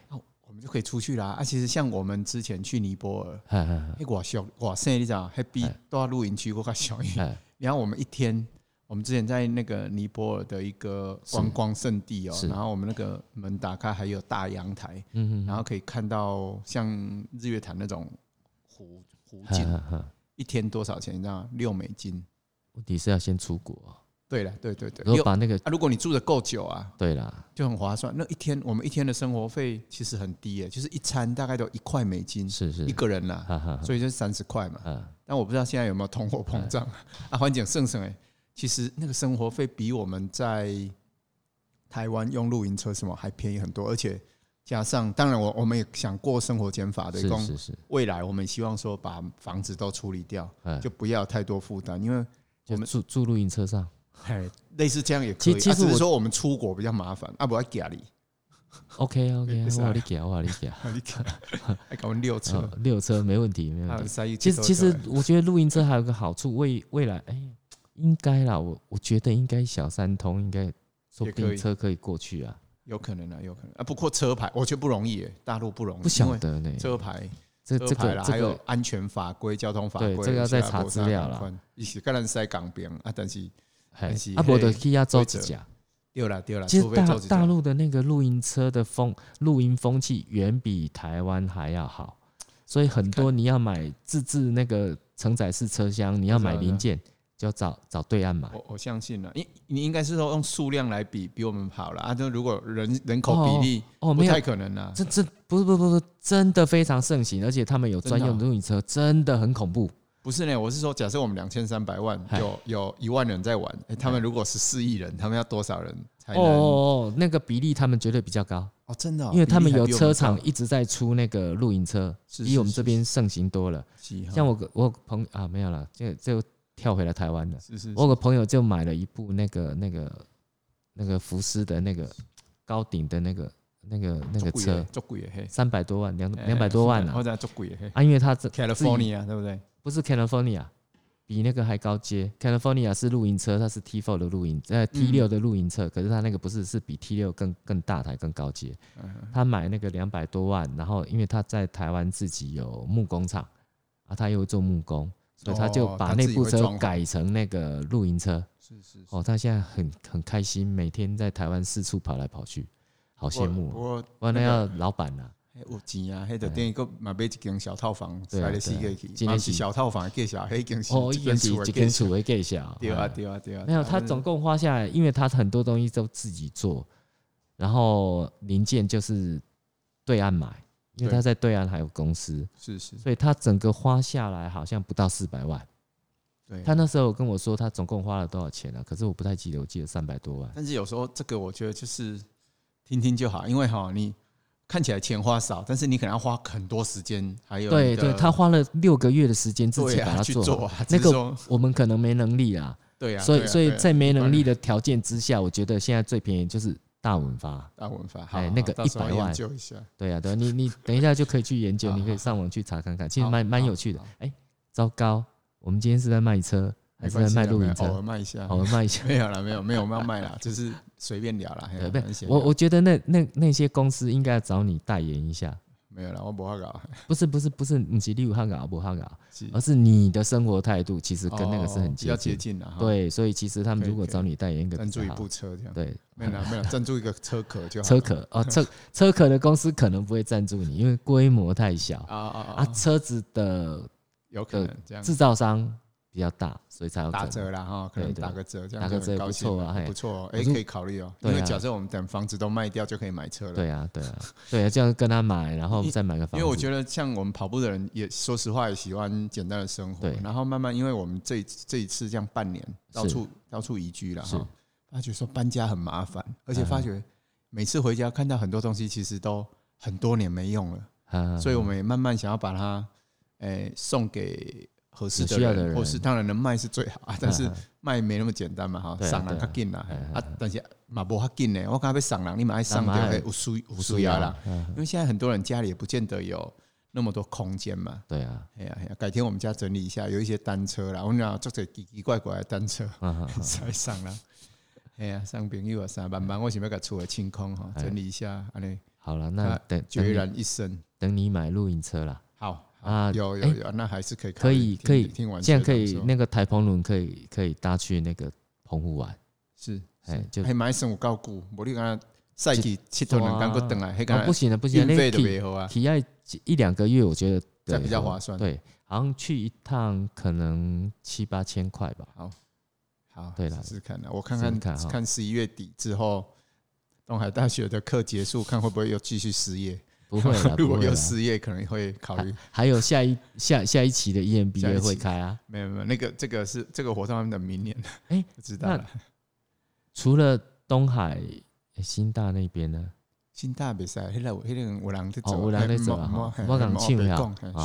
Speaker 2: 我们就可以出去啦啊！其实像我们之前去尼泊尔，
Speaker 1: 哈哈哈
Speaker 2: 哎，我小我现在你讲，还比
Speaker 1: 哎
Speaker 2: 到露营区我较小一 点。
Speaker 1: 哎
Speaker 2: 然后我们一天，我们之前在那个尼泊尔的一个
Speaker 1: 是
Speaker 2: 观光圣地哦
Speaker 1: 是，
Speaker 2: 然后我们那个门打开还有大阳台，
Speaker 1: 嗯
Speaker 2: 然后可以看到像日月潭那种湖湖景，
Speaker 1: 哈哈哈
Speaker 2: 一天多少钱？你知道吗六美金。
Speaker 1: 问题是要先出国啊，
Speaker 2: 对了，对对对，
Speaker 1: 如
Speaker 2: 六
Speaker 1: 果把那个
Speaker 2: 啊，如果你住的够久啊，
Speaker 1: 对啦，
Speaker 2: 就很划算。那一天我们一天的生活费其实很低耶、就是一餐大概都一块美金
Speaker 1: 是是
Speaker 2: 嗯一，个人啦，
Speaker 1: 哈哈哈，
Speaker 2: 所以就是三十块嘛。
Speaker 1: 嗯，
Speaker 2: 但我不知道现在有没有通货膨胀啊？啊，环境圣圣哎，其实那个生活费比我们在台湾用露营车什么还便宜很多，而且加上当然我我们也想过生活减法的，
Speaker 1: 是
Speaker 2: 共
Speaker 1: 是是，
Speaker 2: 未来我们希望说把房子都处理掉，
Speaker 1: 嗯，
Speaker 2: 就不要太多负担，因为
Speaker 1: 就
Speaker 2: 我们
Speaker 1: 住住露营车上。
Speaker 2: 哎类似这样也可
Speaker 1: 其
Speaker 2: 以，
Speaker 1: 实其
Speaker 2: 啊
Speaker 1: 实
Speaker 2: 只
Speaker 1: 我
Speaker 2: 是说我们出国比较麻烦啊，不要家 里，
Speaker 1: OK OK，
Speaker 2: 没事啊
Speaker 1: 我理解我理 解，
Speaker 2: 啊你看还搞六车
Speaker 1: 嗯，六车没问题没
Speaker 2: 还
Speaker 1: 问
Speaker 2: 有
Speaker 1: 题。
Speaker 2: 塞一
Speaker 1: 其
Speaker 2: 节
Speaker 1: 实
Speaker 2: 奏
Speaker 1: 其
Speaker 2: 就
Speaker 1: 实
Speaker 2: 来
Speaker 1: 我觉得露营车还有个好处，未未来哎、应该啦，我我觉得应该小三通应该说不
Speaker 2: 也可
Speaker 1: 定
Speaker 2: 以
Speaker 1: 车可以过去啊，
Speaker 2: 有可能啊，有可能啊，不过车牌我觉得不容易耶，大陆不容易，
Speaker 1: 不
Speaker 2: 嗯因
Speaker 1: 晓
Speaker 2: 为
Speaker 1: 得欸呢，
Speaker 2: 车牌。
Speaker 1: 这
Speaker 2: 车
Speaker 1: 这
Speaker 2: 牌
Speaker 1: 个
Speaker 2: 啦，
Speaker 1: 这
Speaker 2: 还有
Speaker 1: 个
Speaker 2: 安全法规、交通法规，
Speaker 1: 对这个要再查资料啦
Speaker 2: 啦。一起跟人塞港边啊，但是
Speaker 1: 哎
Speaker 2: 但是，
Speaker 1: 阿伯的
Speaker 2: 嘿
Speaker 1: K 亚周
Speaker 2: 规
Speaker 1: 指
Speaker 2: 则
Speaker 1: 甲，
Speaker 2: 丢了丢了，
Speaker 1: 其实
Speaker 2: 除非
Speaker 1: 大
Speaker 2: 周子
Speaker 1: 大
Speaker 2: 健
Speaker 1: 陆的那个露营车的风露营风气远比台湾还要好，所以很多你要买自制那个承载式车厢，你要买
Speaker 2: 我知道
Speaker 1: 零件就要找找对岸买。
Speaker 2: 我我相信了，你你应该是说用数量来比比我们好了啊，就如果人人口比例
Speaker 1: 哦，
Speaker 2: 不
Speaker 1: 没有
Speaker 2: 太可能啦，
Speaker 1: 这这不是不是不是真的非常盛行，而且他们有专
Speaker 2: 啊
Speaker 1: 用的露营车，真的很恐怖。
Speaker 2: 不是呢，我是说，假设我们两千三百万
Speaker 1: 嗨
Speaker 2: 有有一万人在玩，诶他们如果十四亿人，他们要多少人才
Speaker 1: 哦
Speaker 2: 能？
Speaker 1: 哦
Speaker 2: 哦，
Speaker 1: 哦，那个比例他们绝对比较高，
Speaker 2: 真的哦，
Speaker 1: 因为他们
Speaker 2: 比例
Speaker 1: 有
Speaker 2: 还比我
Speaker 1: 车
Speaker 2: 高
Speaker 1: 厂，一直在出那个露营车，
Speaker 2: 是
Speaker 1: 比
Speaker 2: 是
Speaker 1: 我们
Speaker 2: 是
Speaker 1: 这边盛行多了。
Speaker 2: 是哈
Speaker 1: 像我个我有个朋啊没有了，这就跳回来台湾了。
Speaker 2: 是是
Speaker 1: 我有个朋友就买了一部那个那个那个福斯的那个高顶的那个那个那个车，
Speaker 2: 做贵欸哎的嘿，
Speaker 1: 三百多万两两百多万
Speaker 2: 或
Speaker 1: 啊！
Speaker 2: 者做贵的嘿
Speaker 1: 啊，因为他这
Speaker 2: ，California 对不对？
Speaker 1: 不是 California，比那个还高阶。California 是露营车，它是 T4 的露营，呃
Speaker 2: 嗯
Speaker 1: T 六的露营车，可是它那个不是，是比 T 六更更大台、更高阶。
Speaker 2: 嗯
Speaker 1: 他买那个两百多万，然后因为他在台湾自己有木工厂啊，他又做木工，所以他就
Speaker 2: 哦
Speaker 1: 把
Speaker 2: 他
Speaker 1: 那
Speaker 2: 自己
Speaker 1: 部
Speaker 2: 会
Speaker 1: 车
Speaker 2: 装潢
Speaker 1: 改成那个露营车。
Speaker 2: 是是是
Speaker 1: 哦，他现在很很开心，每天在台湾四处跑来跑去，好羡慕
Speaker 2: 不
Speaker 1: 哦。
Speaker 2: 过
Speaker 1: 哇，那
Speaker 2: 那
Speaker 1: 要老板 啦，
Speaker 2: 嘿有钱啊，迄就等于个买买一间小套房，
Speaker 1: 对啊
Speaker 2: 塞咧四个去
Speaker 1: 对啊，今
Speaker 2: 啊
Speaker 1: 年
Speaker 2: 不
Speaker 1: 是
Speaker 2: 是小套房计小，迄间是
Speaker 1: 哦，
Speaker 2: 一
Speaker 1: 一根
Speaker 2: 间
Speaker 1: 起
Speaker 2: 厝
Speaker 1: 一
Speaker 2: 的
Speaker 1: 根
Speaker 2: 计小
Speaker 1: 厝，会给小，
Speaker 2: 对啊
Speaker 1: 哎
Speaker 2: 对啊对啊，
Speaker 1: 没有，
Speaker 2: 对啊
Speaker 1: 他总共花下来，因为他很多东西都自己做，然后零件就是对岸买，因为
Speaker 2: 对
Speaker 1: 他在对岸还有公司，
Speaker 2: 是是，
Speaker 1: 所以他整个花下来好像不到四百万。
Speaker 2: 对，啊
Speaker 1: 他那时候跟我说他总共花了多少钱啊，可是我不太记得，我记得三百多 万。
Speaker 2: 但是有时候这个我觉得就是听听就好，因为哈你看起来钱花少，但是你可能要花很多时间，还有
Speaker 1: 对
Speaker 2: 你的
Speaker 1: 对，他花了六个月的时间自己
Speaker 2: 对
Speaker 1: 把
Speaker 2: 啊
Speaker 1: 它
Speaker 2: 去
Speaker 1: 做好，
Speaker 2: 做啊，
Speaker 1: 那
Speaker 2: 只是
Speaker 1: 个
Speaker 2: 说
Speaker 1: 我们可能没能力啊，
Speaker 2: 对啊，
Speaker 1: 所
Speaker 2: 对
Speaker 1: 以
Speaker 2: 啊
Speaker 1: 所以
Speaker 2: 对啊
Speaker 1: 在没能力
Speaker 2: 当然
Speaker 1: 的条件之下，我觉得现在最便宜就是大文发。
Speaker 2: 大文法，好
Speaker 1: 哎
Speaker 2: 好
Speaker 1: 那个
Speaker 2: 到时候
Speaker 1: 100万
Speaker 2: 研究一下，
Speaker 1: 对呀、对啊、你你等一下就可以去研 究，
Speaker 2: 好
Speaker 1: 你可以上网去查看看，其实
Speaker 2: 啊好
Speaker 1: 蛮蛮
Speaker 2: 好
Speaker 1: 有趣的
Speaker 2: 好。
Speaker 1: 哎，糟糕，我们今天是在卖车还
Speaker 2: 没
Speaker 1: 是
Speaker 2: 关
Speaker 1: 在
Speaker 2: 系
Speaker 1: 卖
Speaker 2: 啦
Speaker 1: 露
Speaker 2: 没
Speaker 1: 营
Speaker 2: 有偶尔
Speaker 1: 车？
Speaker 2: 卖一下
Speaker 1: 好，，我卖一 下。
Speaker 2: 没有啦，没有没有，我们要 卖啦，就是随便聊啦。嘿
Speaker 1: 对，
Speaker 2: 啦
Speaker 1: 不
Speaker 2: 很
Speaker 1: 是，
Speaker 2: 闲
Speaker 1: 我
Speaker 2: 聊
Speaker 1: 我觉得那那那些公司应该找你代言一下，
Speaker 2: 没有啦，我不 好搞。
Speaker 1: 不是不是不是，你是利五汉搞不汉搞，
Speaker 2: 是
Speaker 1: 而哦是你的生活态度其实跟那个是
Speaker 2: 哦
Speaker 1: 很
Speaker 2: 比较
Speaker 1: 接
Speaker 2: 接
Speaker 1: 近。
Speaker 2: 近了。哈，
Speaker 1: 对，所以其实他们
Speaker 2: 可以
Speaker 1: 如果
Speaker 2: 可以
Speaker 1: 找你代言一个
Speaker 2: 赞
Speaker 1: 比较
Speaker 2: 助一
Speaker 1: 好
Speaker 2: 部车这样，
Speaker 1: 对
Speaker 2: 没有啦，没有赞助一个车壳就好
Speaker 1: 车
Speaker 2: 了。
Speaker 1: 壳 哦车车壳的公司可能不会赞助你，因为规模太小
Speaker 2: 啊啊啊
Speaker 1: 啊，
Speaker 2: 啊，
Speaker 1: 车子的
Speaker 2: 有可能这样
Speaker 1: 制造商比较大，所以才有
Speaker 2: 打
Speaker 1: 这样。
Speaker 2: 折啦哈，可能
Speaker 1: 对对
Speaker 2: 打个折这样
Speaker 1: 打个
Speaker 2: 就
Speaker 1: 折也
Speaker 2: 很高
Speaker 1: 不
Speaker 2: 兴
Speaker 1: 错
Speaker 2: 了
Speaker 1: 啊嘿
Speaker 2: 不错哦，
Speaker 1: 我
Speaker 2: 哎，
Speaker 1: 说
Speaker 2: 可以考虑哦。因
Speaker 1: 对
Speaker 2: 为
Speaker 1: 啊
Speaker 2: 假设我们等房子都卖掉就可以买车了。
Speaker 1: 对啊，对啊，对啊，这样跟他买，然后我们再买个
Speaker 2: 因
Speaker 1: 房
Speaker 2: 为
Speaker 1: 子。
Speaker 2: 我觉得像我们跑步的人也，说实话也喜欢简单的生活
Speaker 1: 对。
Speaker 2: 然后慢慢，因为我们这一这一次这样半年到
Speaker 1: 是
Speaker 2: 处到处移居了
Speaker 1: 是
Speaker 2: 哈，发觉说搬家很麻烦，而且
Speaker 1: 嗯
Speaker 2: 发觉每次回家看到很多东西其实都很多年没用了，
Speaker 1: 啊，
Speaker 2: 所以我们也慢慢想要把它诶、送给合适
Speaker 1: 有
Speaker 2: 的
Speaker 1: 需要
Speaker 2: 人，
Speaker 1: 的人
Speaker 2: 或是当然能卖是最好 啊，但是卖没那么简单嘛哈，
Speaker 1: 对啊
Speaker 2: 送
Speaker 1: 对
Speaker 2: 人
Speaker 1: 啊
Speaker 2: 较紧啦
Speaker 1: 嗯嗯
Speaker 2: 啊，但是嘛无较紧呢，我感觉要送人你嘛爱送
Speaker 1: 那嘛
Speaker 2: 掉
Speaker 1: 要
Speaker 2: 有需有需要啦。，
Speaker 1: 嗯
Speaker 2: 因为现在很多人家里也不见得有那么多空间嘛。
Speaker 1: 对啊，
Speaker 2: 哎呀哎呀，改天我们家整理一下，有一些单车啦，我们俩做些奇奇怪怪的单车
Speaker 1: 嗯嗯
Speaker 2: 在上啦。哎呀，上朋友啊，三慢慢，我想要给厝的清空哈，
Speaker 1: 哎
Speaker 2: 整理一下，安尼
Speaker 1: 好了，那
Speaker 2: 啊
Speaker 1: 等等
Speaker 2: 决
Speaker 1: 你
Speaker 2: 然一身。
Speaker 1: 等你买露营车啦，
Speaker 2: 好
Speaker 1: 啊
Speaker 2: 啊，有
Speaker 1: 哎
Speaker 2: 有有，那还是可以考
Speaker 1: 可
Speaker 2: 虑
Speaker 1: 以
Speaker 2: 听
Speaker 1: 可以
Speaker 2: 听完
Speaker 1: 这样
Speaker 2: 学
Speaker 1: 可
Speaker 2: 长
Speaker 1: 以
Speaker 2: 说
Speaker 1: 那个台澎轮可以可以搭去那个澎湖玩，
Speaker 2: 是
Speaker 1: 哎，就
Speaker 2: 还蛮生有够久，无你讲赛季七头两
Speaker 1: 哇
Speaker 2: 天过等来，还
Speaker 1: 哦
Speaker 2: 讲
Speaker 1: 不行了不行
Speaker 2: 运
Speaker 1: 了，那
Speaker 2: 费
Speaker 1: 个
Speaker 2: 都
Speaker 1: 体
Speaker 2: 袂好啊，
Speaker 1: 体验一两个月，我觉得
Speaker 2: 这
Speaker 1: 对
Speaker 2: 样比较划算。
Speaker 1: 对，好像去一趟可能七八千块 吧。
Speaker 2: 好，
Speaker 1: 对啦
Speaker 2: 试试看啦，我看
Speaker 1: 试试
Speaker 2: 看
Speaker 1: 看哈
Speaker 2: 看十一月底之后，东海大学的课结束，看会不会又继续失业。
Speaker 1: 不会啦，不
Speaker 2: 如果
Speaker 1: 会
Speaker 2: 又
Speaker 1: 啦。
Speaker 2: 失业，可能会考虑。
Speaker 1: 还有下一下下一期的 E
Speaker 2: 下一
Speaker 1: EMBA
Speaker 2: 期
Speaker 1: 会开啊。
Speaker 2: 没有没有，那个这个是这个活动他们的明年，
Speaker 1: 哎
Speaker 2: 不知道了。
Speaker 1: 除了东海、诶新大那边呢？
Speaker 2: 新大比赛，迄个迄个有人在做，
Speaker 1: 哦有人在做啊哈我讲唱呀啊
Speaker 2: 啊，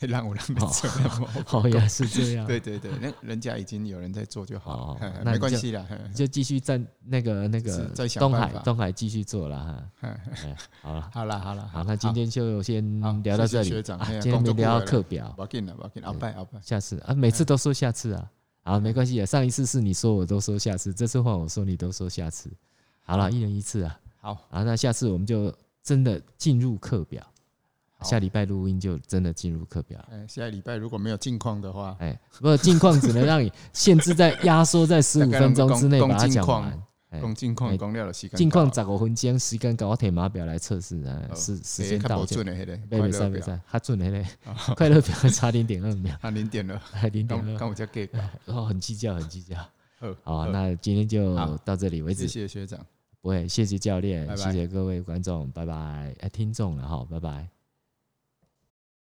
Speaker 2: 迄人有人在做，
Speaker 1: 哦，原来是这样。
Speaker 2: 对对对，那人家已经有人在做就好
Speaker 1: 哦
Speaker 2: 了，嘿
Speaker 1: 那
Speaker 2: 没
Speaker 1: 你
Speaker 2: 关
Speaker 1: 就
Speaker 2: 系啦。嘿
Speaker 1: 就继续在那个那
Speaker 2: 嗯是
Speaker 1: 个
Speaker 2: 再想
Speaker 1: 东
Speaker 2: 办
Speaker 1: 海
Speaker 2: 法
Speaker 1: 东海继续做了哈。
Speaker 2: 嘿
Speaker 1: 哎好了
Speaker 2: 好啦好啦，
Speaker 1: 好，那今天就先
Speaker 2: 好
Speaker 1: 聊到
Speaker 2: 谢
Speaker 1: 这
Speaker 2: 谢
Speaker 1: 里
Speaker 2: 学长
Speaker 1: 啊
Speaker 2: 哎呀
Speaker 1: 今天
Speaker 2: 工
Speaker 1: 没
Speaker 2: 作
Speaker 1: 聊
Speaker 2: 过
Speaker 1: 到
Speaker 2: 来了哎
Speaker 1: 课表，
Speaker 2: 不要紧啦，不要紧，后拜后拜。
Speaker 1: 下次啊，每次都说下次啊，啊，
Speaker 2: 哎
Speaker 1: 没关系啊，上一次是你说我都说下次，这次换我说你都说下次。好了，一人一次啊，
Speaker 2: 好，
Speaker 1: 啊，那下次我们就真的进入课表，
Speaker 2: 好
Speaker 1: 下礼拜录音就真的进入课表。
Speaker 2: 哎，下礼拜如果没有近况的话，
Speaker 1: 哎，不过近况只能让你限制在压缩在十五分钟之内把它讲完。哎
Speaker 2: 讲近
Speaker 1: 哎
Speaker 2: 况讲了就是
Speaker 1: 近况十五分钟时间搞我填码表来测试啊，
Speaker 2: 哦
Speaker 1: 时时
Speaker 2: 谁
Speaker 1: 间
Speaker 2: 看
Speaker 1: 到
Speaker 2: 不
Speaker 1: 就
Speaker 2: 准的那个
Speaker 1: 没
Speaker 2: 快
Speaker 1: 没赛
Speaker 2: 乐
Speaker 1: 没
Speaker 2: 表，
Speaker 1: 赛，他准了嘞， 快乐表差零点二秒，
Speaker 2: 啊零点了，
Speaker 1: 零点
Speaker 2: 刚
Speaker 1: 二，
Speaker 2: 刚我才给，
Speaker 1: 然后很计较，很计较。
Speaker 2: 好
Speaker 1: 好啊，
Speaker 2: 好
Speaker 1: 那今天就
Speaker 2: 好
Speaker 1: 到这里为
Speaker 2: 谢
Speaker 1: 止，
Speaker 2: 谢学长。
Speaker 1: 不会，谢谢教练，
Speaker 2: 拜拜
Speaker 1: 谢谢各位观众，拜拜，哎，听众了哈，拜拜。